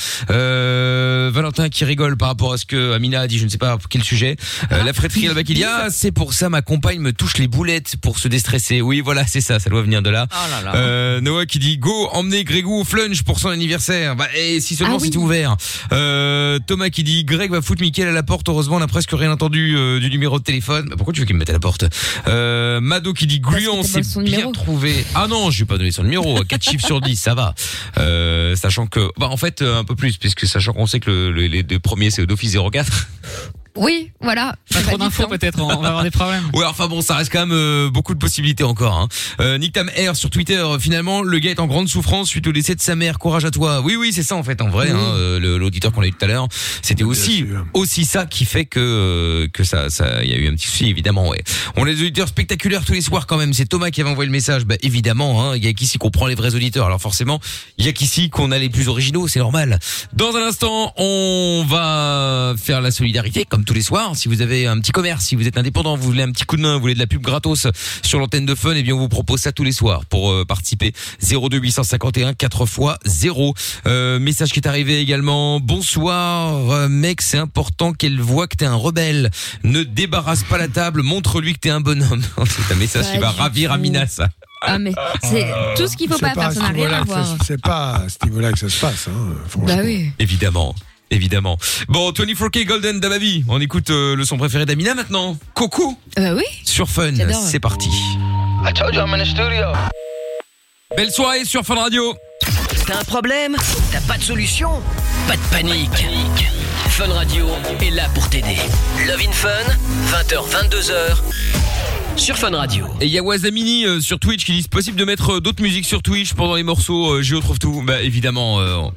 Speaker 2: Euh, Valentin qui rigole par rapport à ce que Amina a dit, je ne sais pas pour quel sujet.
Speaker 1: Ah,
Speaker 2: Euh, la fréterie à la Bacchia, c'est pour ça ma compagne me touche les boulettes pour se déstresser. Oui, voilà, c'est ça, ça doit venir de là.
Speaker 1: Oh là.
Speaker 2: Euh, Noah qui dit go emmener Grégou au flunch pour son anniversaire. Bah, et si seulement
Speaker 1: Ah oui.
Speaker 2: c'était ouvert. Euh, Thomas qui dit Greg va foutre Mickaël à la porte. Heureusement, on a presque rien entendu euh, du numéro de téléphone. Bah, pourquoi tu veux qu'il me mette à la porte euh, Mado qui dit gluant, c'est bien trouvé. Ah non, je vais pas donner son numéro. 4 chiffres sur 10, ça va. Euh, sachant que, bah en fait, euh, un peu plus, puisque sachant qu'on sait que le- le- les deux premiers c'est d'office 04.
Speaker 5: Oui, voilà.
Speaker 12: Pas trop d'infos peut-être, on va avoir des problèmes.
Speaker 2: Ouais, enfin bon, ça reste quand même euh, beaucoup de possibilités encore. Hein. Euh, Nick Tam R sur Twitter, euh, finalement, le gars est en grande souffrance suite au décès de sa mère. Courage à toi. Oui, oui, c'est ça en fait, en vrai.
Speaker 4: Oui.
Speaker 2: hein, euh, le- L'auditeur qu'on a eu tout à l'heure, c'était aussi aussi ça qui fait que euh, que ça ça il y a eu un petit souci évidemment. Ouais. On a des auditeurs spectaculaires tous les soirs quand même. C'est Thomas qui avait envoyé le message. Bah évidemment, hein, il y a qu'ici qu'on prend les vrais auditeurs. Alors forcément, il y a qu'ici qu'on a les plus originaux, c'est normal. Dans un instant, on va faire la solidarité comme tous les soirs. hein. Si vous avez un petit commerce, si vous êtes indépendant, vous voulez un petit coup de main, vous voulez de la pub gratos sur l'antenne de Fun, et bien on vous propose ça tous les soirs pour euh, participer. 02851 4 x 0. Euh, message qui est arrivé également. Bonsoir euh, mec, c'est important qu'elle voit que t'es un rebelle. Ne débarrasse pas la table, montre-lui que t'es un bonhomme. c'est un message qui
Speaker 5: Pas
Speaker 2: va
Speaker 5: du
Speaker 2: ravir
Speaker 5: tout.
Speaker 2: Amina ça.
Speaker 5: Ah, mais c'est tout ce qu'il faut
Speaker 4: C'est
Speaker 5: pas faire,
Speaker 4: à
Speaker 5: ça
Speaker 4: ce
Speaker 5: n'a rien
Speaker 4: niveau-là
Speaker 5: à
Speaker 4: que ça-
Speaker 5: voir.
Speaker 4: C'est pas à ce niveau-là que ça se passe. hein, franchement.
Speaker 5: Bah oui.
Speaker 2: Évidemment. Évidemment. Bon, 24K Golden Dababi. On écoute euh, le son préféré d'Amina maintenant. Coco.
Speaker 5: Bah oui.
Speaker 2: Sur Fun.
Speaker 5: J'adore.
Speaker 2: C'est parti. Belle soirée sur Fun Radio.
Speaker 1: T'as un problème T'as pas de solution Pas de panique. Fun Radio est là pour t'aider. Love in Fun, 20h, 22h, sur Fun Radio.
Speaker 2: Et il y a Wazamini euh, sur Twitch qui dit c'est possible de mettre euh, d'autres musiques sur Twitch pendant les morceaux. Euh, Géo trouve tout. Bah évidemment. euh,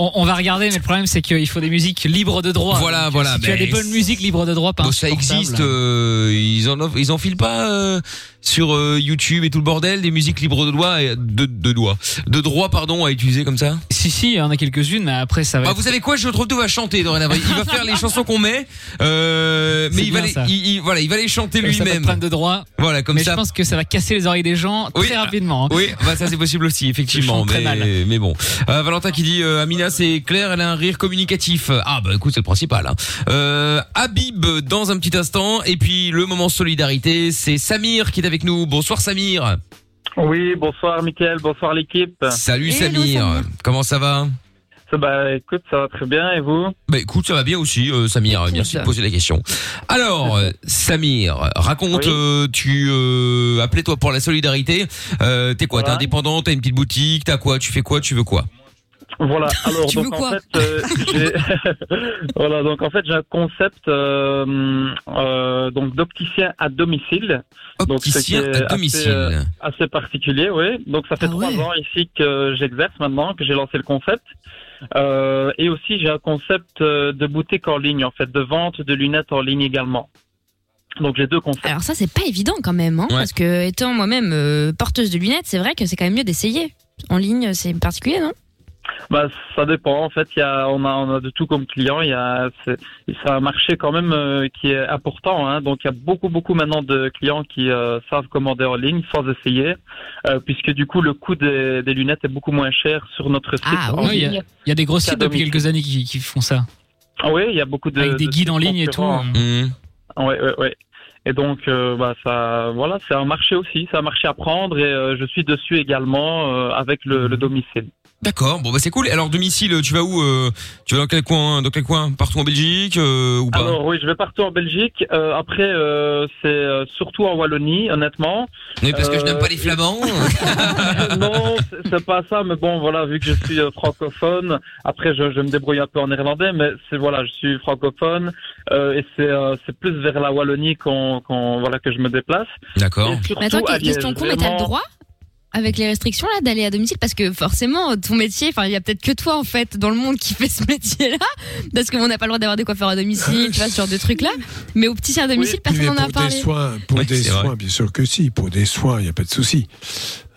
Speaker 12: On, on va regarder, mais le problème c'est qu'il faut des musiques libres de droit.
Speaker 2: Voilà,
Speaker 12: Donc,
Speaker 2: voilà,
Speaker 12: Si tu as des
Speaker 2: mais
Speaker 12: bonnes
Speaker 2: c'est-
Speaker 12: musiques libres de droit, pas
Speaker 2: bon, ça
Speaker 12: insupportables.
Speaker 2: existe. euh, ils en offrent- ils en filent pas euh, sur euh, YouTube et tout le bordel des musiques libres de doigts et de, de doigts de droit pardon à utiliser comme ça.
Speaker 12: Si si, il y en a quelques-unes, mais après ça va.
Speaker 2: Ah,
Speaker 12: être-
Speaker 2: vous savez quoi, je trouve tout va chanter dorénavant. Il va faire les chansons qu'on met, euh, mais
Speaker 12: C'est
Speaker 2: il va,
Speaker 12: bien,
Speaker 2: les,
Speaker 12: ça.
Speaker 2: il, il- voilà, il va les chanter
Speaker 12: Comme ça, pas de
Speaker 2: lui-même.
Speaker 12: problème de droit.
Speaker 2: Voilà, comme
Speaker 12: mais
Speaker 2: ça.
Speaker 12: je pense que ça va casser les oreilles des gens Oh,
Speaker 2: Oui.
Speaker 12: très rapidement. hein.
Speaker 2: Oui, bah ça c'est possible aussi, effectivement.
Speaker 12: Je chante très
Speaker 2: Mais,
Speaker 12: mal.
Speaker 2: mais bon, Euh, Valentin qui dit euh, Amina c'est clair, elle a un rire communicatif. Ah bah écoute c'est le principal. Hein. Euh, Habib dans un petit instant et puis le moment solidarité c'est Samir qui est avec nous. Bonsoir Samir.
Speaker 16: Oui, bonsoir Mickaël, bonsoir l'équipe.
Speaker 2: Salut Samir. Comment ça va
Speaker 16: Ça, bah écoute, ça va très bien et vous
Speaker 2: Bah écoute ça va bien aussi euh, Samir. Merci de poser la question. Alors euh, Samir, raconte, euh, tu euh, appelais toi pour la solidarité. Euh, t'es quoi T'es
Speaker 16: Voilà.
Speaker 2: indépendant T'as une petite boutique T'as quoi Tu fais quoi Tu veux quoi
Speaker 16: Voilà, alors
Speaker 2: Tu veux
Speaker 16: donc
Speaker 2: quoi
Speaker 16: en fait, euh, j'ai- voilà, donc en fait, j'ai un concept euh, euh, donc d'opticien à domicile. Donc, ce qui
Speaker 2: Opticien
Speaker 16: est
Speaker 2: à domicile.
Speaker 16: Assez, euh, assez particulier, oui. Donc ça fait
Speaker 2: Ah
Speaker 16: trois ans ici que j'exerce maintenant, que j'ai lancé le concept. Euh, et aussi, j'ai un concept euh, de boutique en ligne, en fait, de vente de lunettes en ligne également. Donc j'ai deux concepts.
Speaker 5: Alors ça, c'est pas évident quand même, hein,
Speaker 16: Ouais.
Speaker 5: parce que étant moi-même euh, porteuse de lunettes, c'est vrai que c'est quand même mieux d'essayer. En ligne, c'est particulier, non
Speaker 16: Bah, ça dépend. En fait, il y a, on, a, on a de tout comme client. Il y a, c'est, c'est un marché quand même euh, qui est important. Hein. Donc, il y a beaucoup, beaucoup maintenant de clients qui euh, savent commander en ligne sans essayer, euh, puisque du coup, le coût des, des lunettes est beaucoup moins cher sur notre site. en
Speaker 12: Ouais, Ah, il y, a-
Speaker 16: ligne.
Speaker 12: il y a des gros
Speaker 16: Qu'à
Speaker 12: sites depuis
Speaker 16: domicile.
Speaker 12: quelques années qui, qui font ça.
Speaker 16: Ah oui, il y a beaucoup de.
Speaker 12: Avec des
Speaker 16: de
Speaker 12: guides
Speaker 16: sites
Speaker 12: en ligne et
Speaker 16: concurrents.
Speaker 12: tout.
Speaker 16: Ah Ouais, ouais, ouais. Et donc, euh, bah, ça, voilà, c'est un marché aussi. C'est un marché à prendre et euh, je suis dessus également euh, avec le, le domicile.
Speaker 2: D'accord, bon bah c'est cool. Alors domicile, tu vas où euh, Tu vas dans quel coin Dans quel coin Partout en Belgique euh, ou pas
Speaker 16: Alors oui, je vais partout en Belgique. Euh, après, euh, c'est euh, surtout en Wallonie, honnêtement. Euh,
Speaker 2: Oui, parce que je n'aime pas les flamands.
Speaker 16: non, c'est- c'est pas ça. Mais bon, voilà, vu que je suis euh, francophone, après je, je me débrouille un peu en néerlandais, mais c'est voilà, je suis francophone euh, et c'est euh, c'est plus vers la Wallonie qu'on qu'on- voilà que je me déplace.
Speaker 2: D'accord.
Speaker 5: Mais attends, que- question con, mais t'as le droit avec les restrictions là d'aller à domicile parce que forcément ton métier, enfin il y a peut-être que toi en fait dans le monde qui fait ce métier-là parce qu'on n'a pas le droit d'avoir des coiffeurs à domicile, tu vois ce genre de truc là. Mais au petit à domicile, personne
Speaker 4: Mais
Speaker 5: n'en a
Speaker 4: pour des
Speaker 5: parlé.
Speaker 4: soins, pour des soins, bien sûr que si. Pour des soins, il n'y a pas de souci.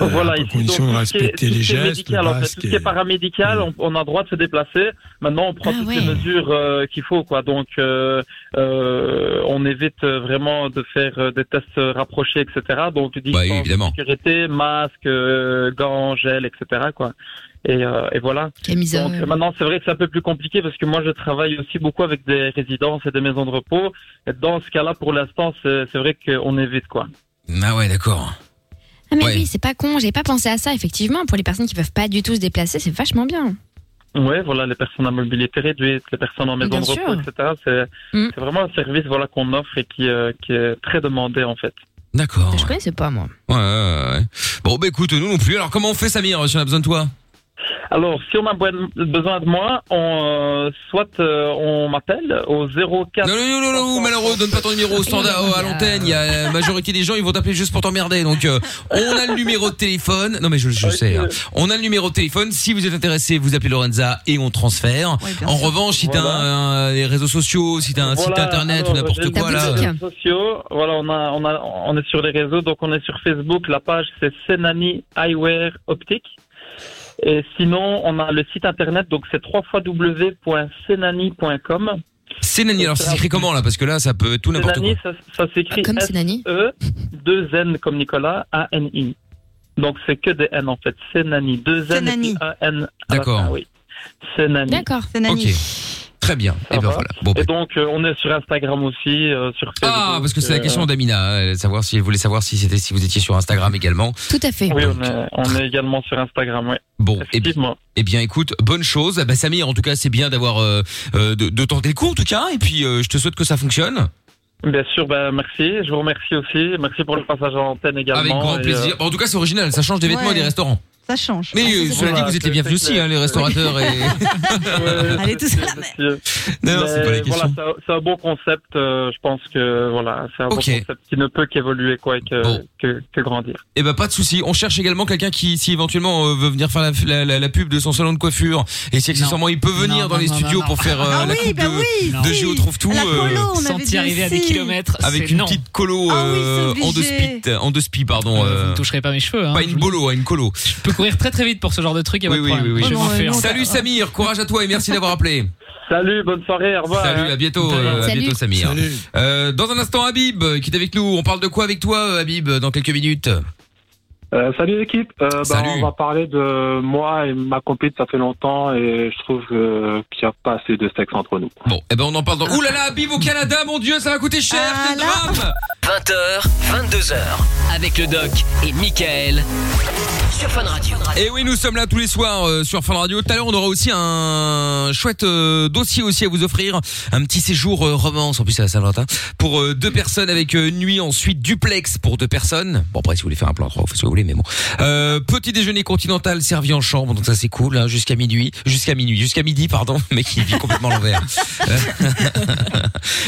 Speaker 4: Euh,
Speaker 16: voilà,
Speaker 4: à
Speaker 16: ici,
Speaker 4: condition
Speaker 16: donc,
Speaker 4: de
Speaker 16: tout ce qui est-
Speaker 4: respecter
Speaker 16: tout ce
Speaker 4: les
Speaker 16: qui est
Speaker 4: gestes,
Speaker 16: médical,
Speaker 4: le
Speaker 16: en fait,
Speaker 4: masque
Speaker 16: tout ce qui est
Speaker 4: et-
Speaker 16: paramédical, on, on a le droit de se déplacer. Maintenant, on prend toutes les mesures euh, qu'il faut, quoi. Donc, euh, euh, on évite euh, vraiment de faire euh, des tests euh, rapprochés, etc. Donc,
Speaker 2: Bah
Speaker 16: distance, sécurité, masque, euh, gants, gel, etc. Quoi. Et, euh, et voilà. Donc, euh, maintenant, c'est vrai que c'est un peu plus compliqué parce que moi, je travaille aussi beaucoup avec des résidences et des maisons de repos. Et dans ce cas-là, pour l'instant, c'est c'est vrai qu'on évite, quoi.
Speaker 2: Ah ouais, d'accord.
Speaker 5: Ah mais
Speaker 16: Ouais.
Speaker 5: oui, c'est pas con, j'ai pas pensé à ça effectivement pour les personnes qui peuvent pas du tout se déplacer, c'est vachement bien.
Speaker 16: Ouais, voilà, les personnes à mobilité réduite, les personnes en maison
Speaker 5: Bien
Speaker 16: de
Speaker 5: sûr. Mm.
Speaker 16: repos, etc. C'est c'est vraiment un service voilà, qu'on offre et qui, euh, qui est très demandé en fait.
Speaker 2: D'accord.
Speaker 5: Je connaissais pas moi.
Speaker 2: Ouais, ouais, ouais. Bon bah écoute, nous non plus. Alors comment on fait Samir si on a besoin de toi
Speaker 16: Alors, si on a be- besoin de moi, on, euh, soit euh, on m'appelle au 04.
Speaker 2: Non, non, non, non, malheureux, donne pas ton numéro au standard, euh, à l'antenne. Il y a la majorité des gens, ils vont t'appeler juste pour t'emmerder. Donc, euh, on a le numéro de téléphone. Non, mais je, je sais. hein. On a le numéro de téléphone. Si vous êtes intéressé, vous appelez Lorenza et on transfère. en revanche, si t'as un- un- les réseaux sociaux, si t'as un site
Speaker 16: Voilà,
Speaker 2: internet
Speaker 16: alors,
Speaker 2: ou n'importe
Speaker 16: j'ai
Speaker 2: quoi,
Speaker 16: les
Speaker 2: là. euh,
Speaker 16: réseaux sociaux. Voilà, on, a, on, a, on est sur les réseaux, donc on est sur Facebook. La page, c'est Senani Eyewear Optique. Et sinon, on a le site internet, donc c'est www.senani.com.
Speaker 2: Sénani, alors ça s'écrit comment, là? Parce que là, ça peut être tout n'importe quoi.
Speaker 16: Senani, ça, ça s'écrit
Speaker 2: Comme
Speaker 16: E, 2 N comme Nicolas, A N I. Donc c'est que des N en fait. Senani, 2 N
Speaker 10: Senani.
Speaker 16: puis A N.
Speaker 2: D'accord.
Speaker 16: Oui. Senani.
Speaker 5: D'accord.
Speaker 2: Ok. Très bien. Et ben voilà. Bon,
Speaker 16: Et donc euh, on est sur Instagram aussi, euh, sur Facebook.
Speaker 2: Ah, parce que c'est la question d'Amina, euh, savoir si elle voulait savoir si c'était si vous étiez sur Instagram également.
Speaker 5: Tout à fait.
Speaker 16: Oui, on est, on est également sur Instagram, oui.
Speaker 2: Bon, et, eh bien écoute, bonne chose. Ah Bah, Samir, en tout cas, c'est bien d'avoir euh, euh, de, de tenter le coup en tout cas. Et puis, euh, je te souhaite que ça fonctionne.
Speaker 16: Bien sûr, ben, merci. Je vous remercie aussi. Merci pour le passage en antenne également.
Speaker 2: Avec grand
Speaker 16: Et,
Speaker 2: plaisir.
Speaker 16: euh,
Speaker 2: En tout cas, c'est original. Ça change des vêtements
Speaker 16: Ouais.
Speaker 2: et des restaurants.
Speaker 10: Ça change.
Speaker 2: Mais
Speaker 10: Ah, ça,
Speaker 2: euh,
Speaker 10: c'est
Speaker 2: cela dit,
Speaker 10: vrai.
Speaker 2: vous êtes les bienvenus aussi, hein, les restaurateurs et.
Speaker 10: Allez, tous à la mer.
Speaker 16: monsieur.
Speaker 2: Non, non, c'est
Speaker 16: Mais
Speaker 2: pas la
Speaker 16: voilà,
Speaker 2: question.
Speaker 16: c'est un- c'est un bon concept. euh, je pense que voilà, c'est un
Speaker 2: Ok.
Speaker 16: bon concept qui ne peut qu'évoluer quoi, et que, que, que grandir.
Speaker 2: Eh ben pas de souci. On cherche également quelqu'un qui, si éventuellement euh, veut venir faire la, la- la- la pub de son salon de coiffure, et si accessoirement il peut
Speaker 12: Non,
Speaker 2: venir dans
Speaker 12: non,
Speaker 2: les
Speaker 12: non,
Speaker 2: studios
Speaker 12: non.
Speaker 2: pour faire euh,
Speaker 12: Ah
Speaker 2: la
Speaker 12: oui,
Speaker 2: coupe
Speaker 12: bah
Speaker 2: de,
Speaker 12: oui,
Speaker 2: de
Speaker 12: si.
Speaker 2: Géo trouve tout,
Speaker 12: À la
Speaker 2: euh,
Speaker 12: colo, on avait Sentir dit arriver à aussi. 10 kilomètres,
Speaker 2: avec
Speaker 12: c'est
Speaker 2: une
Speaker 12: non.
Speaker 2: petite colo euh,
Speaker 12: c'est
Speaker 2: en deux
Speaker 12: obligé.
Speaker 2: spi, en deux spi, pardon.
Speaker 12: vous
Speaker 2: euh,
Speaker 12: ne toucherez pas mes cheveux.
Speaker 2: Pas une bolo, hein, une colo.
Speaker 12: Je peux courir très très vite pour ce genre de truc. y a pas euh, de problème. Je vais m'en faire.
Speaker 2: Salut Samir, courage à toi et merci d'avoir appelé.
Speaker 16: Salut, bonne soirée, au revoir.
Speaker 2: Salut, à bientôt, euh, à
Speaker 12: Salut.
Speaker 2: bientôt Samir.
Speaker 12: Salut.
Speaker 2: Euh, dans un instant, Habib euh, qui est avec nous. On parle de quoi avec toi, euh, Habib, dans quelques minutes
Speaker 11: Euh, salut l'équipe. Euh, bah, on va parler de moi et ma compétite, ça fait longtemps et je trouve euh, qu'il n'y a pas assez de sexe entre nous.
Speaker 2: Bon, eh ben on en parle dans. Ouh là là, Habib au Canada, mon Dieu, ça va coûter cher,
Speaker 12: Ah,
Speaker 2: quel drame
Speaker 1: 20h, 22h, avec le doc et Michael sur Fun Radio.
Speaker 2: Et oui, nous sommes là tous les soirs euh, sur Fun Radio. Tout à l'heure, on aura aussi un chouette euh, dossier aussi à vous offrir, un petit séjour euh, romance en plus à la Saint-Valentin pour euh, deux personnes avec euh, nuit ensuite duplex pour deux personnes. Bon après, si vous voulez faire un plan 3, vous faites ce que vous voulez, mais bon. Euh, petit déjeuner continental servi en chambre, donc ça c'est cool hein, jusqu'à minuit, jusqu'à minuit, jusqu'à midi pardon, mais qui vit complètement à l'envers.
Speaker 10: Euh,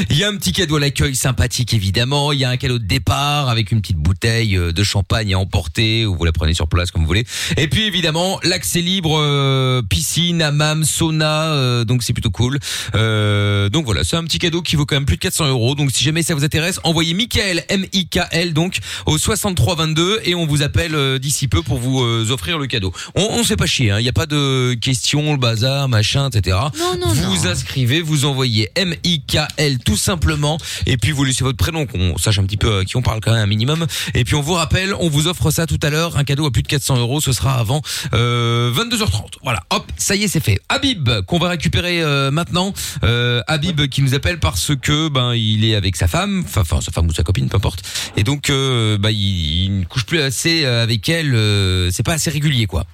Speaker 2: Il y a un petit cadeau à l'accueil sympathique évidemment. Il y a un cadeau de départ avec une petite bouteille euh, de champagne à emporter ou vous la prenez sur place comme vous voulez. Et puis évidemment l'accès libre euh, piscine, hammam, sauna. euh, donc c'est plutôt cool. Euh, donc voilà, c'est un petit cadeau qui vaut quand même plus de 400 euros. Donc si jamais ça vous intéresse, envoyez Michael M I K L donc au 6322 et on vous appelle euh, d'ici peu pour vous euh, offrir le cadeau. On, on s'est pas chier. hein. Il n'y a pas de questions, le bazar, machin, etc.
Speaker 5: Non, non,
Speaker 2: vous vous inscrivez, vous envoyez M-I-K-L tout simplement, et puis vous laissez votre prénom, qu'on sache un petit peu à qui on parle quand même un minimum. Et puis on vous rappelle, on vous offre ça tout à l'heure, un cadeau à plus de 400 euros, ce sera avant euh, 22h30. Voilà, hop, ça y est, c'est fait. Habib, qu'on va récupérer euh, maintenant. Euh, Habib qui nous appelle parce que ben il est avec sa femme, enfin enfin, sa femme ou sa copine, peu importe. Et donc euh, bah, il, il ne couche plus assez euh, avec elle, euh, c'est pas assez régulier quoi.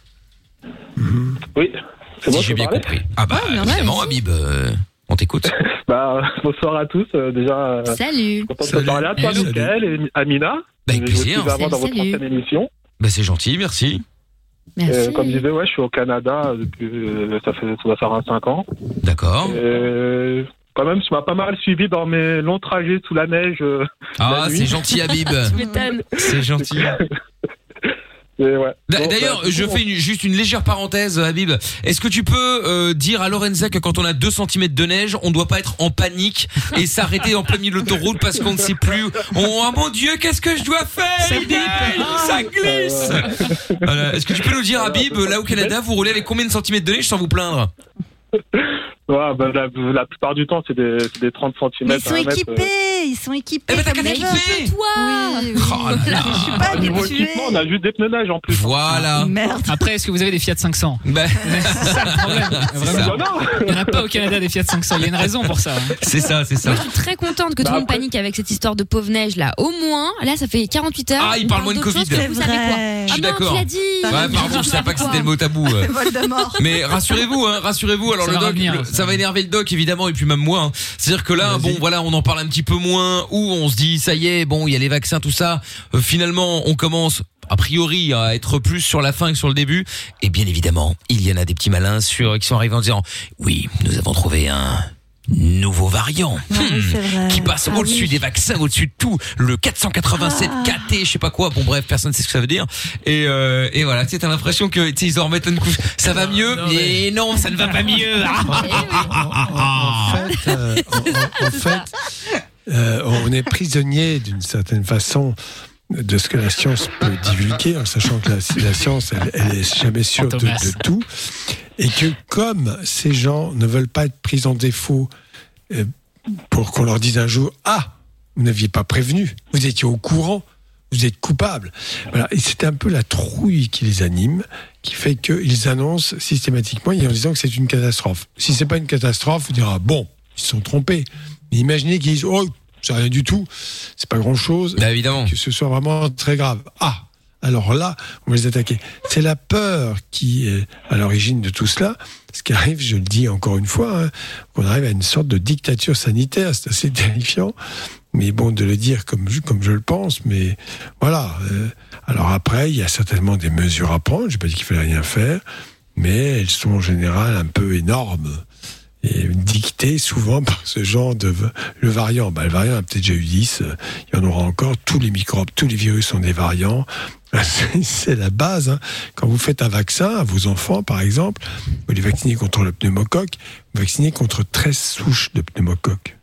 Speaker 11: Oui.
Speaker 2: Si j'ai bien compris. Ah bah
Speaker 11: Ouais, normal,
Speaker 2: évidemment, Habib, euh, on t'écoute.
Speaker 11: Bah, euh, bonsoir à tous. euh, déjà, euh,
Speaker 5: Salut.
Speaker 11: content de te parler à toi,
Speaker 2: Hello.
Speaker 11: Michael et Amina.
Speaker 2: avec
Speaker 11: Je
Speaker 2: plaisir.
Speaker 11: suis avant dans
Speaker 5: Salut,
Speaker 11: votre
Speaker 5: salut.
Speaker 11: ancienne émission.
Speaker 2: Bah c'est gentil, merci.
Speaker 5: Merci.
Speaker 11: Euh, comme je disais, ouais, je suis au Canada depuis euh, ça fait ça doit faire un 5 ans.
Speaker 2: D'accord.
Speaker 11: Euh, quand même, tu m'as pas mal suivi dans mes longs trajets sous la neige. euh,
Speaker 2: Ah,
Speaker 11: la nuit.
Speaker 2: c'est gentil, Habib. C'est gentil.
Speaker 11: Et ouais.
Speaker 2: D'a-
Speaker 11: Bon,
Speaker 2: D'ailleurs,
Speaker 11: bah, du
Speaker 2: je
Speaker 11: coup,
Speaker 2: fais une- juste une légère parenthèse, Habib. Est-ce que tu peux euh, dire à Lorenza que quand on a 2 cm de neige, on doit pas être en panique et s'arrêter en plein milieu de l'autoroute parce qu'on ne sait plus. Oh ah, mon Dieu, qu'est-ce que je dois faire Ça
Speaker 11: Ah,
Speaker 2: Ça glisse Voilà. Est-ce que tu peux nous dire, Habib, là au Canada, vous roulez avec combien de centimètres de neige sans vous plaindre
Speaker 11: Ouais, bah, la, la plupart du temps, c'est des, c'est des 30 cm.
Speaker 5: ben,
Speaker 10: Ils sont
Speaker 11: euh.
Speaker 5: euh,
Speaker 10: équipés, ils sont équipés.
Speaker 2: Eh ben, t'as
Speaker 10: comme
Speaker 2: qu'à
Speaker 10: des
Speaker 2: t'équiper.
Speaker 10: veuves. Oui, oui.
Speaker 2: Oh là là.
Speaker 10: Je suis pas
Speaker 11: Niveau
Speaker 10: habituée.
Speaker 11: équipement, on a juste des pneus neige en plus.
Speaker 2: Voilà.
Speaker 12: Après, est-ce que vous avez des Fiat 500
Speaker 2: Bah.
Speaker 12: C'est ça le problème. Vraiment. Il n'y en a pas au Canada des Fiat 500. Il y a une raison pour ça. hein.
Speaker 2: C'est ça, c'est ça.
Speaker 5: Moi, je suis très
Speaker 2: Bah
Speaker 5: contente que tout le monde panique avec cette histoire de pauvre neige là. Au moins, là, ça fait 48 heures.
Speaker 2: Ah, il
Speaker 5: on
Speaker 2: parle moins de
Speaker 5: d'autre
Speaker 2: Covid.
Speaker 5: chose que Vous savez quoi Ah
Speaker 2: Je suis
Speaker 5: non,
Speaker 2: d'accord.
Speaker 5: Tu l'as dit.
Speaker 2: Ouais, pardon, je savais pas que c'était le mot tabou. euh.
Speaker 10: Voldemort.
Speaker 2: Mais rassurez-vous, hein, rassurez-vous. Alors
Speaker 12: Ça
Speaker 2: le
Speaker 12: va
Speaker 2: doc,
Speaker 12: revenir,
Speaker 2: le-
Speaker 12: ça
Speaker 2: ça, va énerver le doc évidemment et puis même moi. hein. C'est-à-dire que là, bon, voilà, on en parle un petit peu moins. Ou on se dit, ça y est, bon, il y a les vaccins, tout ça. Euh, finalement, on commence. a priori à être plus sur la fin que sur le début. Et bien évidemment, il y en a des petits malins sur, qui sont arrivés en disant oui, nous avons trouvé un nouveau variant Hmm. qui
Speaker 10: Ah
Speaker 4: Ah,
Speaker 2: passe au-dessus des vaccins, au-dessus de tout, le 487
Speaker 4: Ah.
Speaker 2: KT, je sais pas quoi. Bon bref, personne ne sait ce que ça veut dire. Et, euh, et voilà, tu sais, t'as l'impression que tu sais, ils en remettent une couche. Ça va mieux, mais non, ça ne va pas mieux. hein.
Speaker 4: Eh Euh, en, en- en fait, euh, on est prisonnier d'une certaine façon de ce que la science peut divulguer, en sachant que la, la science, elle, elle est jamais sûre de,
Speaker 18: Fantomas.
Speaker 4: de tout, et que comme ces gens ne veulent pas être pris en défaut euh, pour qu'on leur dise un jour ah vous n'aviez pas prévenu, vous étiez au courant, vous êtes coupable. Voilà, et c'est un peu la trouille qui les anime, qui fait qu'ils annoncent systématiquement et en disant que c'est une catastrophe. Si c'est pas une catastrophe, on dira bon, ils se sont trompés. Mais imaginez qu'ils disent oh c'est rien du tout, c'est pas grand chose.
Speaker 2: évidemment.
Speaker 4: Que ce soit vraiment très grave. Ah, alors là, on va les attaquer. C'est la peur qui est à l'origine de tout cela. Ce qui arrive, je le dis encore une fois, hein, on arrive à une sorte de dictature sanitaire. C'est assez terrifiant. Mais bon, de le dire comme je, comme je le pense, mais voilà. euh, alors après, il y a certainement des mesures à prendre. Je pas dit qu'il fallait rien faire, mais elles sont en général un peu énormes et dictée souvent par ce genre de le variant. Bah, le variant a peut-être déjà eu 10, euh, il y en aura encore. Tous les microbes, tous les virus sont des variants. C'est- C'est la base. hein. Quand vous faites un vaccin à vos enfants, par exemple, vous les vaccinez contre le pneumocoque, vous vaccinez contre 13 souches de pneumocoque.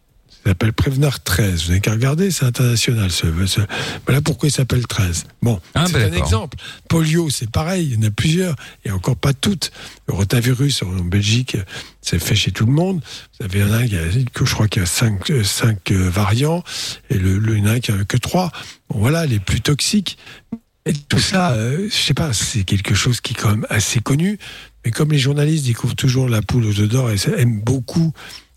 Speaker 4: Ça s'appelle Prévenar 13. Vous n'avez qu'à regarder, c'est international. Ce, ce- Voilà pourquoi il s'appelle 13. Bon,
Speaker 2: Ah,
Speaker 4: c'est
Speaker 2: ben,
Speaker 4: un
Speaker 2: d'accord.
Speaker 4: exemple. Polio, c'est pareil. Il y en a plusieurs. Et encore pas toutes. Le rotavirus en Belgique, c'est fait chez tout le monde. Vous avez un, il y a, je crois qu'il y a 5, euh, variants. Et le, le, il y en a un qui en a que 3. Bon, voilà, les plus toxiques. Et tout ça, euh, je sais pas, c'est quelque chose qui est quand même assez connu. Mais comme les journalistes découvrent toujours la poule aux œufs d'or et ça- aiment beaucoup,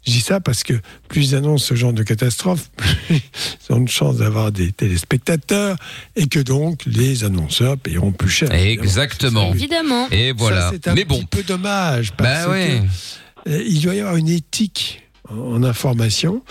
Speaker 4: je dis ça parce que plus ils annoncent ce genre de catastrophe, plus ils ont une chance d'avoir des téléspectateurs et que donc les annonceurs paieront plus cher.
Speaker 2: Exactement.
Speaker 5: Évidemment.
Speaker 2: Et voilà.
Speaker 4: Ça, c'est un
Speaker 2: Mais bon.
Speaker 4: petit peu dommage parce
Speaker 2: Bah ouais.
Speaker 4: que, euh, il doit y avoir une éthique en- en information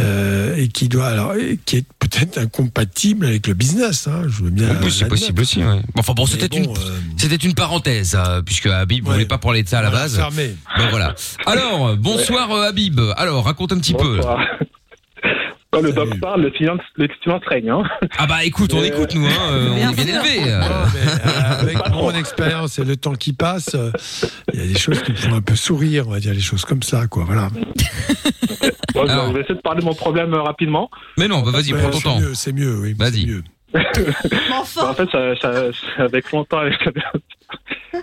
Speaker 4: euh, et qui doit alors et qui est peut-être incompatible avec le business. hein, je veux bien.
Speaker 2: En plus, c'est
Speaker 4: l'admettre.
Speaker 2: possible aussi. ouais. Enfin bon,
Speaker 4: Mais
Speaker 2: c'était
Speaker 4: bon,
Speaker 2: une,
Speaker 4: euh,
Speaker 2: c'était une parenthèse, euh, puisque Habib voulait pas parler de ça à la
Speaker 4: Voilà,
Speaker 2: base.
Speaker 4: fermé.
Speaker 2: Bon, voilà. Alors, bonsoir euh, Habib. Alors, raconte un petit peu.
Speaker 11: Quand le doc parle, le silence, le silence règne. Hein.
Speaker 2: Ah bah écoute, on
Speaker 11: Euh,
Speaker 2: écoute nous, hein, euh, on est bien élevés. euh.
Speaker 4: Avec mon expérience et le temps qui passe, euh, il y a des choses qui me font un peu sourire, on va dire les choses comme ça, quoi. Voilà.
Speaker 11: Bon, je vais- Je vais essayer de parler de mon problème euh, rapidement.
Speaker 2: Mais non, bah, vas-y,
Speaker 4: Ouais,
Speaker 2: prends ton
Speaker 4: c'est
Speaker 2: temps.
Speaker 4: mieux, C'est mieux, oui. Vas-y.
Speaker 11: Bah, en fait, ça, ça- ça- avec longtemps, avec-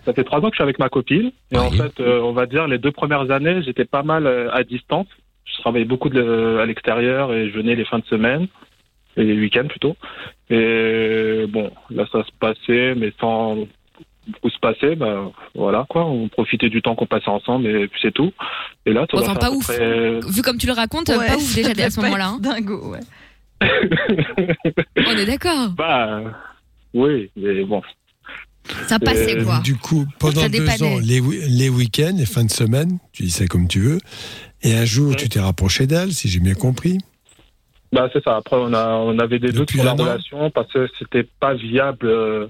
Speaker 11: ça fait trois ans que je suis avec ma copine. Et en fait, euh, on va dire, les deux premières années, j'étais pas mal euh, à distance. Je travaillais beaucoup de- à l'extérieur et je venais les fins de semaine, et les week-ends plutôt. Et euh, bon, là, ça se passait, mais sans beaucoup se passer, bah, voilà quoi. On profitait du temps qu'on passait ensemble et puis c'est tout. Et là, ça euh, doit
Speaker 5: Oh, Enfin,
Speaker 11: faire
Speaker 5: pas
Speaker 11: à peu
Speaker 5: ouf.
Speaker 11: près-
Speaker 5: Vu comme tu le racontes,
Speaker 10: Ouais,
Speaker 5: pas ouf
Speaker 10: ça
Speaker 5: déjà
Speaker 10: devait
Speaker 5: à ce
Speaker 10: pas
Speaker 5: moment-là.
Speaker 10: être Dingo, ouais.
Speaker 5: On est d'accord.
Speaker 11: Bah, oui, mais bon.
Speaker 5: Ça passait,
Speaker 4: Euh,
Speaker 5: quoi.
Speaker 4: Du coup, pendant
Speaker 5: Ça
Speaker 4: deux
Speaker 5: dépannait.
Speaker 4: ans, les, wi- les week-ends, les fins de semaine, tu dis ça comme tu veux. Et un jour, tu t'es rapproché d'elle, si j'ai bien compris.
Speaker 11: Bah, c'est ça. Après, on, a, on avait des doutes sur la relation parce que c'était pas viable euh,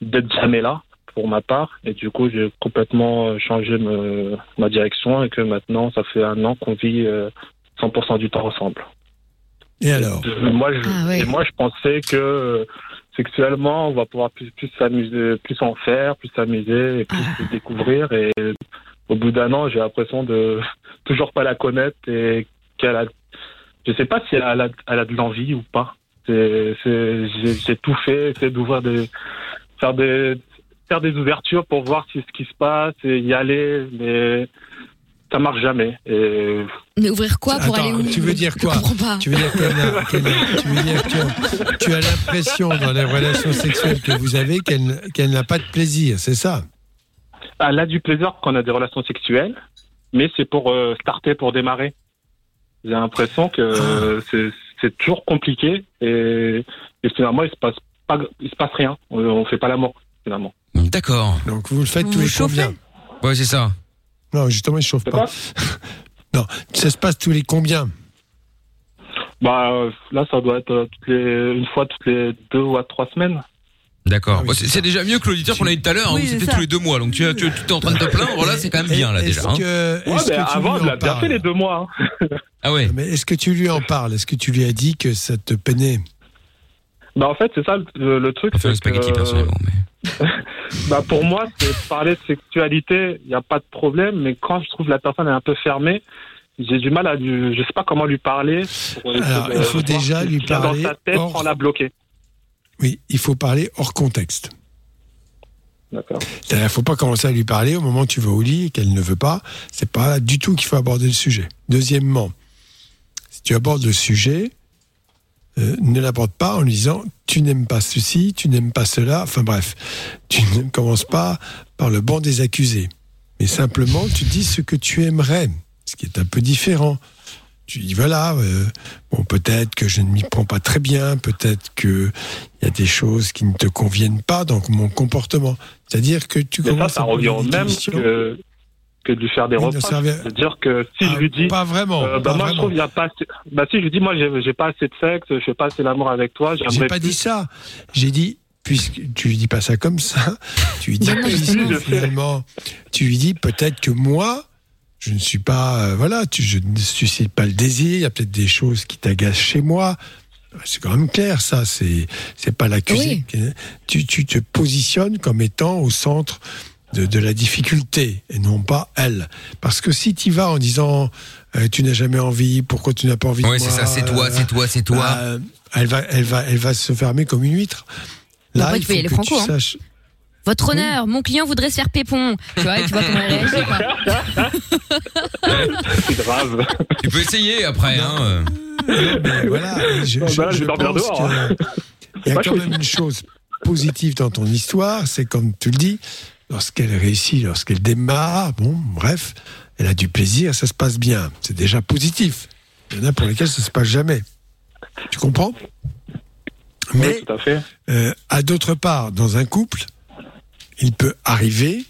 Speaker 11: d'être jamais là, pour ma part. Et du coup, j'ai complètement euh, changé me- ma direction et que maintenant, ça fait un an qu'on vit euh, 100% du temps ensemble.
Speaker 4: Et alors
Speaker 11: Euh, moi, je,
Speaker 4: Ah ouais.
Speaker 11: et moi, je pensais que euh, sexuellement, on va pouvoir plus, plus s'amuser, plus en faire, plus s'amuser et plus
Speaker 4: Ah.
Speaker 11: se découvrir. Et euh, au bout d'un an, j'ai l'impression de toujours pas la connaître et qu'elle a. Je sais pas si elle a, elle a de l'envie ou pas. C'est- c'est- J'ai j'ai tout fait, essayer d'ouvrir des, faire des, faire des ouvertures pour voir si ce qui se passe et y aller, mais ça marche jamais. Et
Speaker 5: Mais ouvrir quoi pour
Speaker 4: Attends,
Speaker 5: aller où
Speaker 4: tu veux dire quoi
Speaker 5: Je comprends pas.
Speaker 4: Tu veux dire connard, connard. Tu veux dire que tu as l'impression dans la relation sexuelle que vous avez qu'elle qu'elle n'a pas de plaisir, c'est ça
Speaker 11: Elle a du plaisir quand on a des relations sexuelles, mais c'est pour euh, starter, pour démarrer. J'ai l'impression que euh, c'est- c'est toujours compliqué et, et finalement il se passe pas, il se passe rien. On, on fait pas l'amour finalement.
Speaker 2: D'accord.
Speaker 4: Donc vous le faites tous les combien
Speaker 2: Ouais, c'est ça.
Speaker 4: Non, justement, il ne chauffe pas. non, ça se passe tous les combien
Speaker 11: Bah euh, là ça doit être euh, toutes les, une fois toutes les deux ou à trois semaines.
Speaker 4: Ah
Speaker 2: D'accord. Bah, c'est c'est déjà mieux que l'auditeur qu'on a eu tout à l'heure. hein,
Speaker 4: Oui,
Speaker 2: où
Speaker 4: c'est
Speaker 2: C'était
Speaker 4: ça.
Speaker 2: tous les deux mois. Donc tu, tu, tu es en train de te plaindre. Là, c'est quand même bien là
Speaker 4: Est-ce
Speaker 2: déjà. hein.
Speaker 4: que-
Speaker 19: Ouais,
Speaker 4: est-ce
Speaker 19: mais
Speaker 4: que
Speaker 19: Ben,
Speaker 4: tu
Speaker 19: avant,
Speaker 4: lui
Speaker 19: on l'a
Speaker 4: en
Speaker 19: bien
Speaker 4: parles
Speaker 19: fait les deux mois. hein.
Speaker 2: Ah ouais.
Speaker 4: Mais est-ce que tu lui en parles Est-ce que tu lui as dit que ça te peinait
Speaker 19: Bah en fait c'est ça le, le truc. c'est que, bah pour moi c'est parler de sexualité, il n'y a pas de problème, mais quand je trouve la personne est un peu fermée, j'ai du mal à lui, je sais pas comment lui parler. pour essayer
Speaker 4: Alors,
Speaker 19: de-
Speaker 4: il faut
Speaker 19: de voir
Speaker 4: déjà
Speaker 19: ce
Speaker 4: lui
Speaker 19: qu'il y a dans
Speaker 4: parler
Speaker 19: sa tête
Speaker 4: hors-
Speaker 19: sans la bloquer.
Speaker 4: Oui, il faut parler hors contexte.
Speaker 19: D'accord.
Speaker 4: Il ne faut pas commencer à lui parler au moment où tu vas au lit et qu'elle ne veut pas. C'est pas du tout qu'il faut aborder le sujet. Deuxièmement, si tu abordes le sujet, euh, ne l'aborde pas en lui disant tu n'aimes pas ceci, tu n'aimes pas cela. Enfin bref, tu ne commences pas par le banc des accusés, mais simplement tu dis ce que tu aimerais, ce qui est un peu différent. Tu dis voilà, euh, bon peut-être que je ne m'y prends pas très bien, peut-être que il y a des choses qui ne te conviennent pas dans mon comportement. C'est-à-dire que tu
Speaker 19: Mais ça
Speaker 4: commences
Speaker 19: ça
Speaker 4: à poser
Speaker 19: revient au
Speaker 4: des
Speaker 19: même
Speaker 4: questions.
Speaker 19: que que de lui faire des
Speaker 4: Oui, de
Speaker 19: reproches.
Speaker 4: servir- Ah,
Speaker 19: C'est-à-dire que si je lui dis,
Speaker 4: pas vraiment.
Speaker 19: euh, bah moi
Speaker 4: pas
Speaker 19: je
Speaker 4: vraiment.
Speaker 19: trouve il y a pas, assez- bah si je lui dis moi j'ai j'ai pas assez de sexe, je fais pas assez l'amour avec toi,
Speaker 4: J'ai
Speaker 19: j'aimerais
Speaker 4: pas dit ça. J'ai dit, puisque tu lui dis pas ça comme ça, tu lui dis
Speaker 19: Non, non,
Speaker 4: puisque
Speaker 19: justement.
Speaker 4: finalement, tu lui dis peut-être que moi, je ne suis pas, euh, voilà, tu- je ne suscite pas le désir, il y a peut-être des choses qui t'agacent chez moi. C'est quand même clair, ça, c'est c'est pas l'accusé. Tu, tu te positionnes comme étant au centre de, de la difficulté et non pas elle. Parce que si tu vas en disant euh, tu n'as jamais envie, pourquoi tu n'as pas envie
Speaker 2: Ouais,
Speaker 4: de
Speaker 2: c'est
Speaker 4: moi
Speaker 2: ça, c'est toi,
Speaker 4: euh,
Speaker 2: c'est toi, c'est toi.
Speaker 4: bah, euh, elle va, elle va, elle va se fermer comme une huître. Là,
Speaker 5: Après,
Speaker 4: il
Speaker 5: tu peux y
Speaker 4: faut
Speaker 5: aller
Speaker 4: que
Speaker 5: franco,
Speaker 4: tu
Speaker 5: hein.
Speaker 4: saches.
Speaker 5: Votre honneur, mon client voudrait se faire pépon. Tu vois, tu vois comment elle réagit. quoi.
Speaker 19: C'est grave.
Speaker 2: Tu peux essayer après. Hein. euh.
Speaker 4: voilà, je,
Speaker 2: Bon,
Speaker 4: je-
Speaker 2: bah là, je
Speaker 4: je
Speaker 2: vais dormir
Speaker 4: pense
Speaker 2: dehors, hein.
Speaker 4: que il y a
Speaker 2: Moi, je
Speaker 4: quand même une chose positive dans ton histoire, c'est comme tu le dis, lorsqu'elle réussit, lorsqu'elle démarre, bon, bref, elle a du plaisir, ça se passe bien. C'est déjà positif. Il y en a pour lesquels ça se passe jamais. Tu comprends Mais
Speaker 19: tout à fait.
Speaker 4: Euh, à d'autre part, dans un couple, il peut arriver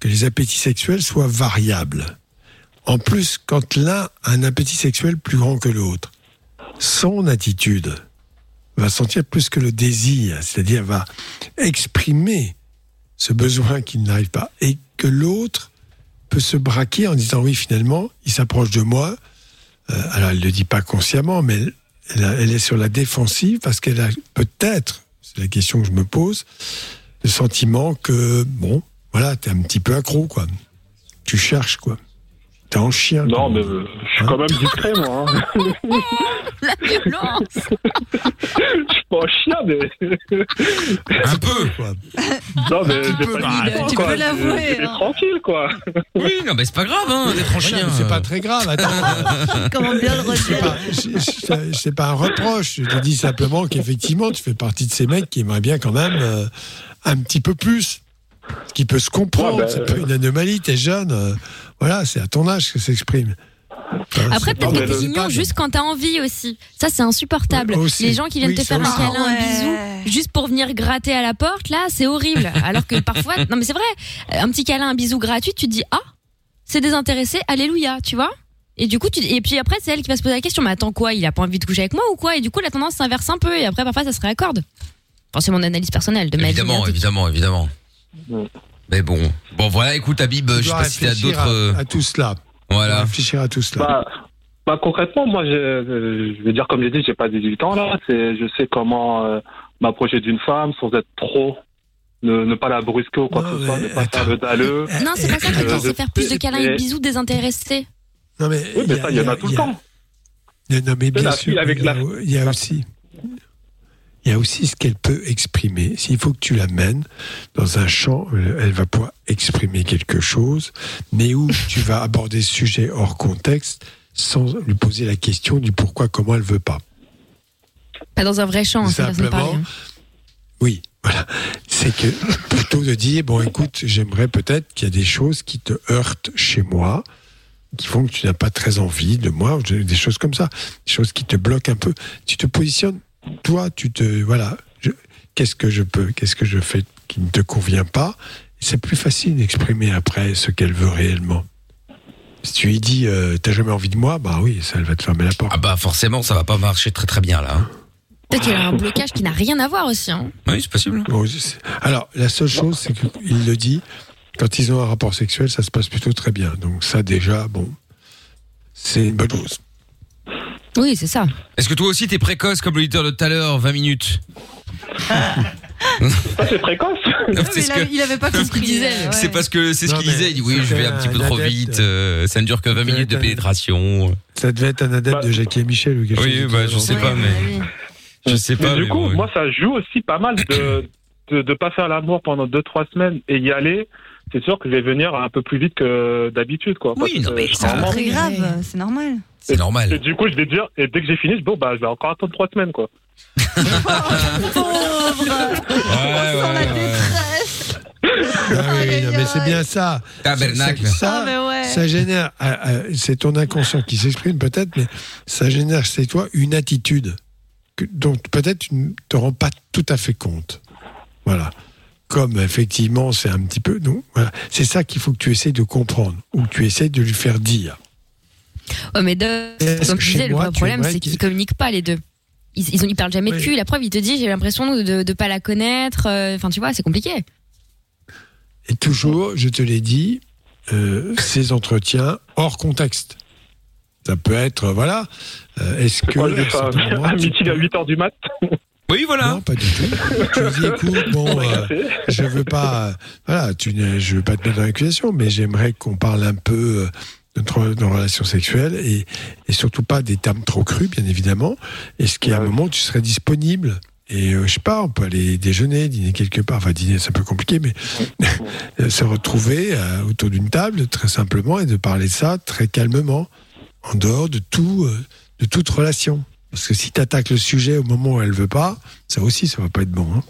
Speaker 4: que les appétits sexuels soient variables. En plus, quand l'un a un appétit sexuel plus grand que l'autre, son attitude va sentir plus que le désir, c'est-à-dire va exprimer ce besoin qu'il n'arrive pas, et que l'autre peut se braquer en disant oui, finalement, il s'approche de moi. Euh, alors, elle ne le dit pas consciemment, mais elle, elle a- elle est sur la défensive parce qu'elle a peut-être, c'est la question que je me pose, le sentiment que, bon, voilà, t'es un petit peu accro, quoi. Tu cherches, quoi. T'es en chien.
Speaker 19: Non, mais euh, je suis quand même discret, moi. hein.
Speaker 5: La violence
Speaker 19: Je suis pas un chien, mais.
Speaker 2: Un peu,
Speaker 4: quoi.
Speaker 19: Non, mais j'ai
Speaker 2: peu,
Speaker 19: pas dit
Speaker 2: bah,
Speaker 19: non,
Speaker 2: tu
Speaker 19: quoi.
Speaker 2: peux l'avouer,
Speaker 19: J'ai- j'ai
Speaker 2: hein.
Speaker 19: tranquille, quoi.
Speaker 2: Oui, non, mais c'est pas grave, hein, d'être en chien.
Speaker 4: C'est pas très grave, attends.
Speaker 10: Comment bien le redire
Speaker 4: C'est- c'est pas un reproche. Je te dis simplement qu'effectivement, tu fais partie de ces mecs qui aimeraient bien quand même euh, un petit peu plus. Ce qui peut se comprendre,
Speaker 5: Ouais, bah,
Speaker 4: c'est pas une anomalie, t'es jeune. euh, voilà, c'est à ton âge que ça s'exprime. Enfin,
Speaker 5: Après,
Speaker 4: c'est-
Speaker 5: peut-être que t'es mignon juste quand t'as envie aussi. Ça, c'est insupportable.
Speaker 4: Ouais, aussi.
Speaker 5: Les gens qui viennent
Speaker 4: Oui,
Speaker 5: te
Speaker 4: ça
Speaker 5: faire un
Speaker 4: aussi.
Speaker 5: câlin,
Speaker 4: Ah
Speaker 5: un bisou, juste pour venir gratter à la porte, là, c'est horrible. Alors que parfois, non, mais c'est vrai, un petit câlin, un bisou gratuit, tu te dis, ah, c'est désintéressé, alléluia, tu vois? Et du coup, tu... et puis après, c'est elle qui va se poser la question, mais attends quoi, il a pas envie de coucher avec moi ou quoi? Et du coup, la tendance s'inverse un peu, et après, parfois, ça se réaccorde. Enfin, c'est mon analyse personnelle de ma vie.
Speaker 2: Évidemment, évidemment, évidemment. Mais bon. Bon, voilà, écoute, Habib, je
Speaker 4: Tu
Speaker 2: sais
Speaker 4: dois
Speaker 2: pas si t'as
Speaker 4: réfléchir
Speaker 2: d'autres. euh,
Speaker 4: à, à tout cela.
Speaker 2: Voilà.
Speaker 4: Réfléchir à tout cela.
Speaker 19: Bah, bah, concrètement, moi, je, euh, je veux dire, comme j'ai dit, j'ai pas 18 ans, là. C'est, je sais comment euh, m'approcher d'une femme sans être trop. Ne, ne pas la brusquer ou quoi que ce soit, ne pas faire le dalleux.
Speaker 5: Non, c'est pas ça que
Speaker 19: Euh,
Speaker 5: tu sais faire plus de câlins et de
Speaker 19: Et-
Speaker 5: bisous désintéressés.
Speaker 4: Non, mais
Speaker 19: Oui, mais ça, il y en a tout le temps.
Speaker 4: Non, non, mais
Speaker 19: Tu sais,
Speaker 4: bien
Speaker 19: la
Speaker 4: sûr,
Speaker 19: fille avec
Speaker 4: il y a-
Speaker 19: la-
Speaker 4: il y a aussi. Il y a aussi ce qu'elle peut exprimer. S'il faut que tu l'amènes dans un champ, euh, elle va pouvoir exprimer quelque chose, mais où tu vas aborder ce sujet hors contexte sans lui poser la question du pourquoi, comment elle veut pas.
Speaker 5: Pas dans un vrai champ, hein, c'est façon de parler,
Speaker 4: Simplement,
Speaker 5: hein.
Speaker 4: oui, voilà. C'est que plutôt de dire bon, écoute, j'aimerais peut-être qu'il y a des choses qui te heurtent chez moi, qui font que tu n'as pas très envie de moi, ou des des choses comme ça, des choses qui te bloquent un peu. Tu te positionnes, toi, tu te voilà. je- Qu'est-ce que je peux Qu'est-ce que je fais qui ne te convient pas C'est plus facile d'exprimer après ce qu'elle veut réellement. Si tu lui dis, euh, t'as jamais envie de moi, bah oui, ça, elle va te fermer la porte.
Speaker 2: Ah bah forcément, ça va pas marcher très très bien là. hein.
Speaker 5: Peut-être qu'il y a un blocage qui n'a rien à voir aussi. hein.
Speaker 2: Oui, c'est possible.
Speaker 4: Alors, la seule chose, c'est qu'il le dit, quand ils ont un rapport sexuel, ça se passe plutôt très bien. Donc ça, déjà, bon, c'est une bonne chose.
Speaker 5: Oui, c'est ça.
Speaker 2: Est-ce que toi aussi t'es précoce comme l'auditeur de tout à l'heure, 20 minutes
Speaker 11: C'est précoce
Speaker 2: C'est ce que-
Speaker 10: Il avait pas compris euh, ce qu'il disait.
Speaker 2: c'est parce que c'est ce qu'il disait. Il dit oui, je vais un petit peu trop vite. euh, ça ne dure que 20 minutes de pénétration.
Speaker 4: Ça devait être un adepte de Jackie et Michel ou quelque chose.
Speaker 2: Bah, Oui, bah, je sais pas, mais je sais
Speaker 11: Mais
Speaker 2: pas.
Speaker 11: du
Speaker 2: mais
Speaker 11: coup,
Speaker 2: bon,
Speaker 11: moi, ça joue aussi pas mal de de, de pas faire l'amour pendant 2-3 semaines et y aller. C'est sûr que je vais venir un peu plus vite que d'habitude, quoi.
Speaker 10: Oui,
Speaker 11: Parce
Speaker 10: non,
Speaker 11: que
Speaker 10: mais c'est
Speaker 11: normalement-
Speaker 10: pas très grave, c'est normal.
Speaker 2: C'est normal.
Speaker 11: Et du coup, je vais dire, et dès que j'ai fini, bon, bah, je vais encore attendre 3 semaines, quoi. Euh,
Speaker 4: Ah oui, non, mais c'est bien ça.
Speaker 2: Tabernacle.
Speaker 4: Ça, ça,
Speaker 2: Ah, mais ouais.
Speaker 4: ça génère, ah, ah, c'est ton inconscient qui s'exprime peut-être, mais ça génère chez toi une attitude que- dont peut-être tu ne te rends pas tout à fait compte. Voilà. Comme effectivement, c'est un petit peu. Non, voilà. C'est ça qu'il faut que tu essayes de comprendre ou que tu essayes de lui faire dire.
Speaker 5: Ouais, Oh, mais deux,
Speaker 4: Est-ce
Speaker 5: comme
Speaker 4: que
Speaker 5: je
Speaker 4: chez
Speaker 5: disais, le
Speaker 4: moi,
Speaker 5: vrai
Speaker 4: tu
Speaker 5: problème,
Speaker 4: aimerais
Speaker 5: c'est qu'ils communiquent pas les deux. Ils, ils, ont- ils parlent jamais de cul. La preuve, il te dit, j'ai l'impression de, de pas la connaître. euh, Enfin, tu vois, c'est compliqué.
Speaker 4: Et toujours, je te l'ai dit, euh, ces entretiens hors contexte. Ça peut être, euh, voilà. euh, Est-ce que.
Speaker 11: Quoi, je fais
Speaker 4: dans certains
Speaker 11: un,
Speaker 4: moments,
Speaker 11: un
Speaker 4: tu
Speaker 11: meeting à 8 heures du mat.
Speaker 2: Oui, voilà.
Speaker 4: Non, pas du tout. tu lui dis, écoute, bon, euh, je veux pas, euh, voilà, tu n'es- je veux pas te mettre dans l'accusation, mais j'aimerais qu'on parle un peu euh, de notre de nos relations sexuelles et, et surtout pas des termes trop crus, bien évidemment. Est-ce qu'il y a un moment où tu serais disponible et euh, je sais pas, on peut aller déjeuner, dîner quelque part. Enfin, dîner, c'est un peu compliqué, mais euh, se retrouver euh, autour d'une table, très simplement, et de parler de ça très calmement, en dehors de tout, euh, de toute relation. Parce que si tu attaques le sujet au moment où elle veut pas, ça aussi, ça va pas être bon. hein.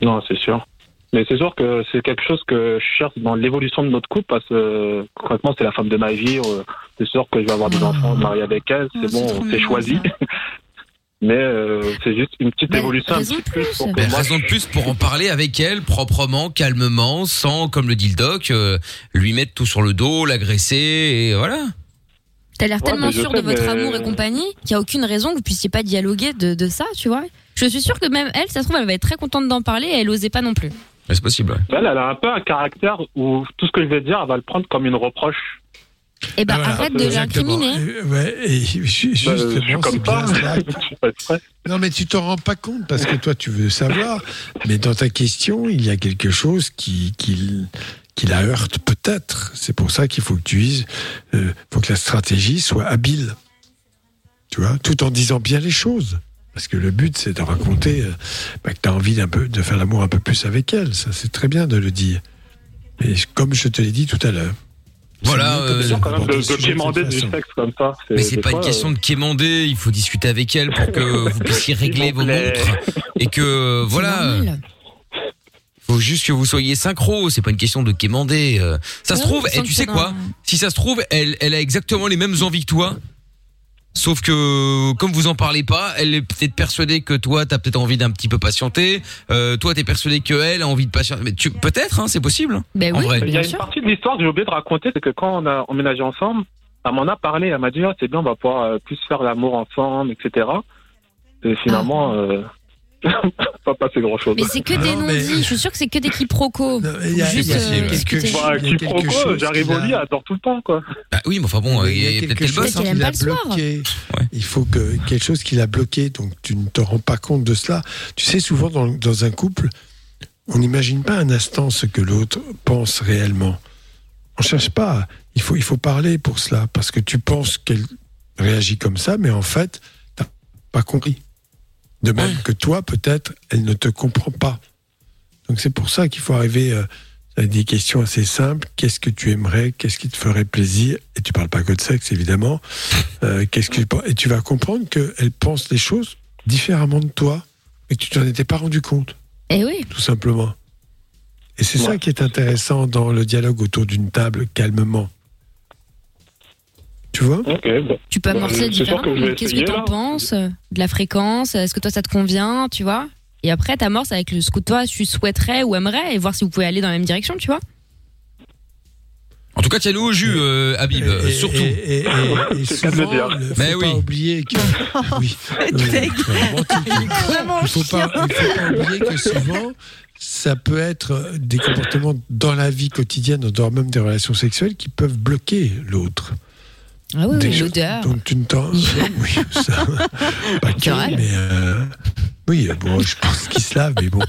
Speaker 11: Non, c'est sûr. Mais c'est sûr que c'est quelque chose que je cherche dans l'évolution de notre couple parce que euh, concrètement, c'est la femme de ma vie. euh, C'est sûr que je vais avoir des enfants, me marier avec elle. C'est bon, c'est choisi. Mais euh, c'est juste une petite évolution. Un petit peu pour que
Speaker 2: Ben,
Speaker 11: moi,
Speaker 2: raison de plus pour en parler avec elle proprement, calmement, sans, comme le dit le doc, euh, lui mettre tout sur le dos, l'agresser et voilà.
Speaker 5: T'as l'air
Speaker 2: Ouais,
Speaker 5: tellement
Speaker 2: mais je
Speaker 5: sûr
Speaker 2: sais,
Speaker 5: de votre
Speaker 2: mais-
Speaker 5: amour et compagnie qu'il n'y a aucune raison que vous puissiez pas dialoguer de, de ça, tu vois. Je suis sûre que même elle, ça se trouve, elle va être très contente d'en parler et elle osait pas non plus.
Speaker 2: C'est possible.
Speaker 11: Bah, Elle, elle a un peu un caractère où tout ce que je vais dire, elle va le prendre comme une reproche.
Speaker 5: Eh ben,
Speaker 11: Ah, voilà.
Speaker 5: arrête de
Speaker 11: Exactement.
Speaker 5: l'incriminer.
Speaker 4: Euh, Ouais, et ju- justement,
Speaker 11: Bah, je suis
Speaker 4: c'est
Speaker 11: comme
Speaker 4: bien
Speaker 11: pas.
Speaker 4: cela. Non, mais tu t'en rends pas compte parce que toi, tu veux savoir. Mais dans ta question, il y a quelque chose qui, qui, l- qui la heurte peut-être. C'est pour ça qu'il faut que tu dises, euh, faut que la stratégie soit habile. Tu vois, tout en disant bien les choses. Parce que le but, c'est de raconter euh, bah, que tu as envie d'un peu, de faire l'amour un peu plus avec elle. Ça, c'est très bien de le dire. Mais comme je te l'ai dit tout à l'heure.
Speaker 2: Voilà,
Speaker 4: C'est mieux comme
Speaker 2: euh,
Speaker 4: ça,
Speaker 11: Quand même, de,
Speaker 4: aborder le
Speaker 11: de
Speaker 4: sujet cette
Speaker 11: quémander du
Speaker 4: façon.
Speaker 11: sexe comme ça.
Speaker 2: Mais c'est
Speaker 11: des
Speaker 2: pas
Speaker 11: fois,
Speaker 2: une question de quémander, il faut discuter avec elle pour que vous puissiez régler vos montres et que voilà. Faut juste que vous soyez synchro, c'est pas une question de quémander. euh. Ça se
Speaker 12: Ouais,
Speaker 2: trouve,
Speaker 12: Ah je
Speaker 2: et
Speaker 12: sens
Speaker 2: tu
Speaker 12: que
Speaker 2: sais
Speaker 12: t'en as
Speaker 2: quoi
Speaker 12: un.
Speaker 2: Si ça se trouve, elle, elle a exactement les mêmes envies que toi. Sauf que comme vous en parlez pas, elle est peut-être persuadée que toi t'as peut-être envie d'un petit peu patienter. Euh, toi t'es persuadé que elle a envie de patienter. Mais tu peut-être, hein, c'est possible. hein,
Speaker 12: Ben
Speaker 5: Ben
Speaker 2: en vrai.
Speaker 11: Il y a une partie de l'histoire que j'ai oublié de raconter, c'est que quand on a emménagé ensemble, elle m'en a parlé, elle m'a dit Ah, c'est bien, on va pouvoir euh, plus faire l'amour ensemble, etc. Et finalement, euh, pas passé grand chose.
Speaker 5: Ah. Mais c'est que des non-dits. Je suis sûre que c'est que des quiproquos.
Speaker 4: Il y a- il y a-
Speaker 5: Juste, euh,
Speaker 4: il y a quelque chose- il y a quelque chose
Speaker 11: Bah, j'arrive
Speaker 4: qui
Speaker 11: au
Speaker 4: la-
Speaker 11: lit, elle dort tout le temps, quoi.
Speaker 2: Bah oui, mais enfin bon, il y a
Speaker 4: quelque
Speaker 2: peut-être le boss. hein,
Speaker 4: chose qui l'a bloqué. Il faut que quelque chose qui l'a bloqué, donc tu ne te rends pas compte de cela. Tu sais, souvent dans, dans un couple, on n'imagine pas un instant ce que l'autre pense réellement. On cherche pas. Il faut, il faut parler pour cela, parce que tu penses qu'elle réagit comme ça, mais en fait, t'as pas compris. De même que toi, peut-être, elle ne te comprend pas. Donc c'est pour ça qu'il faut arriver euh, à des questions assez simples. Qu'est-ce que tu aimerais Qu'est-ce qui te ferait plaisir Et tu parles pas que de sexe, évidemment. Euh, qu'est-ce que tu pen- et tu vas comprendre qu'elle pense les choses différemment de toi et que tu t'en étais pas rendu compte,
Speaker 5: Eh oui.
Speaker 4: tout simplement. Et c'est ça qui est intéressant dans le dialogue autour d'une table, calmement. Tu vois
Speaker 5: Tu
Speaker 10: Bah,
Speaker 5: peux
Speaker 1: Euh,
Speaker 5: amorcer différemment. mais Qu'est-ce que t'en penses euh, De la fréquence Est-ce que toi, ça te convient Tu vois Et après, t'amorces avec le, ce que toi, tu souhaiterais ou aimerais et voir si vous pouvez aller dans la même direction, tu vois
Speaker 2: En tout cas, tiens-nous au jus, euh, Habib, euh, surtout.
Speaker 4: Et, et- et- et souvent, le- faut
Speaker 2: Mais
Speaker 4: pas
Speaker 2: oui.
Speaker 4: oublier que. Oui.
Speaker 5: Oh,
Speaker 4: Il faut pas, il faut pas oublier que souvent, ça peut être des comportements dans la vie quotidienne, dans même des relations sexuelles, qui peuvent bloquer l'autre.
Speaker 5: Ah oui,
Speaker 4: Des
Speaker 5: oui,
Speaker 4: choses
Speaker 5: l'odeur.
Speaker 4: dont tu ne t'en.
Speaker 10: euh,
Speaker 4: Oui, ça. Pas que,
Speaker 5: Floral.
Speaker 4: mais. euh, Oui, bon, je pense qu'il se lave, mais bon.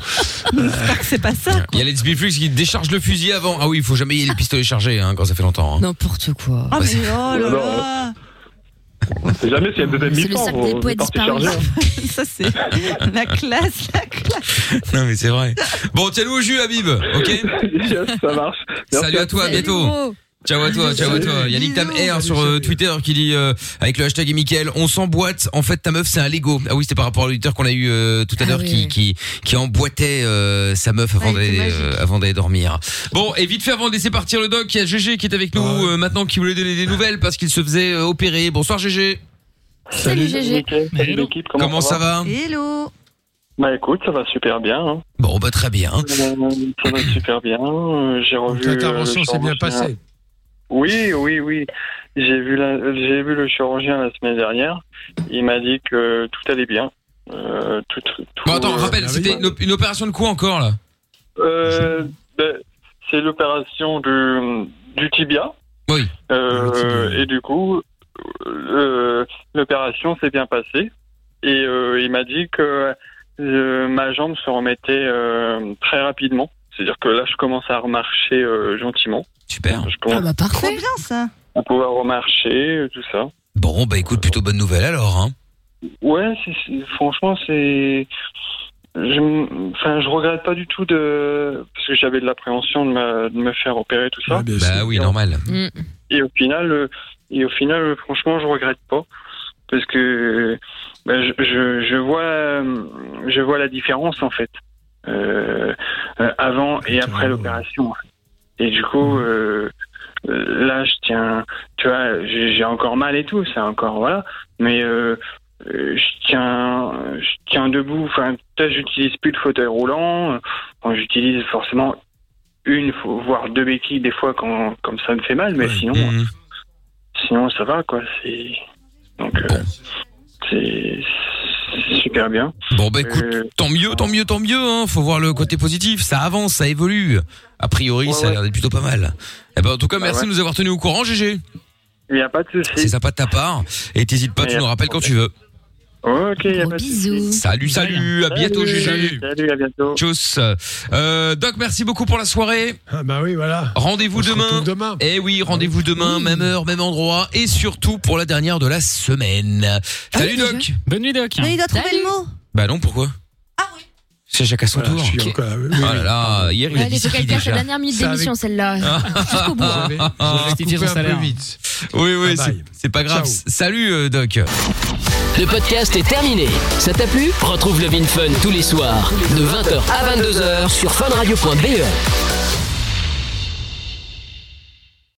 Speaker 10: J'espère que c'est pas ça.
Speaker 2: Il y a Let's Be Flux qui décharge le fusil avant. Ah oui, il faut jamais y aller les pistolets chargés hein, quand ça fait longtemps. hein.
Speaker 5: N'importe quoi.
Speaker 10: Ah,
Speaker 2: Bah,
Speaker 10: mais
Speaker 2: c'est-
Speaker 10: oh là
Speaker 2: Alors,
Speaker 10: là
Speaker 20: C'est jamais s'il y a deux amis
Speaker 10: C'est le sac des poids disparus. Ça, c'est la classe, la classe.
Speaker 2: Non mais c'est vrai. Bon, tiens-nous au jus, Habib, ok
Speaker 20: Ça marche.
Speaker 2: Salut à toi, à bientôt. Ciao à toi, ciao à toi. Yannick Tam R sur euh, Twitter qui dit euh, avec le hashtag et Mickaël, on s'emboîte. En fait, ta meuf c'est un Lego. Ah oui, c'était par rapport à l'auditeur qu'on a eu euh, tout à l'heure qui, qui qui emboîtait euh, sa meuf avant d'aller euh, avant d'aller dormir. Bon, et vite fait avant de laisser partir le doc, il y a GG qui est avec nous euh, maintenant qui voulait donner des nouvelles parce qu'il se faisait euh, opérer. Bonsoir GG.
Speaker 5: Salut, GG.
Speaker 2: Hello. Comment, ça va,
Speaker 5: Hello.
Speaker 11: Bah écoute, ça va super bien. hein.
Speaker 2: Bon, bah très bien.
Speaker 11: Euh, Ça va super bien. euh, J'ai revu. euh,
Speaker 4: l'intervention
Speaker 11: le
Speaker 4: s'est bien
Speaker 11: chirurgien.
Speaker 4: passée.
Speaker 11: Oui, oui, oui. J'ai vu, la- j'ai vu le chirurgien la semaine dernière. Il m'a dit que tout allait bien. Euh, tout, tout-
Speaker 2: Bon attends,
Speaker 11: euh,
Speaker 2: rappelle, c'était une, op- une opération de quoi encore là
Speaker 11: euh, ben, c'est l'opération du, du tibia. Euh,
Speaker 2: Oui.
Speaker 11: et du coup, euh, l'opération s'est bien passée. Et euh, il m'a dit que euh, ma jambe se remettait euh, très rapidement. C'est-à-dire que là, je commence à remarcher euh, gentiment.
Speaker 2: Super.
Speaker 11: Je commence
Speaker 10: Trop bien ça.
Speaker 11: à pouvoir remarcher, euh, tout ça.
Speaker 2: Bon, bah écoute, plutôt bonne nouvelle alors. Hein.
Speaker 11: Ouais, c'est- c'est- franchement, c'est. Je, m- enfin, je regrette pas du tout de. Parce que j'avais de l'appréhension de, ma- de me faire opérer, tout ça.
Speaker 2: bah oui, normal.
Speaker 11: Et au final, euh, et au final, euh, franchement, je regrette pas parce que euh, ben, je, je, je vois, euh, je vois la différence en fait euh, euh, avant et après l'opération. Et du coup, euh, euh, là, je tiens, tu vois, j'ai j'ai encore mal et tout, ça encore voilà, mais euh, euh, je tiens, je tiens debout. Enfin, tu vois, j'utilise plus le fauteuil roulant. Bon, j'utilise forcément une, fo- voire deux béquilles des fois quand, comme ça me fait mal, mais sinon,
Speaker 2: Mmh.
Speaker 11: sinon ça va quoi. C'est donc euh, c'est c'est super bien.
Speaker 2: Bon bah écoute,
Speaker 11: Euh,
Speaker 2: tant mieux, tant mieux, tant mieux. Hein. Faut voir le côté positif. Ça avance, ça évolue. A priori, ça a l'air d'être plutôt pas mal. Eh ben en tout cas,
Speaker 11: Bah
Speaker 2: merci
Speaker 11: ouais.
Speaker 2: de nous avoir tenus au courant, GG.
Speaker 11: Il n'y a pas de souci.
Speaker 2: C'est sympa de ta part. Et t'hésites pas,
Speaker 11: Y
Speaker 2: tu
Speaker 11: a
Speaker 2: nous
Speaker 11: pas de
Speaker 2: rappelles quand tu veux.
Speaker 11: Ok, il a pas de souci.
Speaker 2: Salut, salut, à bientôt,
Speaker 11: Salut,
Speaker 2: GG.
Speaker 11: Salut, à bientôt.
Speaker 2: Tchuss. Euh, Doc, merci beaucoup pour la soirée.
Speaker 4: bah oui, voilà.
Speaker 2: Rendez-vous demain. Eh oui, rendez-vous demain, même heure, même endroit. Et surtout pour la dernière de la semaine. Salut, Doc.
Speaker 21: Ah Bonne nuit, Doc.
Speaker 10: Mais il doit trouver le mot.
Speaker 2: Bah non, pourquoi
Speaker 5: Ah
Speaker 2: C'est chacun son
Speaker 4: Voilà,
Speaker 2: tour.
Speaker 4: je suis
Speaker 2: Ok.
Speaker 4: encore- oui, oui.
Speaker 2: Ah là là, hier il a
Speaker 5: Allez,
Speaker 2: dit
Speaker 5: faut
Speaker 2: ça
Speaker 5: qu'elle cache
Speaker 2: déjà. Ah.
Speaker 5: la dernière minute d'émission, celle-là. Jusqu'au bout. hein.
Speaker 2: Justifier son salaire. Ah. Oui, oui,
Speaker 4: Ah,
Speaker 2: c'est- c'est pas grave. Salut, euh, Doc.
Speaker 1: Le podcast est terminé. Ça t'a plu Retrouve Love in Fun tous les soirs de 20h à 22h sur funradio.be.